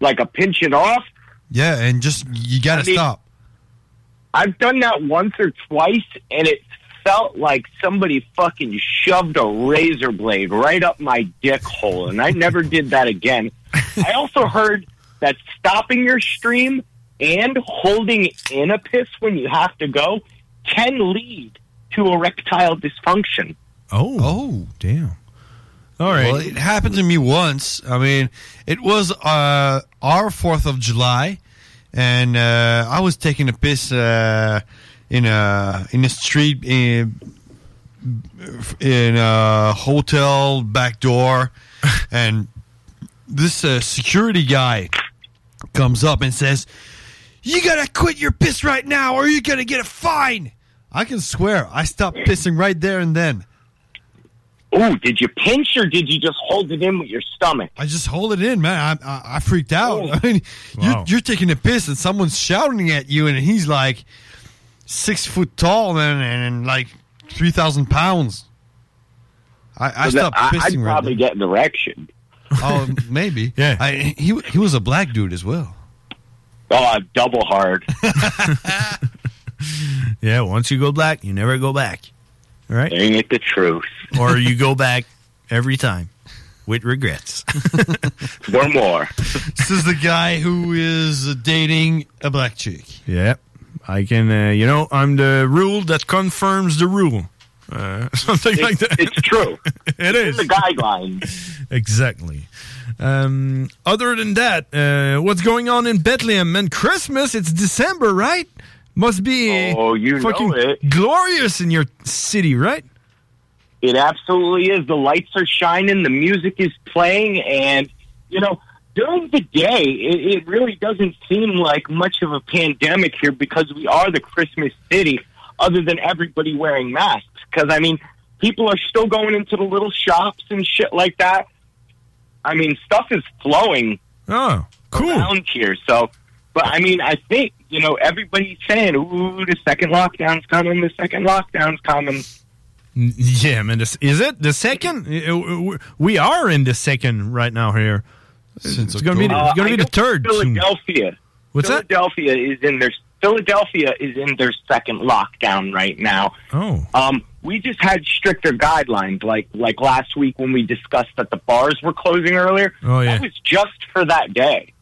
Speaker 12: Like a pinch it off.
Speaker 8: Yeah, and just you gotta
Speaker 12: I mean-
Speaker 8: stop.
Speaker 12: I've done that once or twice, and it felt like somebody fucking shoved a razor blade right up my dick hole, and I never did that again. I also heard that stopping your stream and holding in a piss when you have to go can lead to erectile dysfunction.
Speaker 7: Oh,
Speaker 8: oh,
Speaker 7: damn! All right.
Speaker 8: Well, it happened to me once. I mean, it was uh, our Fourth of July, and uh, I was taking a piss uh, in a in a street in, in a hotel back door, and this uh, security guy comes up and says, "You gotta quit your piss right now, or you're gonna get a fine." I can swear, I stopped pissing right there and then.
Speaker 12: Ooh, did you pinch or did you just hold it in with your stomach?
Speaker 8: I just hold it in, man. I, I, I freaked
Speaker 12: Oh.
Speaker 8: out. I mean, you're, you're taking a piss and someone's shouting at you, and he's like six foot tall and, and, and like 3,000 pounds. I, I
Speaker 12: So that-
Speaker 8: stopped
Speaker 12: I- I'd
Speaker 8: pissing right
Speaker 12: probably
Speaker 8: there.
Speaker 12: get an erection.
Speaker 8: Oh, maybe. yeah. I, he, he was a black dude as well.
Speaker 12: Oh, I'm double hard.
Speaker 7: Yeah, once you go black, you never go back. All right.
Speaker 12: Ain't it the truth?
Speaker 7: Or you go back every time with regrets.
Speaker 12: One more.
Speaker 8: this is the guy who is dating a black chick.
Speaker 7: Yeah, I can. Uh, you know, I'm the rule that confirms the rule. Uh, something like that.
Speaker 12: It's true.
Speaker 7: it is
Speaker 12: the guidelines.
Speaker 7: exactly. Um, other than that, uh, what's going on in Bethlehem? And Christmas, it's December, right? Must be
Speaker 12: Oh, you know
Speaker 7: fucking
Speaker 12: it.
Speaker 7: glorious in your city, right?
Speaker 12: It absolutely is. The lights are shining, the music is playing, and you know, during the day, it, it really doesn't seem like much of a pandemic here because we are the Christmas city. Other than everybody wearing masks, because I mean, people are still going into the little shops and shit like that. I mean, stuff is flowing
Speaker 7: Oh, cool.
Speaker 12: around here. So, but I mean, I think you know everybody's saying, "Ooh, the second lockdown's coming. The second lockdown's coming."
Speaker 7: N- Yeah, man. This, is it the second? Uh, w- We are in the second right now here. it's going to be the,
Speaker 12: Uh,
Speaker 7: it's gonna
Speaker 12: I
Speaker 7: be the
Speaker 12: know
Speaker 7: third. soon.
Speaker 12: Philadelphia.
Speaker 7: What's that?
Speaker 12: Philadelphia is in their Philadelphia is in their second lockdown right now.
Speaker 7: Oh,
Speaker 12: Um, we just had stricter guidelines, like like last week when we discussed that the bars were closing earlier.
Speaker 7: Oh, yeah. Uh,
Speaker 12: That was just for that day.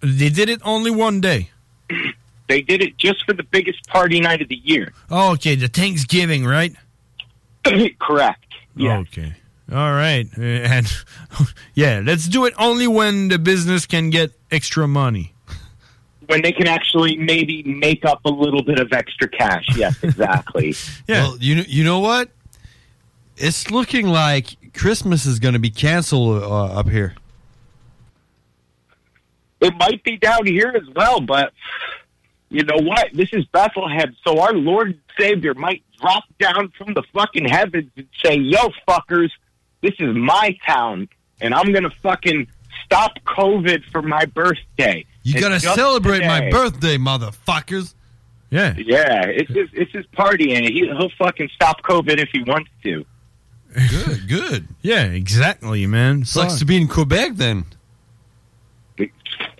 Speaker 7: they did it only one day.
Speaker 12: They did it just for the biggest party night of the year.
Speaker 7: Oh, okay, the Thanksgiving, right?
Speaker 12: Correct. Yeah.
Speaker 7: Okay. All right. Uh, and yeah, let's do it only when the business can get extra money.
Speaker 12: When they can actually maybe make up a little bit of extra cash. Yes, exactly.
Speaker 8: Yeah. Well, you you know what? It's looking like Christmas is going to be canceled uh, up here.
Speaker 12: It might be down here as well, but you know what? This is Bethlehem, so our Lord and Savior might drop down from the fucking heavens and say, "Yo, fuckers, this is my town, and I'm gonna fucking stop COVID for my birthday."
Speaker 8: You
Speaker 12: It's
Speaker 8: got to
Speaker 12: just
Speaker 8: celebrate my
Speaker 12: today.
Speaker 8: birthday, motherfuckers.
Speaker 7: Yeah.
Speaker 12: Yeah, it's his, it's his party, and he, he'll fucking stop COVID if he wants to.
Speaker 8: Good, good.
Speaker 7: Yeah, exactly, man.
Speaker 8: Sucks to be in Quebec then.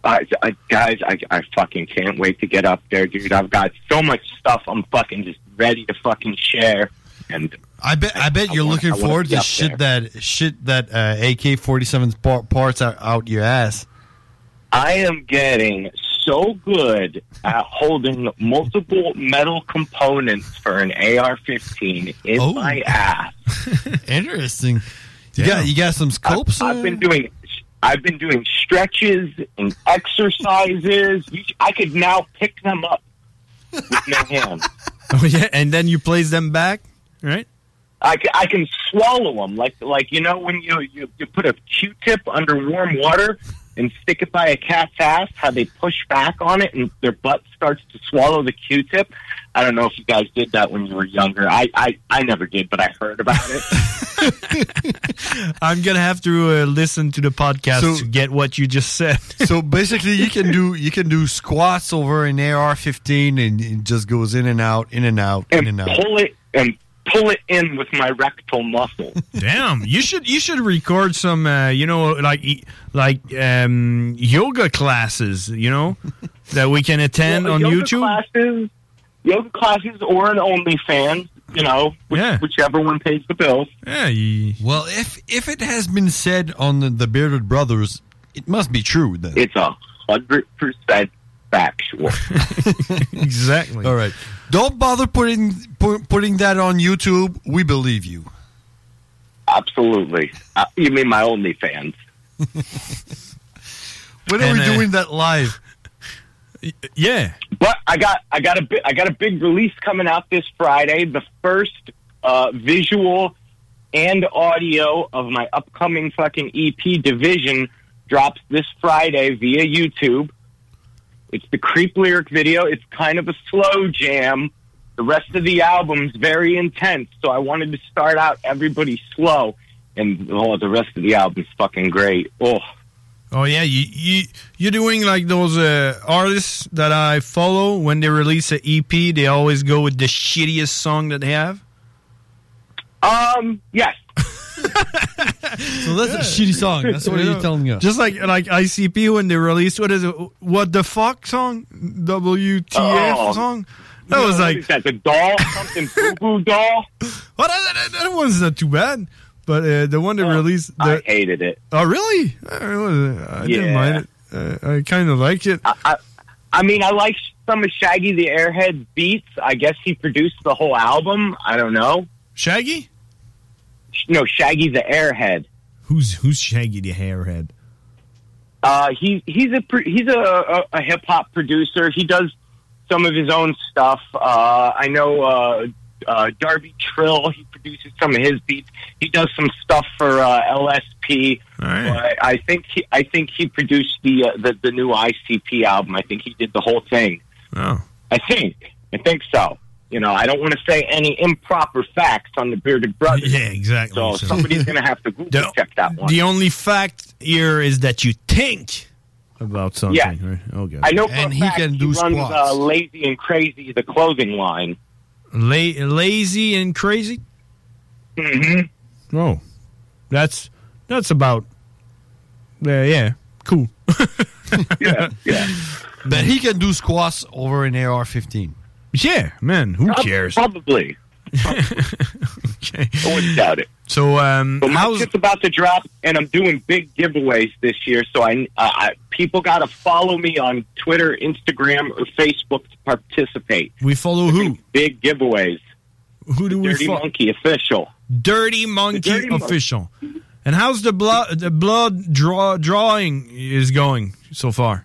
Speaker 12: I, I, guys, I, I fucking can't wait to get up there, dude. I've got so much stuff. I'm fucking just ready to fucking share. And
Speaker 8: I bet I bet
Speaker 12: I
Speaker 8: you're
Speaker 12: wanna-
Speaker 8: looking
Speaker 12: I wanna
Speaker 8: forward
Speaker 12: be
Speaker 8: to
Speaker 12: up
Speaker 8: shit that shit that uh, AK-47's par- parts are out your ass.
Speaker 12: I am getting so good at holding multiple metal components for an AR-15 in my ass.
Speaker 8: Interesting. You got you got some scopes.
Speaker 12: I've been
Speaker 7: uh,
Speaker 12: doing I've been doing stretches and exercises. You, I could now pick them up with no hands.
Speaker 7: Oh yeah, and then you place them back, right?
Speaker 12: I can, I can swallow them like like you know when you, you you put a Q-tip under warm water and stick it by a cat's ass, how they push back on it and their butt starts to swallow the Q-tip. I don't know if you guys did that when you were younger. I I, I never did, but I heard about it.
Speaker 7: I'm gonna have to uh, listen to the podcast
Speaker 8: So-
Speaker 7: to get what you just said.
Speaker 8: so basically, you can do you can do squats over an AR-15 and it just goes in and out, in and out, in and out.
Speaker 12: pull it and pull it in with my rectal muscle.
Speaker 7: Damn, you should you should record some, uh, you know, like e- like um, yoga classes, you know, that we can attend
Speaker 12: Well,
Speaker 7: on
Speaker 12: yoga
Speaker 7: YouTube.
Speaker 12: Classes, yoga classes or an OnlyFans, you know, which, whichever one pays the bills.
Speaker 7: Yeah.
Speaker 8: Well, if if it has been said on the, the Bearded Brothers, it must be true. Then
Speaker 12: it's a hundred percent factual.
Speaker 7: exactly.
Speaker 8: All right. Don't bother putting pu- putting that on YouTube. We believe you.
Speaker 12: Absolutely. Uh, you mean my OnlyFans?
Speaker 8: When are we
Speaker 7: uh,
Speaker 8: doing that live?
Speaker 7: Yeah.
Speaker 12: But I got I got a bi- I got a big release coming out this Friday. The first uh, visual and audio of my upcoming fucking EP division drops this Friday via YouTube. It's the creep lyric video. It's kind of a slow jam. The rest of the album's very intense, so I wanted to start out everybody slow, and oh, the rest of the album's fucking great. Oh,
Speaker 7: Oh yeah, you you you're doing like those uh, artists that I follow when they release an EP, they always go with the shittiest song that they have.
Speaker 12: Um, yes.
Speaker 8: So that's a shitty song. That's what you're telling us.
Speaker 7: Just like like ICP when they released what is it? What the fuck song? WTF
Speaker 12: Oh.
Speaker 7: song? That was like
Speaker 12: that's a doll, something boo boo doll.
Speaker 7: Well, that, that, that one's not too bad, but uh, the one they released, the,
Speaker 12: I hated it.
Speaker 7: oh really? I, really- I didn't
Speaker 12: Yeah.
Speaker 7: mind it. Uh, I kind of liked it.
Speaker 12: I, I mean, I like some of Shaggy the Airhead beats. I guess he produced the whole album. I don't know.
Speaker 7: Shaggy?
Speaker 12: Sh- No, Shaggy the Airhead.
Speaker 7: Who's who's Shaggy the Hairhead?
Speaker 12: Uh, he he's a pro- he's a, a, a hip hop producer. He does some of his own stuff. Uh, I know uh, uh, Darby Trill. He produces some of his beats. He does some stuff for uh, LSP. But I think he, I think he produced the, uh, the the new ICP album. I think he did the whole thing.
Speaker 7: Oh.
Speaker 12: I think I think so. You know, I don't want to say any improper facts on the Bearded Brothers.
Speaker 7: Yeah, exactly.
Speaker 12: So,
Speaker 7: So-
Speaker 12: somebody's going to have to Google check that one.
Speaker 7: The only fact here is that you think about something.
Speaker 12: Yeah.
Speaker 7: Right? Oh god.
Speaker 12: I know for a fact he runs uh, Lazy and Crazy, the clothing line.
Speaker 7: La- lazy and crazy. Mm-hmm. Oh, that's that's about. Yeah, yeah, cool.
Speaker 12: yeah, yeah.
Speaker 8: But he can do squats over an AR-15.
Speaker 7: Yeah, man. Who cares?
Speaker 12: Probably.
Speaker 7: okay.
Speaker 12: I wouldn't doubt it.
Speaker 7: So, um,
Speaker 12: But my shit's about to drop, and I'm doing big giveaways this year. So I, uh, I people got to follow me on Twitter, Instagram, or Facebook to participate.
Speaker 7: we follow who?
Speaker 12: Big giveaways.
Speaker 7: Who do we
Speaker 12: Dirty
Speaker 7: follow?
Speaker 12: Monkey official.
Speaker 7: Dirty Monkey
Speaker 12: Dirty Mon-
Speaker 7: official. And how's the blood the blood draw drawing is going so far?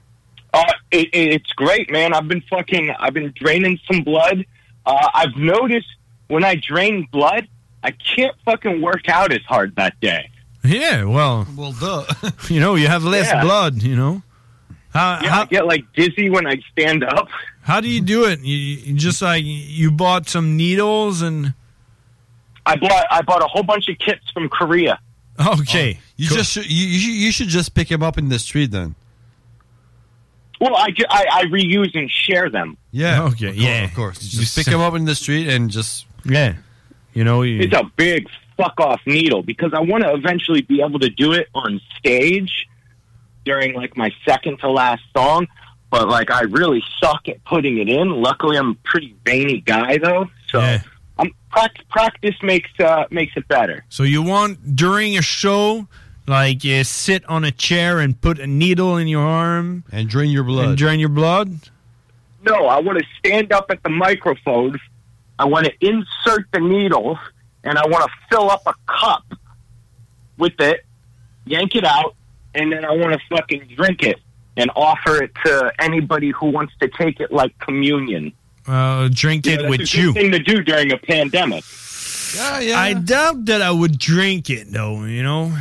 Speaker 12: Uh, it, it, it's great, man. I've been fucking, I've been draining some blood. Uh, I've noticed when I drain blood, I can't fucking work out as hard that day.
Speaker 7: Yeah, well,
Speaker 8: Well, duh.
Speaker 7: you know, you have less
Speaker 12: Yeah.
Speaker 7: blood, you know. How,
Speaker 12: yeah, I get like dizzy when I stand up.
Speaker 7: How do you do it? You, you just like you bought some needles and
Speaker 12: I bought I bought a whole bunch of kits from Korea.
Speaker 7: Okay.
Speaker 8: Oh, you just should, you, you should- you should just pick him up in the street then.
Speaker 12: Well, I, ju- I, I reuse and share them.
Speaker 8: Yeah.
Speaker 7: Okay. yeah.
Speaker 8: Of course. Just, pick him up in the street and just
Speaker 7: yeah. You know,
Speaker 8: Hmm.
Speaker 7: you,
Speaker 12: It's a big fuck off needle because I want to eventually be able to do it on stage during like my second to last song. But like I really suck at putting it in. Luckily, I'm a pretty veiny guy though, so I'm prac- practice makes uh, makes it better.
Speaker 7: So you want during a show, like you sit on a chair and put a needle in your arm
Speaker 8: and drain your
Speaker 7: blood. And drain your blood.
Speaker 12: No, I want to stand up at the microphone. I want to insert the needle, and I want to fill up a cup with it, yank it out, and then I want to fucking drink it and offer it to anybody who wants to take it like communion.
Speaker 7: Uh, drink
Speaker 12: You know,
Speaker 7: it
Speaker 12: that's a
Speaker 7: with
Speaker 12: good
Speaker 7: you.
Speaker 12: thing to do during a pandemic.
Speaker 7: I doubt that I would drink it though. You know.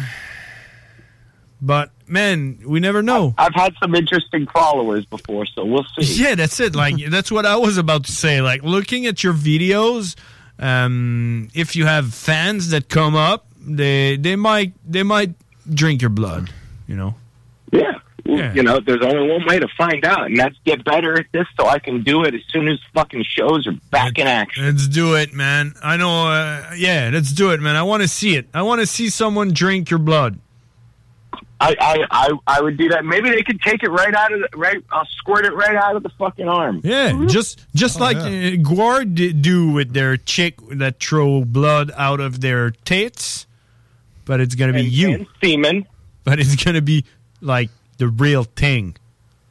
Speaker 7: But man, we never know.
Speaker 12: I've had some interesting followers before, so we'll see.
Speaker 7: Yeah, that's it. Like that's what I was about to say. Like looking at your videos, um, if you have fans that come up, they they might they might drink your blood. You know.
Speaker 12: Yeah. Well, You know, there's only one way to find out, and that's get better at this so I can do it as soon as fucking shows are back in action.
Speaker 7: Let's do it, man. I know. Uh, yeah, let's do it, man. I want to see it. I want to see someone drink your blood.
Speaker 12: I, I, I, I would do that. Maybe they could take it right out of the right. I'll squirt it right out of the fucking arm.
Speaker 7: Yeah, just just
Speaker 8: Oh,
Speaker 7: like uh, Guard d- do with their chick that throw blood out of their tits, but it's gonna be you
Speaker 12: semen.
Speaker 7: But it's gonna be like the real thing.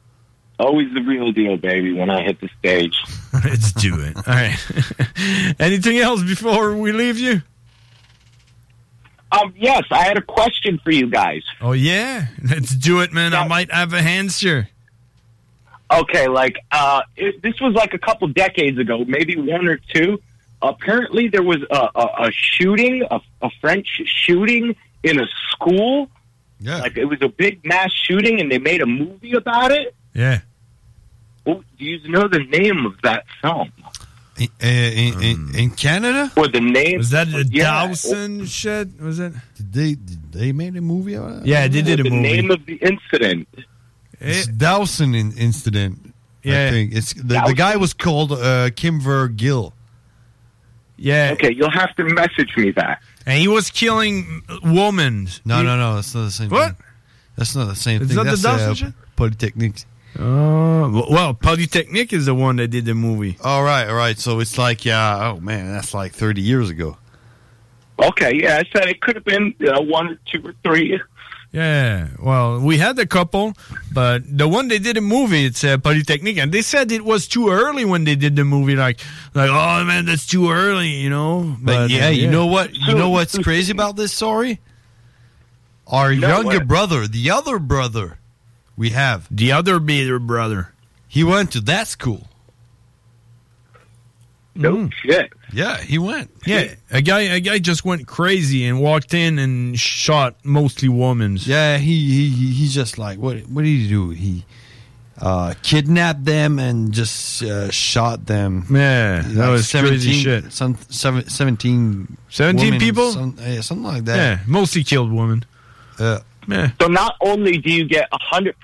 Speaker 12: Always the real deal, baby. When I hit the stage,
Speaker 7: let's do it. All right. Anything else before we leave you?
Speaker 12: Um, yes, I had a question for you guys.
Speaker 7: Oh yeah, let's do it, man. I might have a answer.
Speaker 12: Okay, like uh, it, this was like a couple decades ago, maybe one or two. Apparently, there was a, a, a shooting, a, a French shooting in a school.
Speaker 8: Yeah,
Speaker 12: like it was a big mass shooting, and they made a movie about it.
Speaker 7: Yeah.
Speaker 12: Well, do you know the name of that film?
Speaker 8: In, Eh, in,
Speaker 7: Um,
Speaker 8: in, in Canada?
Speaker 12: Or the name?
Speaker 8: Was that the
Speaker 7: Dawson shit? Was it?
Speaker 8: Did they did they made a movie out of it?
Speaker 7: Yeah, they did a
Speaker 12: the
Speaker 7: movie.
Speaker 12: name of the incident.
Speaker 8: It's Dawson in, incident.
Speaker 7: Yeah.
Speaker 8: I think. It's the, the guy was called uh, Kimver Gill.
Speaker 7: Yeah.
Speaker 12: Okay, you'll have to message me that.
Speaker 7: And he was killing women.
Speaker 8: No,
Speaker 7: He-
Speaker 8: no, no. That's not the same.
Speaker 7: What?
Speaker 8: Thing. That's not the same
Speaker 7: It's
Speaker 8: thing.
Speaker 7: not the
Speaker 8: That's uh,
Speaker 7: Dawson shit?
Speaker 8: Polytechnique.
Speaker 7: Oh well, Polytechnique is the one that did the movie.
Speaker 8: All right, all right. So it's like, yeah. Oh man, that's like thirty years ago.
Speaker 12: Okay, yeah, I said it could have been you know, one or two or three.
Speaker 7: Yeah, well, we had a couple, but the one they did a movie, it's uh, Polytechnique, and they said it was too early when they did the movie. Like, like, oh man, that's too early, you know.
Speaker 8: But, yeah,
Speaker 7: uh,
Speaker 8: you know what? You know what's crazy about this story? Our
Speaker 7: No,
Speaker 8: younger
Speaker 7: what?
Speaker 8: brother, the other brother, we have
Speaker 7: the other bigger brother.
Speaker 8: He went to that school. Mm,
Speaker 12: No shit.
Speaker 8: Yeah, he went.
Speaker 7: Mm. Yeah, a guy, a guy just went crazy and walked in and shot mostly women.
Speaker 8: Yeah, he he he- he's just like what what did he do? He uh, kidnapped them and just uh, shot them.
Speaker 7: Yeah, that was crazy shit.
Speaker 8: Some, seven, 17
Speaker 7: 17
Speaker 8: women,
Speaker 7: people?
Speaker 8: some- yeah, something like that.
Speaker 7: Yeah, mostly killed women.
Speaker 8: Uh,
Speaker 12: So not only do you get 100%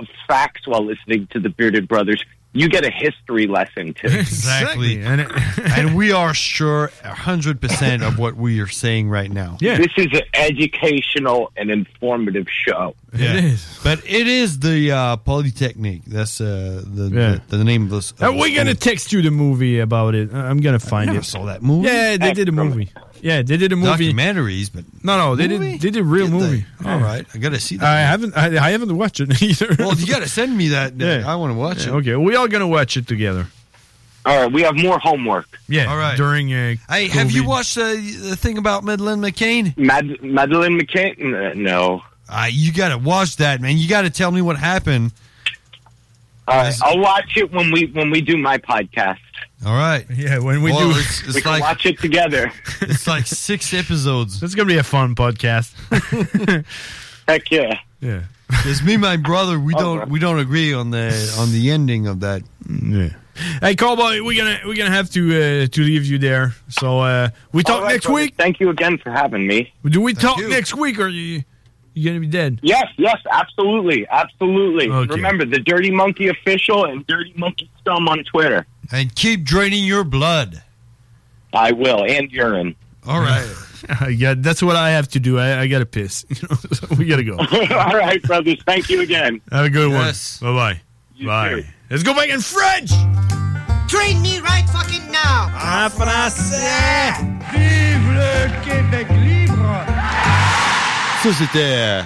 Speaker 12: of facts while listening to the Bearded Brothers, you get a history lesson too.
Speaker 8: Exactly.
Speaker 7: And,
Speaker 8: we are sure 100% of what we are saying right now.
Speaker 12: This is an educational and informative show.
Speaker 8: It is. But it is the uh, Polytechnique. That's uh, the, the the name of this.
Speaker 7: Uh, we're gonna text you the movie about it. I- I'm gonna find
Speaker 8: never
Speaker 7: it.
Speaker 8: saw that movie.
Speaker 7: Yeah, they did a movie. Yeah, they did a movie.
Speaker 8: Documentaries, but
Speaker 7: No, no, they
Speaker 8: Movie?
Speaker 7: did. They did a real movie.
Speaker 8: all
Speaker 7: Yeah.
Speaker 8: right, I gotta see that.
Speaker 7: I haven't. I, I haven't watched it either.
Speaker 8: Well, you gotta send me that. I want to watch
Speaker 7: Yeah,
Speaker 8: it.
Speaker 7: Okay, we are gonna watch it together.
Speaker 12: All right, we have more homework.
Speaker 7: Yeah.
Speaker 8: All right.
Speaker 7: During uh,
Speaker 8: Hey, have you watched uh, the thing about Madeleine McCain?
Speaker 12: Mad- Madeleine McCain? No.
Speaker 8: Uh, you got to watch that, man. You got to tell me what happened.
Speaker 12: All right, I'll watch it when we when we do my podcast.
Speaker 8: All right.
Speaker 7: Yeah, when we
Speaker 8: Well,
Speaker 7: do
Speaker 8: it's- it's
Speaker 12: we can watch it together.
Speaker 8: It's like six episodes.
Speaker 7: That's going to be a fun podcast.
Speaker 12: Heck yeah.
Speaker 7: Yeah.
Speaker 8: It's me, and my brother. We don't we don't agree on the on the ending of that.
Speaker 7: Yeah. Hey, Cowboy, we're gonna we're gonna have to uh, to leave you there. So uh, we talk
Speaker 12: All right,
Speaker 7: next
Speaker 12: brother.
Speaker 7: week.
Speaker 12: Thank you again for having me.
Speaker 7: Do we
Speaker 12: Thank
Speaker 7: talk
Speaker 12: you.
Speaker 7: next week, or are you you gonna be dead?
Speaker 12: Yes, yes, absolutely, absolutely. Remember the Dirty Monkey official and Dirty Monkey Scum on Twitter.
Speaker 8: And keep draining your blood.
Speaker 12: I will, and urine.
Speaker 8: All right.
Speaker 7: yeah, that's what I have to do. I, I gotta piss. You know, so we gotta go.
Speaker 12: All right, brothers. Thank you again.
Speaker 7: Have a good one. Bye bye. Bye. Let's go back in French.
Speaker 21: Train me right fucking now.
Speaker 7: En français.
Speaker 21: Vive le Québec libre.
Speaker 8: Ça, c'était.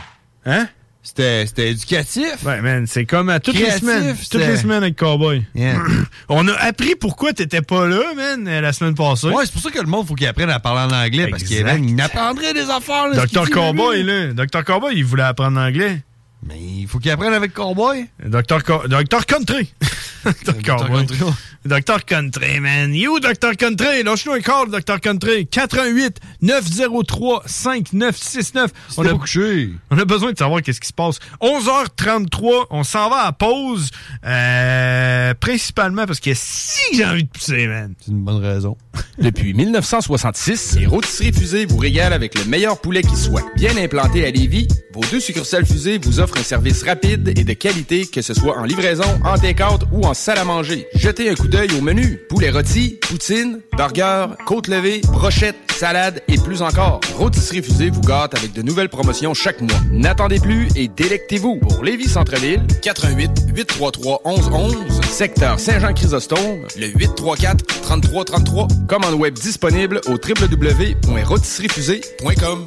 Speaker 7: Hein?
Speaker 8: C'était c'était éducatif.
Speaker 7: Ouais, man, c'est comme à toutes
Speaker 8: Créatif,
Speaker 7: les semaines.
Speaker 8: c'était-
Speaker 7: Toutes les semaines avec Cowboy.
Speaker 8: Yeah.
Speaker 7: On a appris pourquoi t'étais pas là, man, euh, la semaine passée.
Speaker 8: Ouais, c'est pour ça que le monde, faut qu'il apprenne à parler en anglais parce qu'il
Speaker 7: Exact.
Speaker 8: il apprendrait des affaires. là, ce qu'il
Speaker 7: Docteur
Speaker 8: dit,
Speaker 7: Cowboy, là. Docteur Cowboy, il voulait apprendre l'anglais.
Speaker 8: Mais il faut qu'il apprenne avec Cowboy.
Speaker 7: Docteur Co- Docteur Country. Docteur Cowboy. Docteur Country, man. You, Docteur Country. Lâche-nous un call, Docteur Country. 88 903 5969. On a, on a besoin de savoir qu'est-ce qui se passe. 11h33, on s'en va à pause. euh, principalement parce que si j'ai envie de pousser, man.
Speaker 8: C'est une bonne raison.
Speaker 13: Depuis 1966, les rôtisseries fusées vous régalent avec le meilleur poulet qui soit. Bien implanté à Lévis, vos deux succursales fusées vous offrent un service rapide et de qualité, que ce soit en livraison, en take-out ou en salle à manger. Jetez un coup d'œil au menu. Poulet rôti, poutine, burger, côte levée, brochette, salade et plus encore. Rôtisserie fusée vous gâte avec de nouvelles promotions chaque mois. N'attendez plus et délectez-vous. Pour Lévis Centre-Ville, 88 833 1111, secteur Saint-Jean-Chrysostome, le 834 3333. Commande web disponible au www.rôtisseriefusée.com.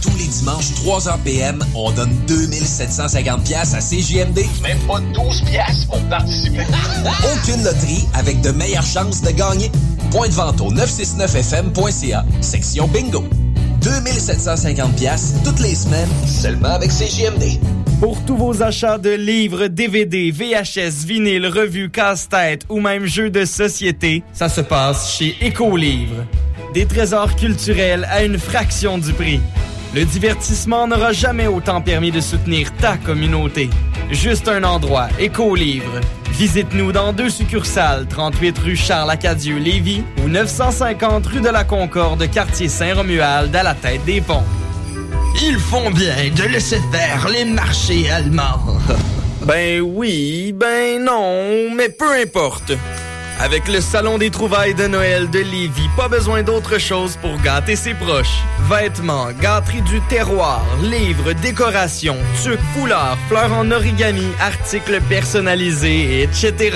Speaker 18: Tous les dimanches, 3h PM, on donne 2750 pièces à CJMD. Même pas 12 pièces pour participer. Aucune loterie avec de meilleures chances de gagner. Point de vente au 969fm.ca, section bingo. 2750 pièces toutes les semaines, seulement avec CJMD.
Speaker 14: Pour tous vos achats de livres, DVD, VHS, vinyle, revues, casse-tête ou même jeux de société, ça se passe chez Écolivre. Des trésors culturels à une fraction du prix. Le divertissement n'aura jamais autant permis de soutenir ta communauté. Juste un endroit, Écolivre. Visite-nous dans deux succursales, 38 rue Charles-Acadieux-Lévis ou 950 rue de la Concorde, quartier Saint-Romuald, à la tête des ponts.
Speaker 15: Ils font bien de laisser faire les marchés allemands.
Speaker 14: Ben oui, ben non, mais peu importe. Avec le Salon des Trouvailles de Noël de Lévis, pas besoin d'autre chose pour gâter ses proches. Vêtements, gâteries du terroir, livres, décorations, tuques, couleurs, fleurs en origami, articles personnalisés, etc.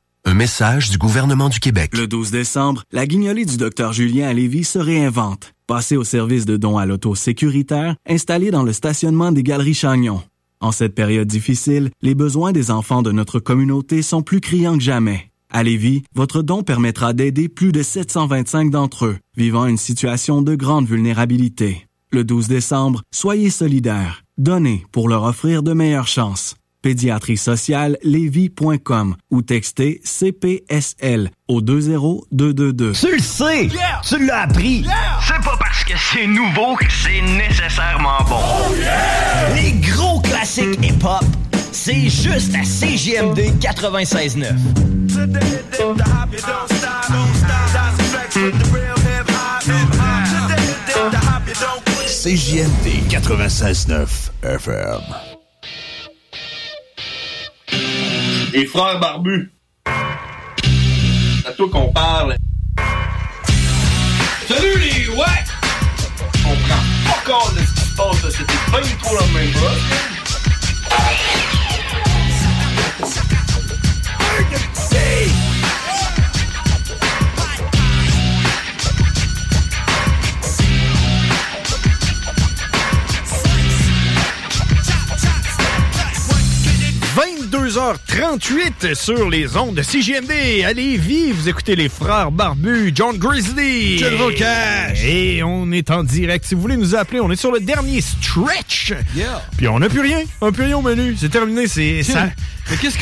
Speaker 6: Un message du gouvernement du Québec.
Speaker 19: Le 12 décembre, la guignolée du docteur Julien à Lévis se réinvente. Passez au service de dons à l'auto sécuritaire installé dans le stationnement des Galeries Chagnon. En cette période difficile, les besoins des enfants de notre communauté sont plus criants que jamais. À Lévis, votre don permettra d'aider plus de 725 d'entre eux vivant une situation de grande vulnérabilité. Le 12 décembre, soyez solidaires. Donnez pour leur offrir de meilleures chances. Pédiatrie sociale lévis.com ou textez CPSL au 20222.
Speaker 12: Tu le sais! Tu l'as appris!
Speaker 32: C'est pas parce que c'est nouveau que c'est nécessairement bon.
Speaker 3: Oh,
Speaker 12: Les gros classiques hip-hop, c'est juste à CGMD 96.9.
Speaker 3: CJMD 96.9 FM.
Speaker 2: Les frères barbus. C'est à toi qu'on parle. Salut les ouais! On prend pas compte de ce qui se passe, là. c'était pas du tout la même chose.
Speaker 7: h 38 sur les ondes de CGMD. Allez, vive, vous écoutez les frères barbus, John Grizzly.
Speaker 8: Quel beau cash.
Speaker 7: Et on est en direct. Si vous voulez nous appeler, on est sur le dernier stretch. Puis on n'a plus rien. On n'a plus rien au menu. C'est terminé. C'est ça.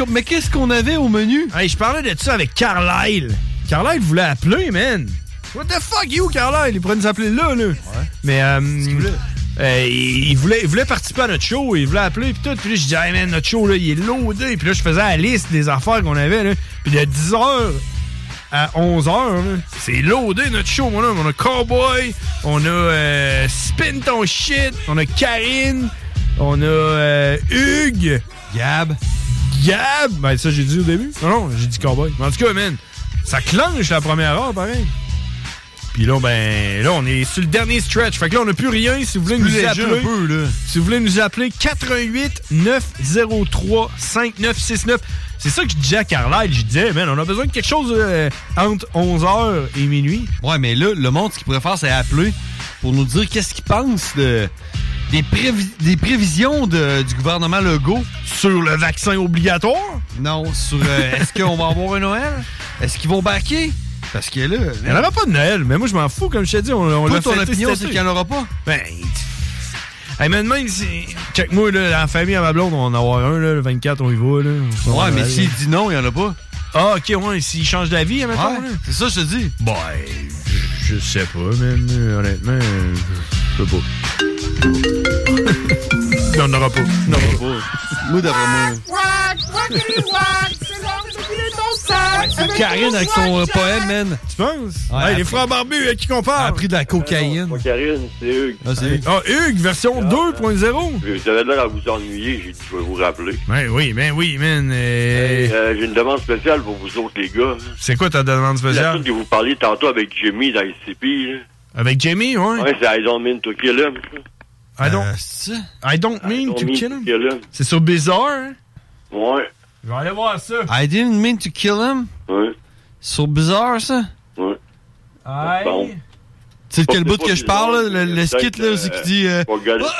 Speaker 7: Mais qu'est-ce qu'on avait au menu? je parlais de ça avec Carlyle. Carlyle voulait appeler, man. What the fuck, you, Carlyle? Il pourrait nous appeler là, là. Mais euh, euh, il, il voulait, il voulait participer à notre show, il voulait appeler puis tout. Puis là, je dis, hey man, notre show là, il est loadé. Puis là, je faisais la liste des affaires qu'on avait là. Puis de 10h à 11h, c'est loadé notre show, mon homme. On a Cowboy, on a euh, Spin ton shit, on a Karine, on a euh, Hugues, Gab, Gab. Ben ça, j'ai dit au début. Non, non, j'ai dit Cowboy. Mais en tout cas, man, ça clenche la première heure, pareil. Puis là, ben, là, on est sur le dernier stretch. Fait que là, on n'a plus rien. Si vous voulez
Speaker 8: Plus
Speaker 7: nous
Speaker 8: léger
Speaker 7: appeler,
Speaker 8: un peu, là.
Speaker 7: si vous voulez nous appeler, 88 903 5969. C'est ça que je disais à Carlyle. Je disais, man, on a besoin de quelque chose euh, entre 11h et minuit.
Speaker 8: Ouais, mais là, le monde, ce qu'il pourrait faire, c'est appeler pour nous dire qu'est-ce qu'il pense de, des, prévi- des prévisions de- du gouvernement Legault.
Speaker 7: Sur le vaccin obligatoire?
Speaker 8: Non, sur euh, est-ce qu'on va avoir un Noël? Est-ce qu'ils vont baquer? Parce que là...
Speaker 7: Il n'y en aura pas de Noël, mais moi, je m'en fous, comme je t'ai dit. On, on
Speaker 8: Toi,
Speaker 7: l'a
Speaker 8: ton
Speaker 7: fêté
Speaker 8: opinion,
Speaker 7: cet
Speaker 8: c'est
Speaker 7: été.
Speaker 8: qu'il n'y en aura pas?
Speaker 7: Ben, t- hey, man, même si. Check moi, là, la famille à ma blonde, on va en avoir un, là, le 24, on y va, là. On va
Speaker 8: Ouais,
Speaker 7: en
Speaker 8: mais
Speaker 7: aller.
Speaker 8: s'il dit non, il n'y en a pas.
Speaker 7: Ah, ok, ouais, s'il change d'avis, admettons,
Speaker 8: Ouais,
Speaker 7: là.
Speaker 8: c'est ça, je te dis.
Speaker 7: Bon, je sais pas, man. Euh, Honnêtement, euh, je sais pas. Non, on n'aura pas. Non,
Speaker 8: Moi, d'après moi. Karine avec son euh, poème, man.
Speaker 7: Tu penses? Hey, les frères barbus, à qui qu'on parle?
Speaker 8: a pris de la cocaïne.
Speaker 11: Karine, c'est Hugues.
Speaker 8: Ah, c'est Hugues.
Speaker 7: Ah, Hugues, version 2.0.
Speaker 11: Vous avez l'air à vous ennuyer, j'ai dit, je vais vous rappeler.
Speaker 7: Ben oui, ben oui, man. euh,
Speaker 11: Euh, j'ai une demande spéciale pour vous autres, les gars.
Speaker 7: C'est quoi ta demande
Speaker 11: La
Speaker 7: spéciale?
Speaker 11: chose que vous parliez tantôt avec Jimmy dans SCP, là.
Speaker 7: Avec Jamie, ouais? Ah, Euh,
Speaker 11: Ouais, c'est I don't mean to kill him.
Speaker 7: I don't, I don't mean to kill him. C'est sur Bizarre, hein?
Speaker 11: Ouais.
Speaker 7: Je vais aller voir ça.
Speaker 8: I didn't mean to kill him.
Speaker 11: Ouais.
Speaker 8: Sur bizarre, ça.
Speaker 11: Ouais.
Speaker 7: Bon.
Speaker 8: Tu sais de quel
Speaker 11: Portez
Speaker 8: bout
Speaker 11: pas
Speaker 8: que je
Speaker 11: des
Speaker 8: parle,
Speaker 11: gens,
Speaker 8: là, le, le
Speaker 11: euh,
Speaker 8: skit, là,
Speaker 11: peut-être,
Speaker 8: c'est
Speaker 11: euh,
Speaker 8: qui dit... euh,
Speaker 11: on va regarder ça,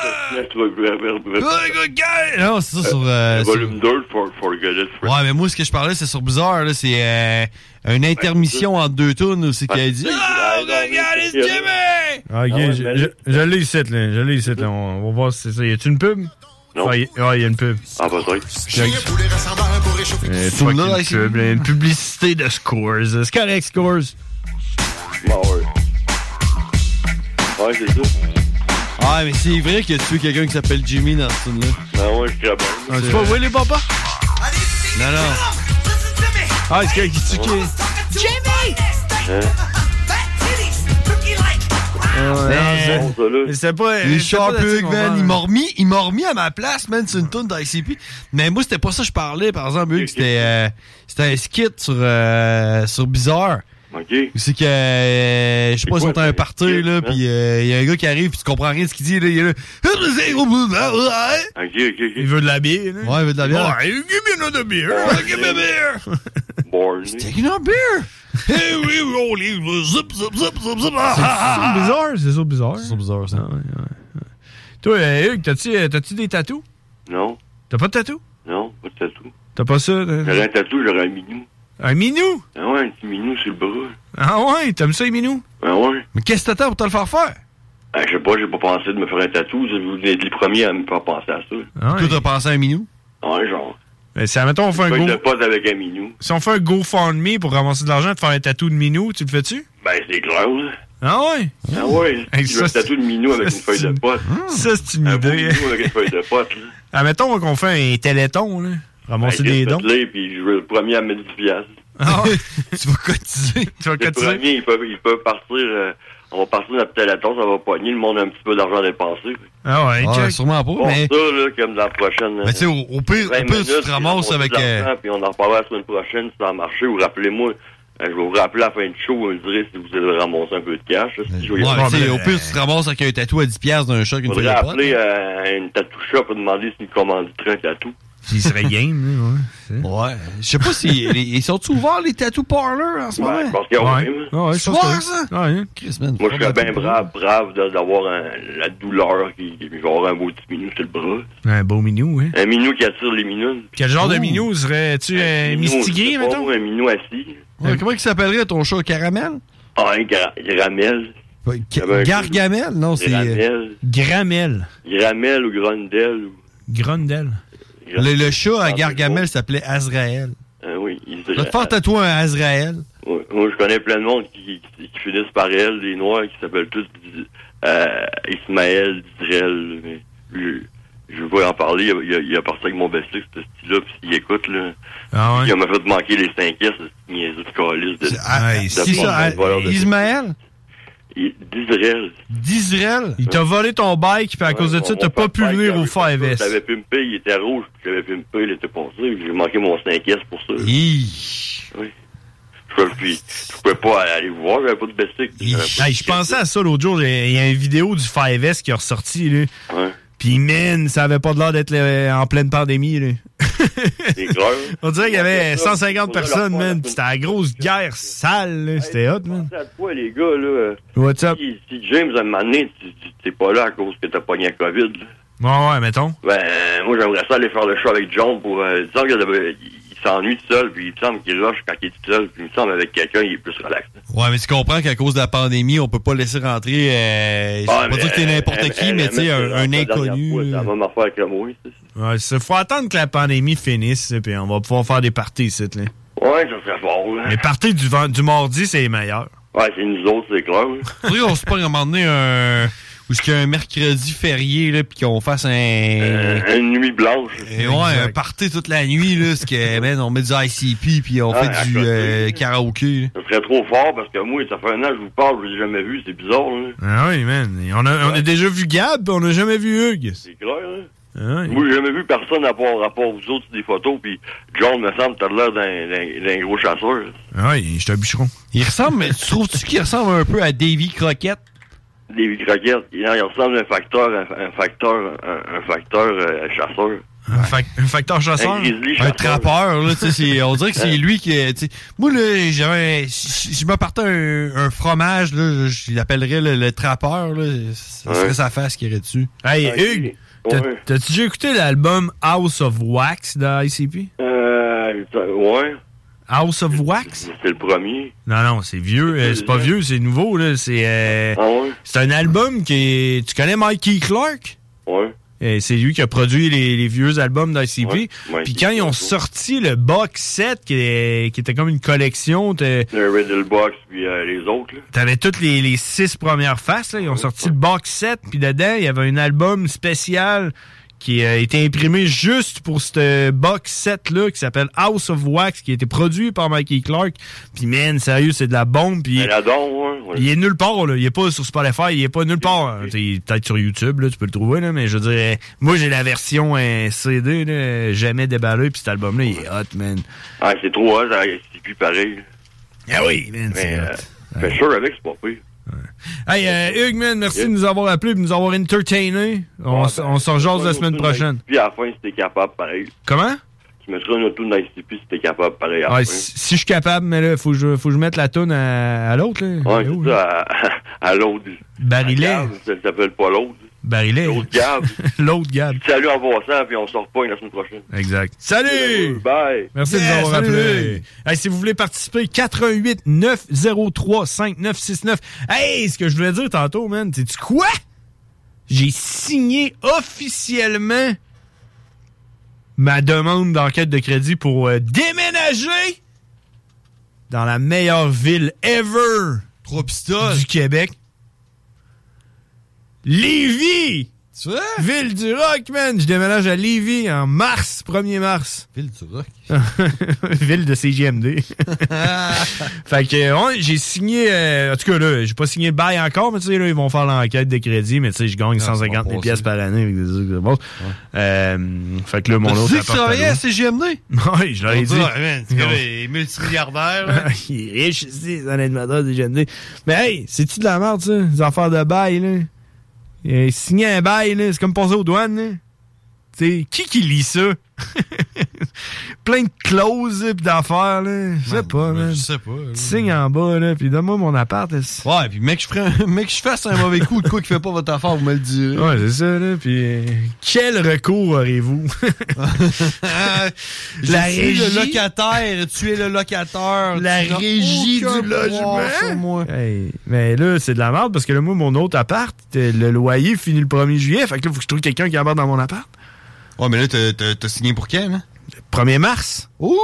Speaker 11: tu vas- vas- vas- vas-
Speaker 8: Eh, Non, c'est ça, sur... euh,
Speaker 11: Le
Speaker 8: sur-
Speaker 11: Volume 2, for, Forget It Friend.
Speaker 8: Ouais, mais moi, ce que je parlais, c'est sur bizarre, là, c'est euh, une intermission entre deux tunes, où c'est qu'il a dit...
Speaker 11: I don't mean to kill him.
Speaker 7: Ah, ok, je, je- je l'ai ici, là. Je l'ai ici, là. On va voir si c'est ça. Y a-tu une pub? Non. Ah, il y a une pub.
Speaker 11: Ah, peut-être.
Speaker 7: Euh,
Speaker 11: Tourne-la,
Speaker 7: fucking
Speaker 11: là, ici.
Speaker 7: pub, là. Une publicité de Scores. C'est correct, Scores.
Speaker 11: Bon, Ah ouais. Ouais, c'est ça.
Speaker 8: Ah, mais c'est vrai qu'il a tué quelqu'un qui s'appelle Jimmy dans ce tune-là. Ah,
Speaker 11: Non, Ben ouais, je suis capable.
Speaker 8: C'est pas
Speaker 7: Willy Papa?
Speaker 8: Non, non.
Speaker 7: Ah, c'est quelqu'un qui tue qui...
Speaker 11: Jimmy!
Speaker 7: Ouais, non, je- je sais pas.
Speaker 8: Les
Speaker 7: je sais pas là-dessus
Speaker 8: Sharpug,
Speaker 7: qu'on
Speaker 8: man,
Speaker 7: parle.
Speaker 8: ils m'ont remis, ils m'ont remis à ma place, man, sur une toune d'ICP. Mais moi, c'était pas ça que je parlais, par exemple, Hugues. C'était, euh, c'était un skit sur, euh, sur Bizarre.
Speaker 11: OK.
Speaker 8: C'est que, euh, je sais pas, ils sont à un party,
Speaker 11: hein?
Speaker 8: là, pis euh, il y a un gars qui arrive, pis tu comprends rien de ce qu'il dit, là, il est là.
Speaker 11: OK, OK, OK.
Speaker 8: Il veut de la bière, là. Ouais, il veut de la bière.
Speaker 11: Ouais,
Speaker 8: give me another beer.
Speaker 11: give me beer. Barney.
Speaker 8: Taking a beer. Hey, we roll it. Zip, zip, zip, zip, zip. Ah, ah,
Speaker 7: C'est
Speaker 8: ah.
Speaker 7: bizarre, c'est ça bizarre. C'est bizarre, ça. Toi, euh, Hugues, t'as-tu euh, t'as-tu des tatous?
Speaker 11: Non,
Speaker 7: T'as pas de tatou?
Speaker 11: non, pas de tatou.
Speaker 7: T'as pas ça? euh,
Speaker 11: J'aurais un tatou, j'aurais un minou.
Speaker 7: Un minou?
Speaker 11: Ah ouais, un petit minou sur le bras.
Speaker 7: Ah ouais, t'aimes ça, les minous?
Speaker 11: Ah ouais.
Speaker 8: Mais qu'est-ce que t'attends pour te le faire faire?
Speaker 11: Ah, je sais pas, j'ai pas pensé de me faire un tatou. Vous êtes les premiers à me faire penser à ça. Ah
Speaker 8: Toi, t'as pensé à un minou?
Speaker 11: Ouais, genre.
Speaker 7: Mais Ah Ben, si, admettons, on fait un
Speaker 11: Fait que je
Speaker 7: go...
Speaker 11: le pose avec un minou.
Speaker 7: Si on fait un GoFundMe pour ramasser de l'argent, te faire un tatou de minou, tu le fais-tu?
Speaker 11: Ben, c'est clair, là.
Speaker 7: Ah ouais?
Speaker 11: Ah ouais,
Speaker 7: Hey,
Speaker 11: tu veux un
Speaker 7: ça,
Speaker 11: tatou de minou avec une feuille de pote.
Speaker 7: Ça, c'est une
Speaker 11: Un
Speaker 7: idée.
Speaker 11: minou avec une feuille de pote, là.
Speaker 7: Admettons qu'on fait un téléthon, là. Ramasser
Speaker 11: Ben,
Speaker 7: des dons. Ah
Speaker 11: faites-le, puis je veux le premier à mettre 10 piastres.
Speaker 8: tu vas cotiser.
Speaker 7: Tu vas
Speaker 11: Le
Speaker 7: cotiser.
Speaker 11: premier, il peut, il peut partir... euh, on va partir dans le téléthon, ça va poigner, le monde a un petit peu d'argent à dépenser.
Speaker 7: Ah ouais,
Speaker 8: Ah,
Speaker 7: check.
Speaker 8: sûrement pas,
Speaker 11: Bon,
Speaker 8: mais.
Speaker 11: ça, là, comme dans la prochaine...
Speaker 8: Mais tu sais, au, au pire,
Speaker 11: 20
Speaker 8: au pire, tu
Speaker 11: minutes,
Speaker 8: te ramasses
Speaker 11: on
Speaker 8: avec.
Speaker 11: dit de
Speaker 8: euh,
Speaker 11: l'argent, Puis on en reparlera la semaine prochaine si ça a marché. Ou rappelez-moi, euh, je vais vous rappeler à la fin du show, vous me direz si vous avez ramassé un peu de cash. là, Si je vais y
Speaker 8: ouais,
Speaker 11: avoir-
Speaker 8: tu sais, au pire, tu te ramasses avec un tatou à 10$ d'un choc, une
Speaker 11: Faudrait
Speaker 8: feuille de pote. hein.
Speaker 11: appeler euh, à une tatou shop et demander s'ils commanditeraient un tatou.
Speaker 7: Il serait game, là, ouais.
Speaker 8: Ouais. Je sais pas si. les- Ils sont ouverts, les tatou parlors, en ce moment?
Speaker 11: Ben, je pense qu'il y a même.
Speaker 7: Ah Ouais, je pense
Speaker 8: Soir,
Speaker 7: que-
Speaker 8: ça?
Speaker 7: Ouais, hein.
Speaker 8: Chris, man.
Speaker 11: Moi, je serais bien
Speaker 8: tatou
Speaker 11: brave, brave de- d'avoir un- la douleur qui qui va avoir un beau petit minou sur le bras.
Speaker 7: Un beau minou, hein.
Speaker 11: Un minou qui attire les minounes.
Speaker 7: Quel genre de minou serais-tu un
Speaker 11: Minou,
Speaker 7: mistigris,
Speaker 11: je sais pas,
Speaker 7: mettons?
Speaker 11: Un minou assis.
Speaker 8: Ouais, comment il s'appellerait ton chat caramel?
Speaker 11: Ah, un gra- gramel.
Speaker 8: Ga- Gargamel?
Speaker 7: Oh,
Speaker 8: Non, c'est. euh,
Speaker 11: Gramel.
Speaker 7: Gramel.
Speaker 11: Gramel ou Grondel. ou-
Speaker 7: Grundel.
Speaker 8: Le, le chat à Gargamel s'appelait Azrael.
Speaker 11: Ah oui, il
Speaker 8: Je vais te faire tatouer un Azrael.
Speaker 11: Ouais, Moi, je connais plein de monde qui, qui, qui finissent par elle, des Noirs qui s'appellent tous euh, Ismaël, Israël. mais Je, je vais en parler. Il y a, il y a parti avec mon bestie, ce style-là, puis il écoute, là.
Speaker 7: Ah
Speaker 11: Il m'a fait manquer les 5 S, ce petit niaiseux de calice de.
Speaker 8: Ah,
Speaker 11: de-
Speaker 8: qui
Speaker 11: de-
Speaker 8: ça?
Speaker 11: de- voleur de-
Speaker 8: Ismaël?
Speaker 11: Il- D'Israël.
Speaker 8: D'Israël?
Speaker 7: Il t'a volé ton bike, puis à cause de ça, t'as pas pu venir au Five
Speaker 11: Je
Speaker 7: vest
Speaker 11: l'avais pimpé, il était rouge, puis j'avais pimpé, il était passé, puis j'ai manqué mon 5 S pour ça. Oui. Je peux- puis, je pouvais pas aller vous voir, j'avais pas de bestie.
Speaker 7: Hey, je pensais à ça l'autre jour. Il y a une vidéo du 5S qui est ressorti. Là.
Speaker 11: Ouais.
Speaker 7: Puis, man, ça avait pas de l'air d'être euh, en pleine pandémie. Là.
Speaker 11: C'est grave.
Speaker 7: On dirait qu'il y avait
Speaker 11: Faudrait
Speaker 7: 150
Speaker 11: leur
Speaker 7: personnes,
Speaker 11: faire la
Speaker 7: man.
Speaker 11: semaine
Speaker 7: Puis C'était la grosse guerre sale. là. C'était hot, man.
Speaker 11: Pensez à toi, les gars, là.
Speaker 7: What's up?
Speaker 11: Si, si James, a un moment donné, tu- tu- t'es pas là à cause que t'as pogné la COVID, là.
Speaker 7: Ouais, ouais, mettons.
Speaker 11: ben, moi, j'aimerais ça aller faire le show avec John pour... Euh, il me semble qu'il avait- il s'ennuie tout seul, puis il me semble qu'il rush quand il est tout seul, puis il me semble avec quelqu'un, il est plus relax.
Speaker 8: Ouais, mais tu comprends qu'à cause de la pandémie, on peut pas laisser rentrer. Euh, je
Speaker 11: Ah,
Speaker 8: peux pas
Speaker 11: mais,
Speaker 8: dire que t'es
Speaker 11: euh,
Speaker 8: n'importe qui,
Speaker 11: euh,
Speaker 8: mais tu sais, un,
Speaker 11: euh,
Speaker 8: un
Speaker 11: la dernière
Speaker 8: inconnu.
Speaker 11: fois, Ça va m'en faire que moi, ça.
Speaker 7: Ouais, ça, faut attendre que la pandémie finisse, là, puis on va pouvoir faire des parties ici. Là.
Speaker 11: Ouais, ça serait fort, là.
Speaker 7: Les parties du, vend- du mardi, c'est les meilleures.
Speaker 11: Ouais, c'est nous autres, c'est clair, là.
Speaker 8: Faudrait qu'on se pogne à un moment donné un. Ou est-ce qu'il y a un mercredi férié, là, puis qu'on fasse un.
Speaker 11: Euh, une nuit blanche.
Speaker 8: Et ouais, un party toute la nuit, là, parce que, man, on met du ICP, puis on
Speaker 11: Ah, à
Speaker 8: fait du
Speaker 11: côté.
Speaker 8: euh, karaoké. là.
Speaker 11: Ça serait trop fort, parce que moi, ça fait un an que je vous parle, je l'ai jamais vu, c'est bizarre, là.
Speaker 7: Ah oui, man. On a, on a déjà vu Gab, puis on a jamais vu Hugues.
Speaker 11: C'est clair, hein?
Speaker 7: Ah oui.
Speaker 11: Moi, j'ai jamais vu personne à part, à part vous autres sur des photos, puis John, me semble, t'as l'air d'un- d'un d'un gros chasseur.
Speaker 7: Ah oui, je suis un bûcheron.
Speaker 8: Il ressemble, mais tu trouves-tu qu'il ressemble un peu à Davy Crockett?
Speaker 11: Des croquettes. Il, il ressemble à un facteur, un, un facteur, un, un facteur euh, chasseur.
Speaker 7: Un, fac- un facteur chasseur.
Speaker 11: Un grizzly
Speaker 8: Un
Speaker 11: chasseur.
Speaker 8: trappeur, là, tu sais, c'est- on dirait que c'est lui qui est, tu sais. Moi, là, j'avais, si si je m'apportais un, un fromage, là, je je l'appellerais le, le trappeur, là, ça serait
Speaker 7: Ouais. Ah,
Speaker 8: sa face qui irait dessus.
Speaker 7: Hey, Hugues, t'as- t'as-tu déjà écouté l'album House of Wax d'ICP?
Speaker 11: Euh, ça- ouais,
Speaker 7: House of Wax?
Speaker 11: c'est le premier.
Speaker 7: Non, non, c'est vieux. euh, c'est pas vieux, c'est nouveau. là. C'est euh,
Speaker 11: Ah
Speaker 7: c'est un album qui est... Tu connais Mikey Clark?
Speaker 11: Ouais.
Speaker 7: Et c'est lui qui a produit les, les vieux albums d'ICP. Puis quand ils ont sorti le box set, qui, est- qui était comme une collection, t'es-
Speaker 11: Le Riddle Box, puis euh, les autres. Là.
Speaker 7: T'avais toutes les, les six premières faces. Là. Ils ont sorti le box set, puis dedans, il y avait un album spécial qui euh, a été imprimé juste pour ce box set là qui s'appelle House of Wax qui a été produit par Mikey Clark. Puis man, sérieux, c'est de la bombe puis il est nulle part là, il est pas sur Spotify, il est pas nulle part. hein. T'es peut-être sur YouTube là, tu peux le trouver là, mais je veux dire euh, moi j'ai la version euh, CD là, euh, jamais déballée puis cet album là, il est hot man.
Speaker 4: Ah, c'est trop hot, hein, c'est plus pareil.
Speaker 7: Ah oui, man,
Speaker 4: c'est euh, Mais sûr avec, c'est pas pire.
Speaker 7: Hey euh, Hugues man, merci de nous avoir appelés et de nous avoir entertainés. On,
Speaker 4: ben,
Speaker 7: s- on s'en jase la semaine prochaine.
Speaker 4: Puis à la fin, si t'es capable, pareil.
Speaker 7: Comment
Speaker 4: Tu mettras une auto dans le CP si t'es capable, pareil. À la
Speaker 7: Ouais,
Speaker 4: fin.
Speaker 7: si, si je suis capable, mais là, faut que je, faut que je mette la toune à, à l'autre. là. Ben
Speaker 4: Ouais, c'est ça, à, à l'autre.
Speaker 7: Barillet.
Speaker 4: La cave, Ça s'appelle pas l'autre.
Speaker 7: Barillet.
Speaker 4: L'autre Gab.
Speaker 7: l'autre Gab.
Speaker 4: Salut en passant, puis on sort pas la semaine prochaine.
Speaker 7: Exact. Salut!
Speaker 4: Bye!
Speaker 7: Merci de
Speaker 4: Yeah,
Speaker 7: nous avoir
Speaker 4: salut.
Speaker 7: appelés. Hey, si vous voulez participer, 88 903 5969. Hey, ce que je voulais dire tantôt, man, sais-tu quoi? J'ai signé officiellement ma demande d'enquête de crédit pour euh, déménager dans la meilleure ville ever du Québec. Lévis! Ville du Rock, man! Je déménage à Lévis en mars, 1er mars. Ville du Rock? Ville de CGMD. fait que euh, ouais, j'ai signé, euh, en tout cas là, j'ai pas signé le bail encore, mais tu sais, là, ils vont faire l'enquête de crédit, mais tu sais, je gagne
Speaker 8: Ah, c'est
Speaker 7: 150
Speaker 8: bon
Speaker 7: 000 pièces par année. fait que c'est sûr que c'est bon. Euh, fait que là, mon
Speaker 8: Tu
Speaker 7: autre
Speaker 8: sais que tu
Speaker 7: appart à
Speaker 8: travaillais
Speaker 7: louer-
Speaker 8: à CGMD?
Speaker 7: Oui, je l'aurais
Speaker 8: On
Speaker 7: dit.
Speaker 8: dirait, man, c'est comme
Speaker 7: Non.
Speaker 8: les multimilliardaires. là.
Speaker 7: Il est riche ici, c'est un animateur du GMD. Mais hey, c'est-tu de la merde, ça? Les affaires de bail, là? Euh, signer un bail, là, c'est comme passer aux douanes, là. Tu sais, qui qui lit ça? Plein de clauses là, pis d'affaires, là. Je sais pas, man. Je sais pas. Tu signes en bas, là, pis donne-moi mon appart, là.
Speaker 8: Ouais, puis mec, je ferais- mec, je fasse un mauvais coup de quoi qui fait pas votre affaire, vous me le direz.
Speaker 7: Ouais, c'est ça, là. Puis, euh, quel recours aurez-vous?
Speaker 8: Je
Speaker 7: La
Speaker 8: suis
Speaker 7: régie.
Speaker 8: le locataire, tu es le locataire.
Speaker 7: La
Speaker 8: tu n'as
Speaker 7: régie
Speaker 8: aucun
Speaker 7: du
Speaker 8: pouvoir
Speaker 7: logement.
Speaker 8: sur moi.
Speaker 7: Hey, mais là, c'est de la merde parce que là, moi, mon autre appart, euh, le loyer finit le 1er juillet. Fait que là, faut que je trouve quelqu'un qui aborde dans mon appart.
Speaker 8: Ouais, mais là, t'as- t'as t'as signé pour quand, hein?
Speaker 7: 1er mars. Ouh!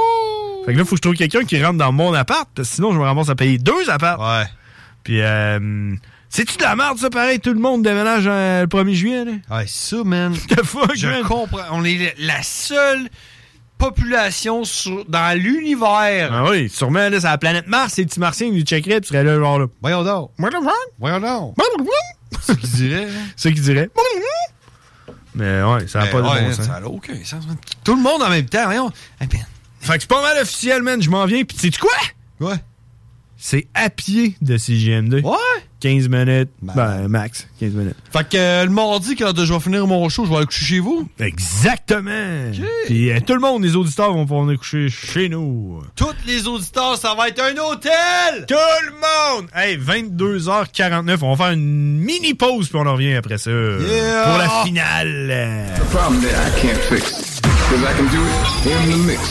Speaker 7: Fait que là, faut que je trouve quelqu'un qui rentre dans mon appart, parce que sinon, je me ramasse à payer deux apparts. Ouais. Puis, euh, c'est-tu de la merde, ça, pareil? Tout le monde déménage euh, le 1er juillet, là?
Speaker 8: Ouais, ça, man.
Speaker 7: The fuck,
Speaker 8: Je
Speaker 7: man?
Speaker 8: comprends. On est la seule population sur- dans l'univers.
Speaker 7: Ah oui, sûrement, là, c'est la planète Mars, c'est petits martiens, ils checkeraient, tu serais là, genre, là. Voyons donc. Voyons donc. C'est qui dirait, C'est qui dirait. Mais ouais, ça n'a
Speaker 8: hein.
Speaker 7: pas
Speaker 8: Ben,
Speaker 7: de
Speaker 8: ouais,
Speaker 7: bon sens.
Speaker 8: ça a aucun sens, man.
Speaker 7: Tout le monde en même temps, voyons.
Speaker 8: Eh ben.
Speaker 7: Fait que c'est pas mal officiel, man. Je m'en viens, pis sais-tu quoi? Ouais. C'est à pied de CGMD. Ouais! 15 minutes. Ben, max, 15 minutes.
Speaker 8: Fait que euh, le mardi, quand je vais finir mon show, je vais aller coucher chez vous.
Speaker 7: Exactement! Pis euh, tout le monde, les auditeurs vont pouvoir venir coucher chez nous.
Speaker 8: Tous les auditeurs, ça va être un hôtel!
Speaker 7: Tout le monde! Hey, 22h49, on va faire une mini pause, puis on en revient après ça. Pour la finale.
Speaker 26: can't fix. Because I can do it in the mix.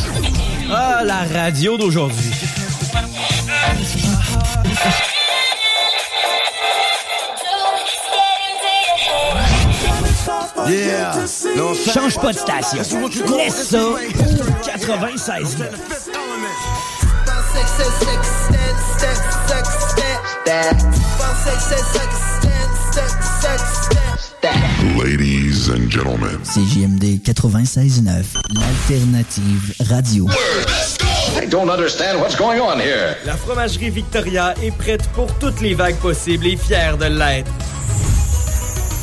Speaker 3: Ah, la radio d'aujourd'hui.
Speaker 26: Yeah.
Speaker 3: Change pas de station. Laisse ça au 96.
Speaker 9: Ladies and gentlemen.
Speaker 1: CJMD 96.9, l'alternative radio.
Speaker 9: I don't understand what's going on here.
Speaker 14: La fromagerie Victoria est prête pour toutes les vagues possibles et fière de l'être.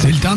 Speaker 16: C'est le temps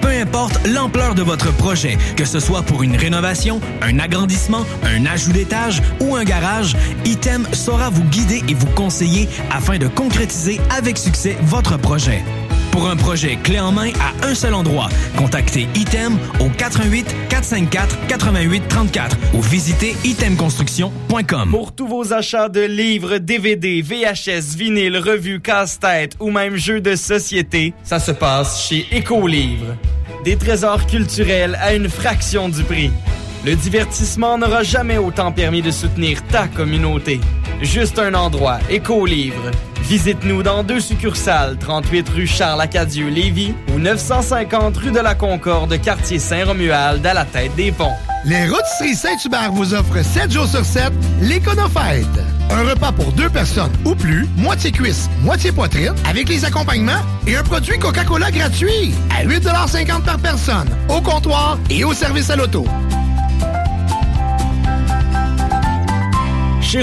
Speaker 27: Peu importe l'ampleur de votre projet, que ce soit pour une rénovation, un agrandissement, un ajout d'étage ou un garage, Item saura vous guider et vous conseiller afin de concrétiser avec succès votre projet. Pour un projet clé en main à un seul endroit, contactez Item au 88 454 88 34 ou visitez itemconstruction.com.
Speaker 14: Pour tous vos achats de livres, DVD, VHS, vinyle, revues, casse-tête ou même jeux de société, ça se passe chez Écolivre. Des trésors culturels à une fraction du prix. Le divertissement n'aura jamais autant permis de soutenir ta communauté. Juste un endroit, Écolivre. Visite-nous dans deux succursales, 38 rue Charles-Acadieux, Lévis ou 950 rue de la Concorde, quartier Saint-Romuald, à la tête des ponts.
Speaker 16: Les Rôtisseries Saint-Hubert vous offrent 7 jours sur 7 l'Éconofête. Un repas pour deux personnes ou plus, moitié cuisse, moitié poitrine, avec les accompagnements et un produit Coca-Cola gratuit à 8,50 par personne, au comptoir et au service à l'auto.
Speaker 14: Chez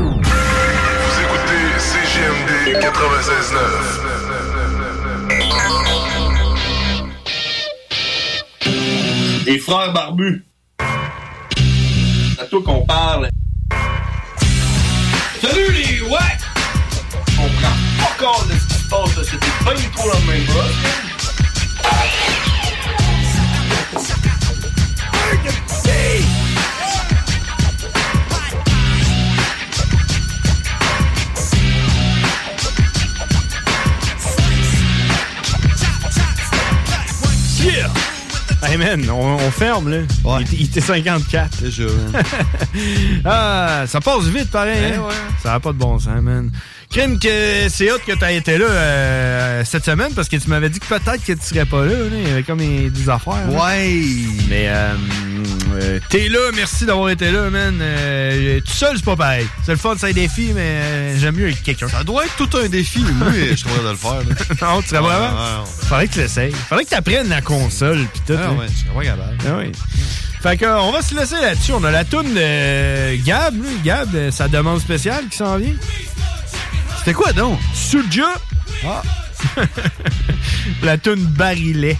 Speaker 5: Vous écoutez CGMD 96.9.
Speaker 14: Les frères barbus. C'est à toi qu'on parle.
Speaker 5: Salut les ouais! On
Speaker 2: Oh,
Speaker 5: prend pas compte de ce qui se passe, là. c'était pas du tout la même chose.
Speaker 7: Yeah! Hey man, on, on ferme là. Il, était 54 déjà. ah, ça passe vite pareil.
Speaker 8: Eh
Speaker 7: hein? Ça n'a pas de bon sens, man. Crime que c'est hot que t'as été là euh, cette semaine parce que tu m'avais dit que peut-être que tu serais pas là. là. Il y avait comme des des affaires. là.
Speaker 8: Ouais.
Speaker 7: Mais euh, euh, t'es là, merci d'avoir été là, man. Euh, tout seul, c'est pas pareil. C'est le fun, c'est un défi, mais euh, j'aime mieux avec quelqu'un. Ça doit être tout un défi,
Speaker 8: moi, je suis capable de le faire,
Speaker 7: non, tu serais
Speaker 8: Ouais,
Speaker 7: vraiment.
Speaker 8: ouais,
Speaker 7: Faudrait que tu l'essayes. Faudrait que tu apprennes la console, pis tout.
Speaker 8: Ah
Speaker 7: là.
Speaker 8: ouais, je serais pas capable.
Speaker 7: Ah oui. Fait que, euh, on va se laisser là-dessus. On a la toune de Gab, lui. Gab, euh, sa demande spéciale qui s'en vient. C'était quoi donc? Soudja. Ah. la toune Barillet.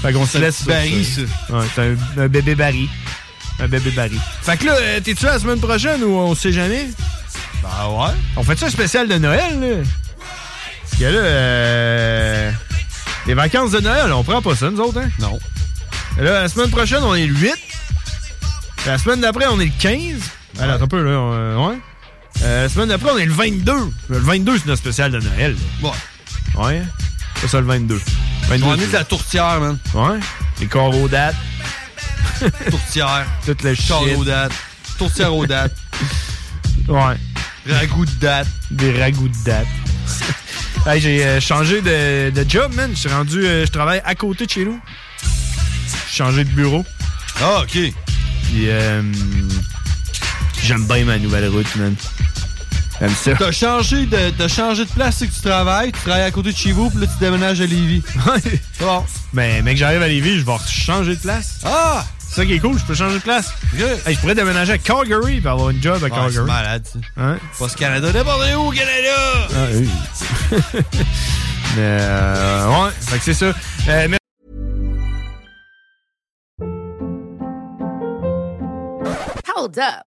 Speaker 7: fait qu'on se
Speaker 8: C'est un
Speaker 7: laisse
Speaker 8: petit Barry,
Speaker 7: sur ça. Ouais, c'est un, un bébé Barry. Un bébé Barry. Fait que là, euh, t'es-tu là la semaine prochaine ou on sait jamais? Bah ouais. On fait ça un spécial de Noël, là? Parce que là, euh, les vacances de Noël, on prend pas ça, nous autres, hein? Non. Là, la semaine prochaine, on est le 8. La semaine d'après, on est le 15. Ben, Attends un peu, là. on- euh, ouais. Euh, la semaine d'après, on est le 22. Le 22, c'est notre spécial de Noël. là. Ouais. Ouais. C'est ça, le 22. 22
Speaker 8: On est de la
Speaker 7: tourtière, man. Ouais. Les corps aux dates. tourtière. Toutes les
Speaker 8: Char
Speaker 7: shit.
Speaker 8: aux dates. Tourtière aux dates.
Speaker 7: Ouais. Ragoût de date. Des ragoûts de date. Hey, j'ai euh, changé de, de job, man. Je suis rendu. euh, je travaille à côté de chez nous. J'ai changé de bureau. Ah, OK. Puis, euh, j'aime bien ma nouvelle route, man. J'aime ça.
Speaker 8: T'as changé de, t'as changé de place, c'est que tu travailles, tu travailles à côté de chez vous, puis là tu déménages à Lévis.
Speaker 7: C'est bon. Mais Ben, mec, j'arrive à Lévis, je vais changer de place. Ah! C'est ça qui est cool, je peux changer de place. Hey, je pourrais déménager à Calgary pour avoir une job à
Speaker 8: Ouais,
Speaker 7: Calgary.
Speaker 8: c'est malade, ça.
Speaker 7: Hein?
Speaker 8: Pas ce Canada, n'importe Ben, où au Canada!
Speaker 7: Ah, oui. Mais, euh, ouais, fait que c'est ça. Euh, mais-
Speaker 22: Hold up.